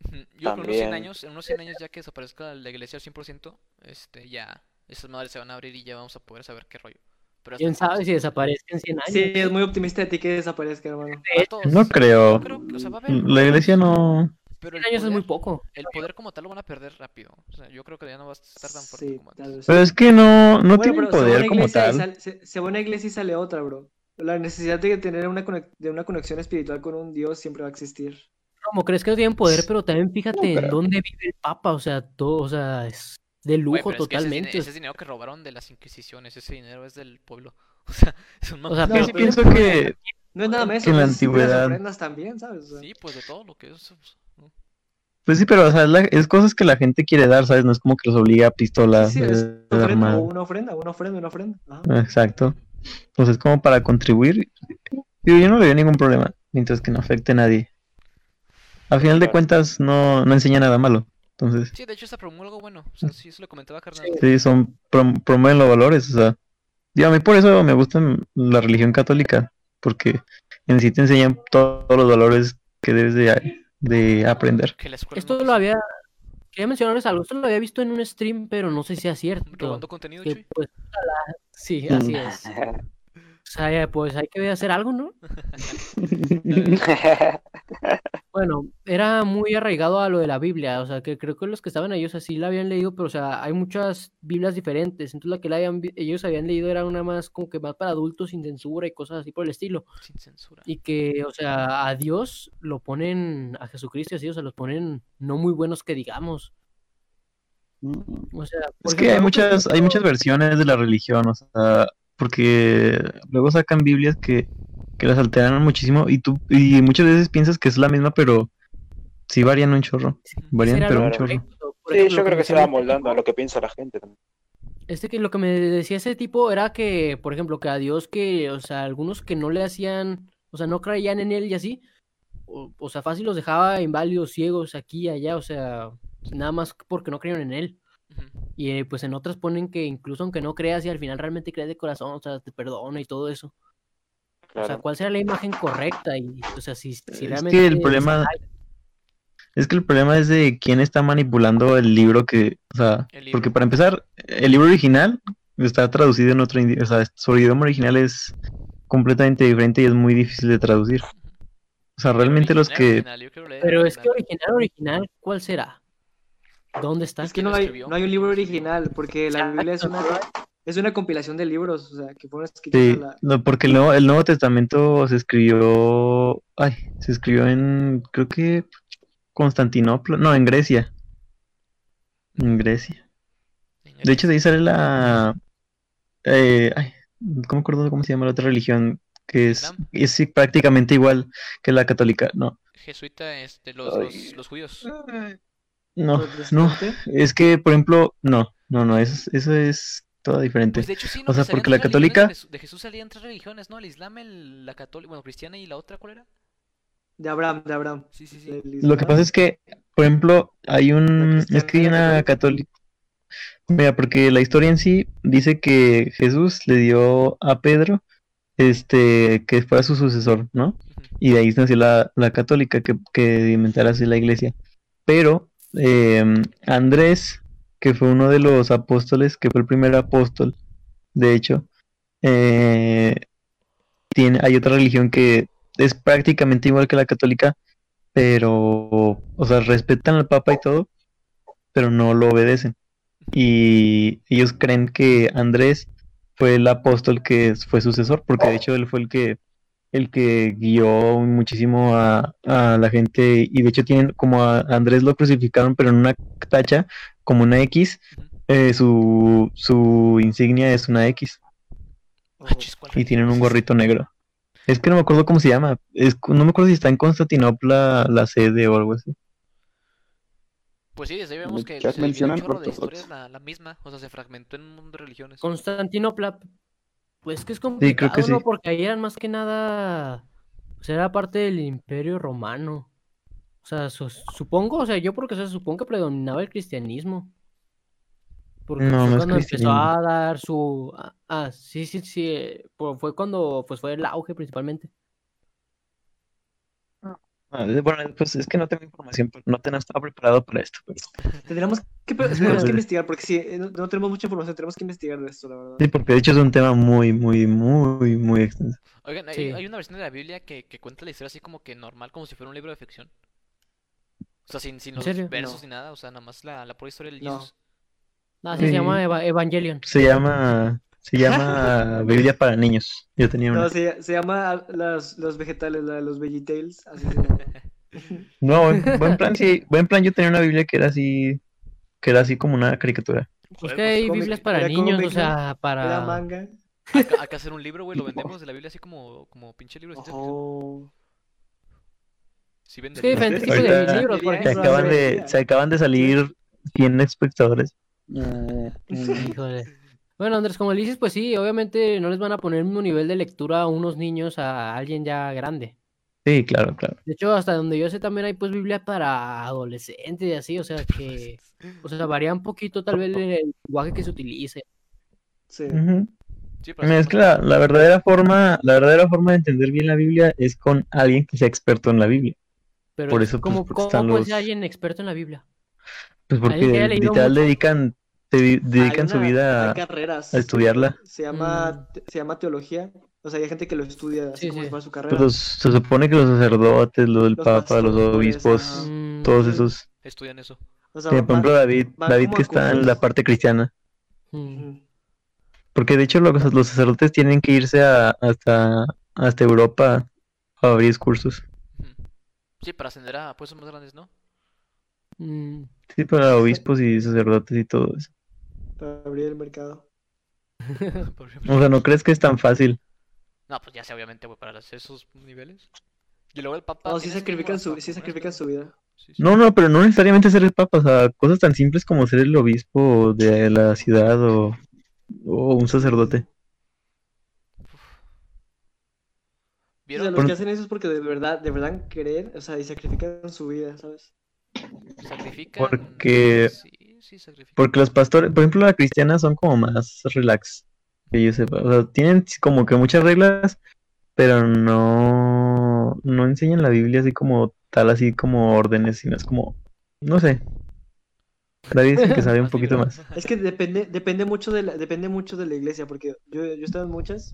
[SPEAKER 7] Ujú, Yo creo que en unos 100
[SPEAKER 4] También.
[SPEAKER 7] años, en unos 100 años ya que desaparezca la iglesia al 100%, este, ya esas madres se van a abrir y ya vamos a poder saber qué rollo. Pero hasta
[SPEAKER 3] ¿Quién sabe
[SPEAKER 7] entonces,
[SPEAKER 3] si desaparecen 100 años?
[SPEAKER 2] Sí, es muy optimista de ti que desaparezca, hermano.
[SPEAKER 7] vatos,
[SPEAKER 8] No creo.
[SPEAKER 7] Pues, yo creo que, o sea, va a haber
[SPEAKER 8] La iglesia no.
[SPEAKER 7] Pero
[SPEAKER 3] 100
[SPEAKER 7] el
[SPEAKER 3] años es muy
[SPEAKER 7] poder-
[SPEAKER 3] poco.
[SPEAKER 7] el poder como tal lo van a perder rápido. O sea, yo creo que ya no va a estar tan fuerte
[SPEAKER 2] Sí,
[SPEAKER 7] como
[SPEAKER 2] tal
[SPEAKER 7] antes.
[SPEAKER 2] vez.
[SPEAKER 8] Pero es que no, no
[SPEAKER 2] Bueno,
[SPEAKER 8] tienen
[SPEAKER 2] pero se va
[SPEAKER 8] poder
[SPEAKER 2] una
[SPEAKER 8] como
[SPEAKER 2] iglesia y
[SPEAKER 8] tal.
[SPEAKER 2] sale- se, se va una iglesia y sale otra, bro. La necesidad de tener una, conex- de una conexión espiritual con un Dios siempre va a existir.
[SPEAKER 3] Como crees que no tienen poder, pero también fíjate en dónde vive el Papa, o sea, todo, o sea, es de
[SPEAKER 7] Güey,
[SPEAKER 3] lujo
[SPEAKER 7] pero es que ese es dine-
[SPEAKER 3] totalmente. o
[SPEAKER 7] Ese, es dinero que robaron de las inquisiciones, ese dinero es del pueblo. O sea, es un
[SPEAKER 3] O sea,
[SPEAKER 2] No,
[SPEAKER 7] montón.
[SPEAKER 8] Yo sí
[SPEAKER 2] pero-
[SPEAKER 8] pienso que.
[SPEAKER 2] No es nada más eso,
[SPEAKER 8] Que en la
[SPEAKER 2] es siempre las
[SPEAKER 8] antigüedad.
[SPEAKER 2] ofrendas también, ¿sabes? O sea,
[SPEAKER 7] Sí, pues de todo lo que es. pues, ¿no?
[SPEAKER 8] Pues sí, pero o sea, es, la- es cosas que la gente quiere dar, ¿sabes? No es como que los obliga a pistola.
[SPEAKER 2] sí, es
[SPEAKER 8] eh,
[SPEAKER 2] una ofrenda,
[SPEAKER 8] arma.
[SPEAKER 2] o una ofrenda, una ofrenda, una ofrenda. Ajá.
[SPEAKER 8] Exacto. Pues es como para contribuir. Digo, yo no le veo ningún problema, mientras que no afecte a nadie. Al final de
[SPEAKER 4] Claro.
[SPEAKER 8] cuentas, no, no enseña nada malo. Entonces,
[SPEAKER 7] Sí, de hecho, se promulga algo bueno. O sea, sí, eso lo comentaba Carnal.
[SPEAKER 8] sí, son prom- promueven los valores, o sea. Digo, a mí por eso me gusta la religión católica, porque en sí te enseñan to- todos los valores que debes de, de aprender.
[SPEAKER 7] Que la escuela
[SPEAKER 3] pues, Esto
[SPEAKER 7] nunca
[SPEAKER 3] lo
[SPEAKER 7] se-
[SPEAKER 3] había. Quería mencionarles algo. Esto lo había visto en un stream, pero no sé si sea cierto. pues,
[SPEAKER 7] Robando contenido,
[SPEAKER 3] Que,
[SPEAKER 7] Chuy.
[SPEAKER 3] pues, ojalá- Sí, así es. O sea, ya, pues hay que hacer algo, ¿no? Bueno, era muy arraigado a lo de la Biblia, o sea, que creo que los que estaban ahí, o sea, sí la habían leído, pero, o sea, hay muchas Biblias diferentes, entonces la que la habían vi- ellos habían leído era una más como que más para adultos, sin censura y cosas así por el estilo,
[SPEAKER 1] Sin censura.
[SPEAKER 3] y que, o sea, a Dios lo ponen, a Jesucristo, así, o sea, los ponen no muy buenos que digamos, o sea... por
[SPEAKER 8] Es que hay
[SPEAKER 3] ejemplo,
[SPEAKER 8] muchas, hay muchas versiones de la religión, o sea, porque luego sacan Biblias que, que las alteran muchísimo y tú y muchas veces piensas que es la misma, pero sí varían un chorro. Varían,
[SPEAKER 3] será
[SPEAKER 8] pero
[SPEAKER 3] lo
[SPEAKER 8] un chorro.
[SPEAKER 3] correcto, por
[SPEAKER 4] Sí,
[SPEAKER 3] ejemplo,
[SPEAKER 4] yo
[SPEAKER 3] lo
[SPEAKER 4] creo que se
[SPEAKER 3] menciona
[SPEAKER 4] va
[SPEAKER 3] este
[SPEAKER 4] moldando
[SPEAKER 3] tipo.
[SPEAKER 4] a lo que piensa la gente también.
[SPEAKER 3] Este que lo que me decía ese tipo era que, por ejemplo, que a Dios que, o sea, algunos que no le hacían, o sea, no creían en él y así, o, o sea, fácil los dejaba inválidos, ciegos, aquí y allá, o sea, nada más porque no creían en él.
[SPEAKER 1] Ujú.
[SPEAKER 3] Y eh, pues en otras ponen que incluso aunque no creas y al final realmente crees de corazón, o sea, te perdona y todo eso. O sea,
[SPEAKER 4] Claro.
[SPEAKER 3] ¿cuál será la imagen correcta? Y, o sea, si, si
[SPEAKER 8] Es que el
[SPEAKER 3] realmente... es
[SPEAKER 8] problema-
[SPEAKER 3] Satán,
[SPEAKER 8] Es que el problema es de quién está manipulando el libro que, o sea,
[SPEAKER 1] El libro.
[SPEAKER 8] porque para empezar, el libro original está traducido en otro idioma, o sea, su idioma original es completamente diferente y es muy difícil de traducir. O sea, realmente los
[SPEAKER 1] Original,
[SPEAKER 8] que
[SPEAKER 1] original, yo quiero leer
[SPEAKER 3] Pero es que
[SPEAKER 1] original.
[SPEAKER 3] original, original, ¿cuál será? ¿Dónde está?
[SPEAKER 2] Es que
[SPEAKER 1] ¿Quién lo
[SPEAKER 2] no hay,
[SPEAKER 1] escribió?
[SPEAKER 2] no hay un libro original, porque la Biblia es una, es una compilación de libros, o sea, que fueron escritos
[SPEAKER 8] Sí,
[SPEAKER 2] a la...
[SPEAKER 8] no, porque el nuevo, el Nuevo Testamento se escribió, ay, se escribió en, creo que Constantinopla, no, en Grecia. En Grecia. De hecho, de ahí sale la, eh, ay, no me acuerdo cómo se llama la otra religión, que es,
[SPEAKER 1] ¿Islam?
[SPEAKER 8] es sí, prácticamente igual que la católica. No,
[SPEAKER 1] jesuita este, los,
[SPEAKER 8] Ay.
[SPEAKER 1] los, los judíos.
[SPEAKER 8] no, no.
[SPEAKER 2] protestante.
[SPEAKER 8] Es que, por ejemplo, no, no, no, eso, es- eso es todo diferente.
[SPEAKER 1] Pues de hecho sí,
[SPEAKER 8] O
[SPEAKER 1] ¿no? Que
[SPEAKER 8] sea,
[SPEAKER 1] salían
[SPEAKER 8] porque la
[SPEAKER 1] tres religiones,
[SPEAKER 8] católica-
[SPEAKER 1] De Jesús, de Jesús salían tres religiones, ¿no? El Islam, el, la católica, bueno, cristiana y la otra, ¿cuál era?
[SPEAKER 2] De Abraham, de Abraham.
[SPEAKER 1] Sí, sí, sí.
[SPEAKER 2] del
[SPEAKER 8] Lo que
[SPEAKER 2] Islam.
[SPEAKER 8] pasa es que, por ejemplo, hay un...
[SPEAKER 2] cristiana
[SPEAKER 8] Es que hay
[SPEAKER 2] era
[SPEAKER 8] una católica. Mira, porque la historia en sí dice que Jesús le dio a Pedro este que fuera su sucesor, ¿no?
[SPEAKER 1] Ujú.
[SPEAKER 8] Y de ahí nació la, la católica que, que inventara así la iglesia. Pero eh, Andrés, que fue uno de los apóstoles, que fue el primer apóstol, de hecho, eh, tiene, hay otra religión que es prácticamente igual que la católica, pero, o sea, respetan al Papa y todo, pero no lo obedecen. Y ellos creen que Andrés fue el apóstol que fue sucesor, porque de hecho él fue el que, el que guió muchísimo a, a la gente, y de hecho tienen, como a Andrés lo crucificaron, pero en una tacha, como una X, eh, su, su insignia es una X.
[SPEAKER 1] Ah, chis, ¿cuál
[SPEAKER 8] Oh, Y tienen un
[SPEAKER 1] religión?
[SPEAKER 8] gorrito negro. Es que no me acuerdo cómo se llama. Es, no me acuerdo si está en Constantinopla la sede o algo así.
[SPEAKER 1] Pues sí, desde ahí vemos
[SPEAKER 6] el
[SPEAKER 1] que
[SPEAKER 6] chat
[SPEAKER 1] se divide un
[SPEAKER 6] mencionan
[SPEAKER 1] chorro de historias
[SPEAKER 6] ortodoxos.
[SPEAKER 1] la, la misma, o sea, se fragmentó en un mundo de religiones.
[SPEAKER 3] Constantinopla, pues que es
[SPEAKER 8] que
[SPEAKER 3] complicado, ¿no?
[SPEAKER 8] sí.
[SPEAKER 3] Porque ahí eran más que nada, o sea, era parte del Imperio Romano. O sea, su- supongo, o sea, yo porque se supone que predominaba el cristianismo. Porque
[SPEAKER 8] No,
[SPEAKER 3] fue
[SPEAKER 8] no es
[SPEAKER 3] cuando empezó
[SPEAKER 8] cristianismo.
[SPEAKER 3] a dar su... ah, Ah, sí, sí, sí, eh, por- fue cuando, pues fue el auge principalmente.
[SPEAKER 8] Ah, Bueno, pues es que no tengo información, no te- no estaba preparado para esto. pero-
[SPEAKER 2] Tendríamos que, tendríamos que
[SPEAKER 8] sé.
[SPEAKER 2] investigar, porque sí, eh, no, no tenemos mucha información, tenemos que investigar de esto, la verdad.
[SPEAKER 8] Sí, porque de hecho es un tema muy, muy, muy, muy extenso.
[SPEAKER 1] Oigan, hay,
[SPEAKER 3] Sí.
[SPEAKER 1] hay una versión de la Biblia que, que cuenta la historia así como que normal, como si fuera un libro de ficción. O sea, sin, sin
[SPEAKER 3] ¿En
[SPEAKER 1] los
[SPEAKER 3] serio?
[SPEAKER 1] versos
[SPEAKER 2] No.
[SPEAKER 1] ni nada, o sea, nada más la, la pura historia del
[SPEAKER 2] No.
[SPEAKER 1] Jesús.
[SPEAKER 3] Ah, sí, se
[SPEAKER 8] Sí.
[SPEAKER 3] llama Eva- Evangelion.
[SPEAKER 8] Se llama, se llama Biblia para niños. Yo tenía
[SPEAKER 2] No,
[SPEAKER 8] una.
[SPEAKER 2] se, se llama ah, las, los vegetales, la de los vegetables, así se llama.
[SPEAKER 8] No, buen, buen plan, sí, buen plan. Yo tenía una Biblia que era así, que era así como una caricatura.
[SPEAKER 3] Es Pues, que hay
[SPEAKER 2] cómic,
[SPEAKER 3] Biblias para
[SPEAKER 2] era
[SPEAKER 3] niños,
[SPEAKER 2] cómic,
[SPEAKER 3] o
[SPEAKER 2] ¿no?
[SPEAKER 3] sea,
[SPEAKER 2] Era
[SPEAKER 3] para...
[SPEAKER 2] manga.
[SPEAKER 1] Acá, acá hacer un libro, güey, lo vendemos de la Biblia así como, como pinche libro de ciencia ficción.
[SPEAKER 2] Oh.
[SPEAKER 1] Sí venden
[SPEAKER 3] Es que hay diferentes tipos de
[SPEAKER 8] Ahorita
[SPEAKER 3] libros, por
[SPEAKER 2] se
[SPEAKER 8] Se
[SPEAKER 3] ejemplo.
[SPEAKER 8] acaban de, se acaban de salir 100 espectadores.
[SPEAKER 3] Híjole. Bueno, Andrés, como le dices, pues sí, obviamente no les van a poner el mismo nivel de lectura a unos niños a alguien ya grande.
[SPEAKER 8] Sí, claro, claro.
[SPEAKER 3] De hecho, hasta donde yo sé también hay pues Biblia para adolescentes y así, o sea que, o sea, varía un poquito tal vez el lenguaje que se utilice.
[SPEAKER 2] Sí.
[SPEAKER 8] Ujú.
[SPEAKER 1] Sí, pero
[SPEAKER 8] Mira,
[SPEAKER 1] así
[SPEAKER 8] es que
[SPEAKER 1] como-
[SPEAKER 8] la, la verdadera forma, la verdadera forma de entender bien la Biblia es con alguien que sea experto en la Biblia.
[SPEAKER 3] Pero
[SPEAKER 8] Por
[SPEAKER 3] es
[SPEAKER 8] eso, pues,
[SPEAKER 3] como,
[SPEAKER 8] porque
[SPEAKER 3] ¿cómo
[SPEAKER 8] están
[SPEAKER 3] puede
[SPEAKER 8] los-
[SPEAKER 3] ser alguien experto en la Biblia?
[SPEAKER 8] Pues porque
[SPEAKER 3] Alguien que haya leído
[SPEAKER 8] literal
[SPEAKER 3] mucho.
[SPEAKER 8] dedican, se di-
[SPEAKER 2] Hay
[SPEAKER 8] dedican su
[SPEAKER 2] una-
[SPEAKER 8] vida
[SPEAKER 2] hay carreras.
[SPEAKER 8] a estudiarla.
[SPEAKER 2] Se llama, se llama teología O sea, hay gente que lo estudia así
[SPEAKER 3] Sí,
[SPEAKER 2] como
[SPEAKER 3] sí.
[SPEAKER 2] si fuera su carrera.
[SPEAKER 8] Pero se supone que Pues los sacerdotes, los del
[SPEAKER 2] Los
[SPEAKER 8] Papa, los
[SPEAKER 2] pastores, ah,
[SPEAKER 8] obispos,
[SPEAKER 2] ajá.
[SPEAKER 3] Mm,
[SPEAKER 8] todos esos.
[SPEAKER 1] Estudian eso.
[SPEAKER 2] O sea,
[SPEAKER 8] Eh, por
[SPEAKER 2] van-
[SPEAKER 8] ejemplo, David,
[SPEAKER 2] van
[SPEAKER 8] David
[SPEAKER 2] como
[SPEAKER 8] que está en la
[SPEAKER 2] acomodados.
[SPEAKER 8] parte cristiana.
[SPEAKER 3] mm.
[SPEAKER 2] Ujú.
[SPEAKER 8] Porque de hecho los, los sacerdotes tienen que irse a- hasta, hasta Europa a abrir cursos.
[SPEAKER 1] Ujú. Sí, para ascender a puestos más grandes, ¿no?
[SPEAKER 3] Mm.
[SPEAKER 8] Sí, para obispos y sacerdotes y todo eso.
[SPEAKER 2] Para abrir el mercado.
[SPEAKER 1] Por
[SPEAKER 8] O
[SPEAKER 1] ejemplo.
[SPEAKER 8] sea, ¿no crees que es tan fácil?
[SPEAKER 1] No, pues ya sé, obviamente, güey, para hacer esos niveles. Y luego el papá.
[SPEAKER 3] Ah,
[SPEAKER 2] No, Oh, sí
[SPEAKER 1] tiene así
[SPEAKER 2] sacrifican,
[SPEAKER 1] como
[SPEAKER 2] su,
[SPEAKER 1] las
[SPEAKER 2] sí sacrifican
[SPEAKER 1] vacunas,
[SPEAKER 2] su vida.
[SPEAKER 1] pero- sí, sí.
[SPEAKER 8] No, no, pero no necesariamente ser el papa, o sea, cosas tan simples como ser el obispo de la ciudad o, o un sacerdote.
[SPEAKER 2] O sea,
[SPEAKER 1] ¿Vieron?
[SPEAKER 2] los que hacen eso es porque de verdad, de verdad creen, o sea, y sacrifican su vida, ¿sabes?
[SPEAKER 1] Sacrifican.
[SPEAKER 8] Porque-
[SPEAKER 1] Sí, sí, sacrifican.
[SPEAKER 8] Porque los pastores, por ejemplo, las cristianas son como más relax, que yo sepa. O sea, tienen como que muchas reglas, pero no, no enseñan la Biblia así como tal, así como órdenes, sino es como, no sé. David es el que sabe un poquito
[SPEAKER 1] libre.
[SPEAKER 8] más.
[SPEAKER 2] Es que depende, depende mucho de la, depende mucho de la iglesia, porque yo, yo he estado en muchas.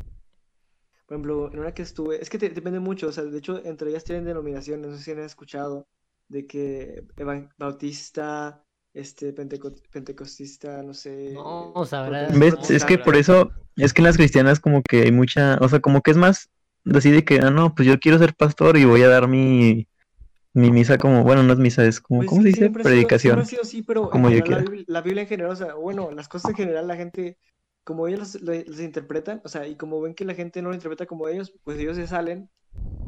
[SPEAKER 2] Por ejemplo, en una que estuve, es que te- depende mucho, o sea, de hecho, entre ellas tienen denominaciones, no sé si han escuchado, de que evan- bautista, este, penteco- pentecostista, no sé.
[SPEAKER 3] No,
[SPEAKER 2] eh,
[SPEAKER 3] sabrás.
[SPEAKER 2] protestante.
[SPEAKER 8] ¿Ves? Es que por eso, es que en las cristianas como que hay mucha, o sea, como que es más, decide que, ah, no, pues yo quiero ser pastor y voy a dar mi, mi misa como, bueno, no es misa, es como,
[SPEAKER 2] Pues
[SPEAKER 8] ¿cómo
[SPEAKER 2] es
[SPEAKER 8] se
[SPEAKER 2] que
[SPEAKER 8] dice?
[SPEAKER 2] siempre ha sido-
[SPEAKER 8] Predicación.
[SPEAKER 2] siempre ha sido así, pero en
[SPEAKER 8] como yo
[SPEAKER 2] general la, Biblia, la Biblia en general, o sea, bueno, las cosas en general, la gente, como ellos las, las- las interpretan, o sea, y como ven que la gente no lo interpreta como ellos, pues ellos se salen,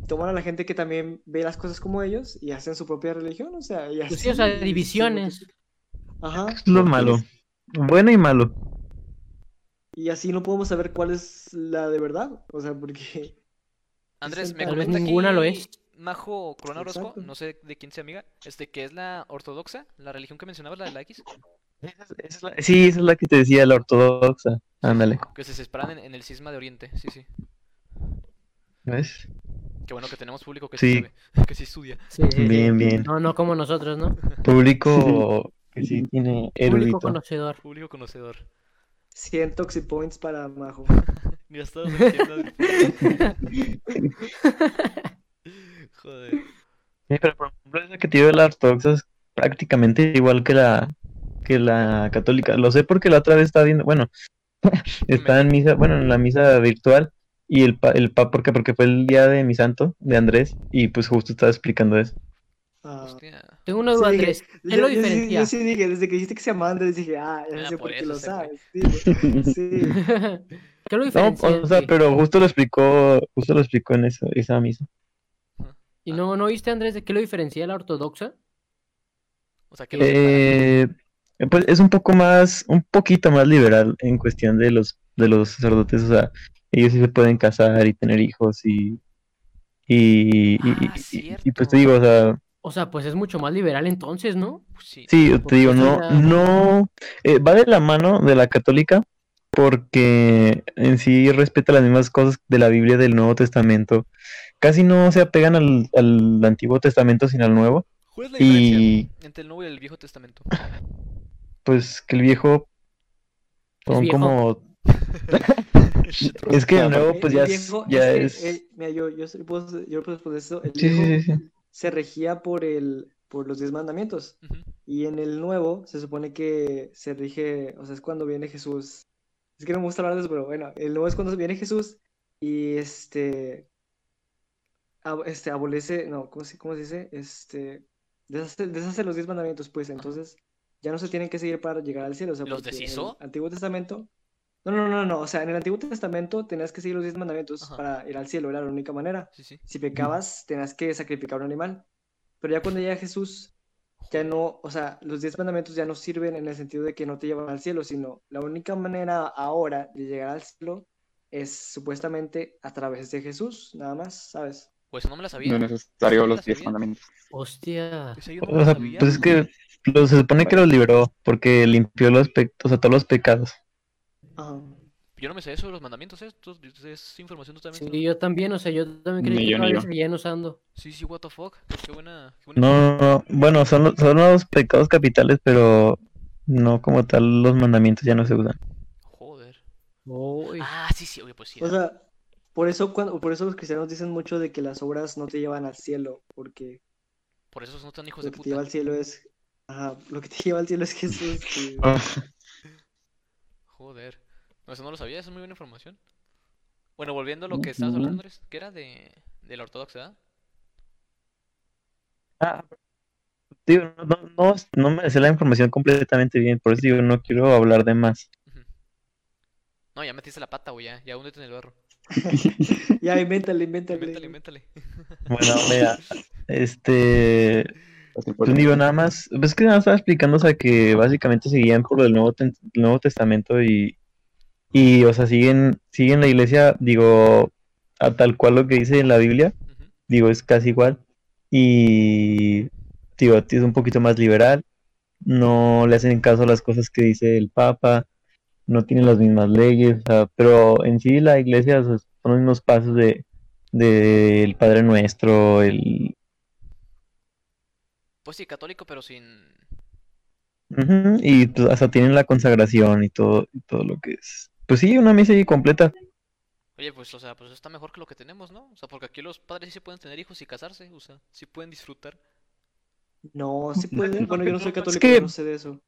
[SPEAKER 2] toman a la gente que también ve las cosas como ellos y hacen su propia religión, o sea, y
[SPEAKER 3] Pues
[SPEAKER 2] así.
[SPEAKER 3] sí, o sea, divisiones.
[SPEAKER 2] Ajá,
[SPEAKER 8] Es lo malo, bueno y malo.
[SPEAKER 2] y así no podemos saber cuál es la de verdad, o sea, porque.
[SPEAKER 1] Andrés, me
[SPEAKER 2] Tal vez
[SPEAKER 1] comenta
[SPEAKER 3] ninguna lo
[SPEAKER 1] aquí
[SPEAKER 3] es.
[SPEAKER 1] Majo Corona Orozco,
[SPEAKER 2] Exacto.
[SPEAKER 1] no sé de quién sea amiga, este que es la ortodoxa, la religión que mencionabas, la de la X,
[SPEAKER 8] Esa es- esa es la- sí, esa es la que te decía, la ortodoxa. Ándale.
[SPEAKER 1] que se separan en, en el cisma de Oriente, sí, sí.
[SPEAKER 8] ¿Ves?
[SPEAKER 1] Qué bueno que tenemos público que
[SPEAKER 8] Sí.
[SPEAKER 1] sí. sabe, que sí estudia.
[SPEAKER 3] Sí, sí, sí.
[SPEAKER 8] Bien, bien.
[SPEAKER 3] No, no como nosotros, ¿no?
[SPEAKER 8] Público que sí
[SPEAKER 3] Público
[SPEAKER 8] tiene erudito.
[SPEAKER 3] conocedor.
[SPEAKER 1] Público conocedor.
[SPEAKER 2] 100 toxic points para Majo.
[SPEAKER 1] Ni hasta los entiendo. Joder.
[SPEAKER 8] Sí, pero por ejemplo, esa que te digo de la ortodoxa es prácticamente igual que la que la católica. Lo sé porque la otra vez estaba viendo, bueno, estaba en misa, bueno, en la misa virtual y el pa, el pa, porque porque fue el día de mi santo, de Andrés, y pues justo estaba explicando eso.
[SPEAKER 2] Ah.
[SPEAKER 1] Hostia.
[SPEAKER 3] Tengo una duda,
[SPEAKER 2] Sí, dije,
[SPEAKER 3] Andrés.
[SPEAKER 2] Yo,
[SPEAKER 3] Pues Él lo
[SPEAKER 2] yo sí-
[SPEAKER 3] diferencia.
[SPEAKER 2] yo sí dije, desde que dijiste que se llama Andrés, dije, ah, ya
[SPEAKER 1] Ah,
[SPEAKER 2] sé
[SPEAKER 1] por
[SPEAKER 2] por qué
[SPEAKER 1] eso
[SPEAKER 2] lo
[SPEAKER 1] se fue.
[SPEAKER 2] sabes. Sí, sí.
[SPEAKER 3] ¿Qué lo
[SPEAKER 8] No, pues,
[SPEAKER 3] diferencia?
[SPEAKER 8] o sea,
[SPEAKER 3] güey?
[SPEAKER 8] pero justo lo explicó, justo lo explicó en eso, esa misa.
[SPEAKER 7] Ah.
[SPEAKER 3] ¿Y no, no viste, Andrés, de qué lo diferencia la ortodoxa?
[SPEAKER 1] O sea, que lo separa.
[SPEAKER 8] Eh, pues es un poco más, un poquito más liberal en cuestión de los, de los sacerdotes, o sea, ellos sí se pueden casar y tener hijos y, y, y-
[SPEAKER 1] Ah,
[SPEAKER 8] y- y-
[SPEAKER 1] cierto.
[SPEAKER 8] y, pues te digo, o sea,
[SPEAKER 3] O sea, pues es mucho más liberal entonces, ¿no?
[SPEAKER 1] Pues sí.
[SPEAKER 8] sí, te
[SPEAKER 3] Porque
[SPEAKER 8] digo,
[SPEAKER 3] esa
[SPEAKER 8] no,
[SPEAKER 3] era-
[SPEAKER 8] no, eh, va de la mano de la católica porque en sí respeta las mismas cosas de la Biblia del Nuevo Testamento, casi no se apegan al, al Antiguo Testamento sino al Nuevo
[SPEAKER 1] ¿Cuál es la diferencia
[SPEAKER 8] y
[SPEAKER 1] entre el Nuevo y el Viejo Testamento?
[SPEAKER 8] pues que el viejo son
[SPEAKER 3] viejo.
[SPEAKER 8] como... Es que de
[SPEAKER 4] Claro.
[SPEAKER 8] nuevo,
[SPEAKER 2] El-
[SPEAKER 8] pues
[SPEAKER 2] el
[SPEAKER 8] ya es.
[SPEAKER 2] viejo-
[SPEAKER 8] Ya
[SPEAKER 2] que
[SPEAKER 8] es...
[SPEAKER 2] el- mira, yo, yo, soy- puedo, yo puedo responder esto. El
[SPEAKER 8] Sí,
[SPEAKER 2] viejo
[SPEAKER 8] sí, sí, sí.
[SPEAKER 2] se regía por, el, por los diez mandamientos.
[SPEAKER 1] Ujú.
[SPEAKER 2] Y en el nuevo se supone que se rige, o sea, es cuando viene Jesús. Es que no me gusta hablar de eso, pero bueno, el nuevo es cuando viene Jesús y este, ab- este abolece, no, ¿cómo se, cómo se dice? Este, deshace, deshace los diez mandamientos, pues entonces ya no se tienen que seguir para llegar al cielo. O sea,
[SPEAKER 1] ¿Los
[SPEAKER 2] porque en el
[SPEAKER 1] deshizo?
[SPEAKER 2] Antiguo Testamento. No, no, no, no, o sea, en el Antiguo Testamento tenías que seguir los diez mandamientos
[SPEAKER 1] Ajá.
[SPEAKER 2] para ir al cielo, era la única manera.
[SPEAKER 1] Sí, sí.
[SPEAKER 2] Si pecabas, tenías que sacrificar un animal. Pero ya cuando llega Jesús, ya no, o sea, los diez mandamientos ya no sirven en el sentido de que no te llevan al cielo, sino la única manera ahora de llegar al cielo es supuestamente a través de Jesús, nada más, ¿sabes?
[SPEAKER 1] Pues no me la sabía.
[SPEAKER 6] No es necesario
[SPEAKER 1] ¿Esa no
[SPEAKER 6] los
[SPEAKER 1] la
[SPEAKER 6] 10
[SPEAKER 1] sabía?
[SPEAKER 6] mandamientos.
[SPEAKER 3] Hostia.
[SPEAKER 1] Esa yo no me
[SPEAKER 8] O
[SPEAKER 1] la
[SPEAKER 8] sea,
[SPEAKER 1] sabía.
[SPEAKER 8] pues es que lo- se supone que los liberó porque limpió los pecados, o sea, todos los pecados.
[SPEAKER 7] Ah,
[SPEAKER 2] Ajá.
[SPEAKER 1] Yo no me sé eso de los mandamientos, ¿eh? Tú- Es información totalmente.
[SPEAKER 3] Sí, yo también, o sea, yo también creí
[SPEAKER 6] Ni
[SPEAKER 3] que
[SPEAKER 6] yo, ni
[SPEAKER 3] todavía
[SPEAKER 6] yo.
[SPEAKER 3] seguían usando.
[SPEAKER 1] Sí, sí, what the fuck. Qué buena. Qué buena
[SPEAKER 8] No, no, no. Bueno, son, lo- son los pecados capitales, pero no como tal los mandamientos ya no se usan.
[SPEAKER 1] Joder.
[SPEAKER 3] Uy.
[SPEAKER 1] Ah, sí, sí, oye, pues sí.
[SPEAKER 2] O
[SPEAKER 1] ah.
[SPEAKER 2] sea, Por eso, cuando, por eso los cristianos dicen mucho de que las obras no te llevan al cielo, porque
[SPEAKER 7] Por eso no tan hijos
[SPEAKER 2] lo
[SPEAKER 7] de
[SPEAKER 2] que te lleva
[SPEAKER 7] puta.
[SPEAKER 2] al cielo es. Ajá, lo que te lleva al cielo es Jesús. y-
[SPEAKER 6] Ah.
[SPEAKER 7] Joder. No, eso no lo sabía, eso es muy buena información. Bueno, volviendo a lo
[SPEAKER 8] pues,
[SPEAKER 7] que estabas hablando, Andrés, ¿qué era de, de la ortodoxidad?
[SPEAKER 8] Ah, digo, no, no- no, no me sé la información completamente bien, por eso digo, no quiero hablar de más.
[SPEAKER 7] Ujú. No, ya metiste la pata, güey, ya, ya húndete en el barro.
[SPEAKER 2] Ya, invéntale, invéntale.
[SPEAKER 7] Invéntale, invéntale.
[SPEAKER 8] Bueno, mira, este,
[SPEAKER 6] Así por-
[SPEAKER 8] pues digo, nada más, ves que nada más estaba explicando, o sea, que básicamente seguían por el Nuevo, Ten- el Nuevo Testamento y, y, o sea, siguen, siguen la iglesia, digo, a tal cual lo que dice en la Biblia,
[SPEAKER 7] Ujú.
[SPEAKER 8] digo, es casi igual. Y digo, es un poquito más liberal. No le hacen caso a las cosas que dice el Papa. No tienen las mismas leyes. o sea, pero en sí la iglesia o sea, son los mismos pasos de del Padre Nuestro, el
[SPEAKER 7] Pues sí, católico, pero sin.
[SPEAKER 8] Ujú, y pues, hasta tienen la consagración y todo, y todo lo que es. Pues sí, una misa ahí completa.
[SPEAKER 7] Oye, pues, o sea, pues está mejor que lo que tenemos, ¿no? O sea, porque aquí los padres sí se pueden tener hijos y casarse, o sea, sí pueden disfrutar.
[SPEAKER 2] No, sí puede. Bueno, yo no soy
[SPEAKER 7] Es
[SPEAKER 2] católico,
[SPEAKER 8] que-
[SPEAKER 2] no sé de eso.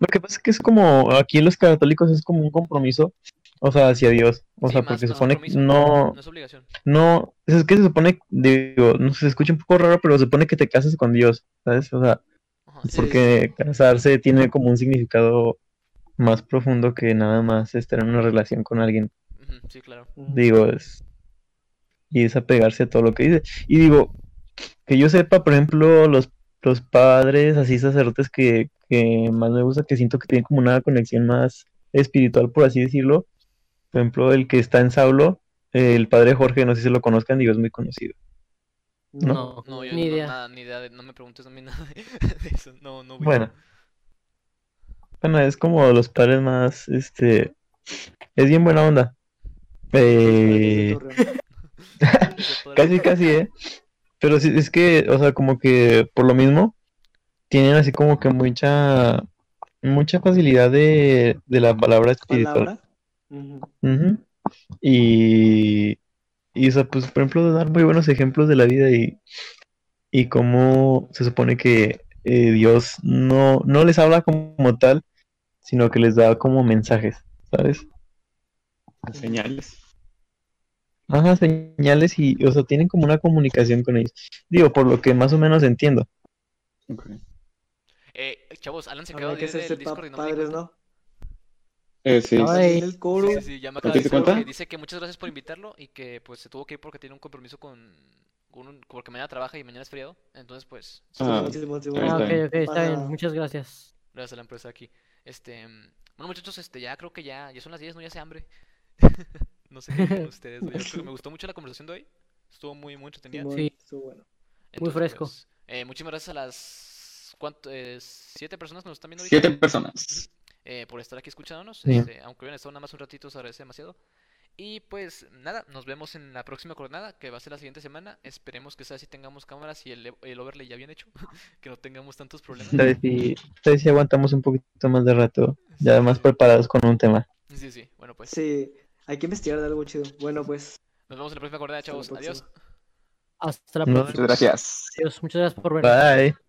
[SPEAKER 8] Lo que pasa es que es como, aquí en los católicos es como un compromiso, o sea, hacia Dios. O
[SPEAKER 7] Sí,
[SPEAKER 8] sea,
[SPEAKER 7] más-
[SPEAKER 8] porque se
[SPEAKER 7] más
[SPEAKER 8] supone que
[SPEAKER 7] compromiso,
[SPEAKER 8] no,
[SPEAKER 7] No es obligación.
[SPEAKER 8] No, es que se supone, digo, no sé, se escucha un poco raro, pero se supone que te casas con Dios, ¿sabes? O sea,
[SPEAKER 7] Ajá,
[SPEAKER 2] Sí.
[SPEAKER 8] porque casarse tiene como un significado más profundo que nada más estar en una relación con alguien.
[SPEAKER 7] ujú, sí, claro.
[SPEAKER 2] Ujú.
[SPEAKER 8] Digo, es. Y es apegarse a todo lo que dice. Y digo, que yo sepa, por ejemplo, los, los padres, así sacerdotes que, que más me gusta, que siento que tienen como una conexión más espiritual, por así decirlo. Por ejemplo, el que está en Saulo, eh, el padre Jorge, no sé si lo conozcan, digo, es muy conocido.
[SPEAKER 3] No,
[SPEAKER 7] No, yo
[SPEAKER 3] ni
[SPEAKER 7] no,
[SPEAKER 3] idea.
[SPEAKER 7] nada, ni idea de- no me preguntes a mí nada de, de eso. No, no, ubico.
[SPEAKER 8] Bueno. Bueno, es como de los padres más, este, es bien buena onda. Eh,
[SPEAKER 2] Los padres de Torreón.
[SPEAKER 7] Ese padre-
[SPEAKER 8] casi, casi, ¿eh? Pero sí, es que, o sea, como que por lo mismo, tienen así como que mucha, mucha facilidad de, de la palabra espiritual.
[SPEAKER 2] Palabra. Ujú.
[SPEAKER 8] Ujú. Y, y, o sea, pues, por ejemplo, dar muy buenos ejemplos de la vida y, y cómo se supone que eh, Dios no, no les habla como, como tal, sino que les da como mensajes, ¿sabes?
[SPEAKER 6] Señales.
[SPEAKER 8] Ajá, señales y, o sea, tienen como una comunicación con ellos. Digo, por lo que más o menos entiendo.
[SPEAKER 6] Ok.
[SPEAKER 7] Eh, chavos, Alan se acaba
[SPEAKER 2] Habrá
[SPEAKER 7] de
[SPEAKER 2] que
[SPEAKER 7] ir del
[SPEAKER 2] hacerse pa-
[SPEAKER 7] Discord y no me di
[SPEAKER 2] padres,
[SPEAKER 7] cuenta.
[SPEAKER 2] ¿no?
[SPEAKER 6] Eh, sí,
[SPEAKER 3] No,
[SPEAKER 6] sí.
[SPEAKER 3] Ay.
[SPEAKER 2] El coro.
[SPEAKER 7] Sí, sí, sí, ya me
[SPEAKER 6] ¿Te
[SPEAKER 7] acaba de
[SPEAKER 6] diste
[SPEAKER 7] decir
[SPEAKER 6] cuenta?
[SPEAKER 7] que dice que muchas gracias por invitarlo y que pues se tuvo que ir porque tiene un compromiso con un, porque mañana trabaja y mañana es feriado. Entonces, pues, se
[SPEAKER 6] Ah,
[SPEAKER 7] tuvo que ir.
[SPEAKER 2] Simón, Simón,
[SPEAKER 6] Ahí
[SPEAKER 3] Ah,
[SPEAKER 6] está
[SPEAKER 3] ok,
[SPEAKER 6] bien.
[SPEAKER 3] ok, está
[SPEAKER 2] Pasa-
[SPEAKER 3] bien. Muchas gracias.
[SPEAKER 7] gracias a la empresa aquí. Este, mm, bueno, muchachos, este ya creo que ya ya son las 10, no ya hace hambre. No sé qué opinan ustedes, güey. Yo creo que me gustó mucho la conversación de hoy. Estuvo muy muy entretenida.
[SPEAKER 2] Simón,
[SPEAKER 3] Sí.
[SPEAKER 2] estuvo bueno.
[SPEAKER 7] Entonces,
[SPEAKER 3] fresco.
[SPEAKER 7] pues, eh, muchísimas gracias a las ¿cuánto, eh, siete personas que nos están viendo ahorita.
[SPEAKER 6] Siete personas.
[SPEAKER 7] eh, por estar aquí escuchándonos.
[SPEAKER 8] Sí.
[SPEAKER 7] este, aunque hubieran estado nada más un ratito, se agradece demasiado. Y pues nada, nos vemos en la próxima jornada, que va a ser la siguiente semana. Esperemos que sea si tengamos cámaras y el, el overlay ya bien hecho, que no tengamos tantos problemas.
[SPEAKER 8] Tal vez si, tal vez si aguantamos un poquito más de rato, ya más
[SPEAKER 7] Sí,
[SPEAKER 8] preparados con un tema.
[SPEAKER 7] Sí, sí, bueno pues.
[SPEAKER 2] Sí, hay que investigar de algo chido. Bueno, pues.
[SPEAKER 7] Nos vemos en la próxima jornada,
[SPEAKER 2] Hasta la
[SPEAKER 7] chavos. Adiós.
[SPEAKER 2] próxima.
[SPEAKER 3] Hasta la
[SPEAKER 8] No,
[SPEAKER 3] próxima.
[SPEAKER 6] Muchas gracias.
[SPEAKER 3] Adiós. Muchas gracias por ver.
[SPEAKER 8] Bye.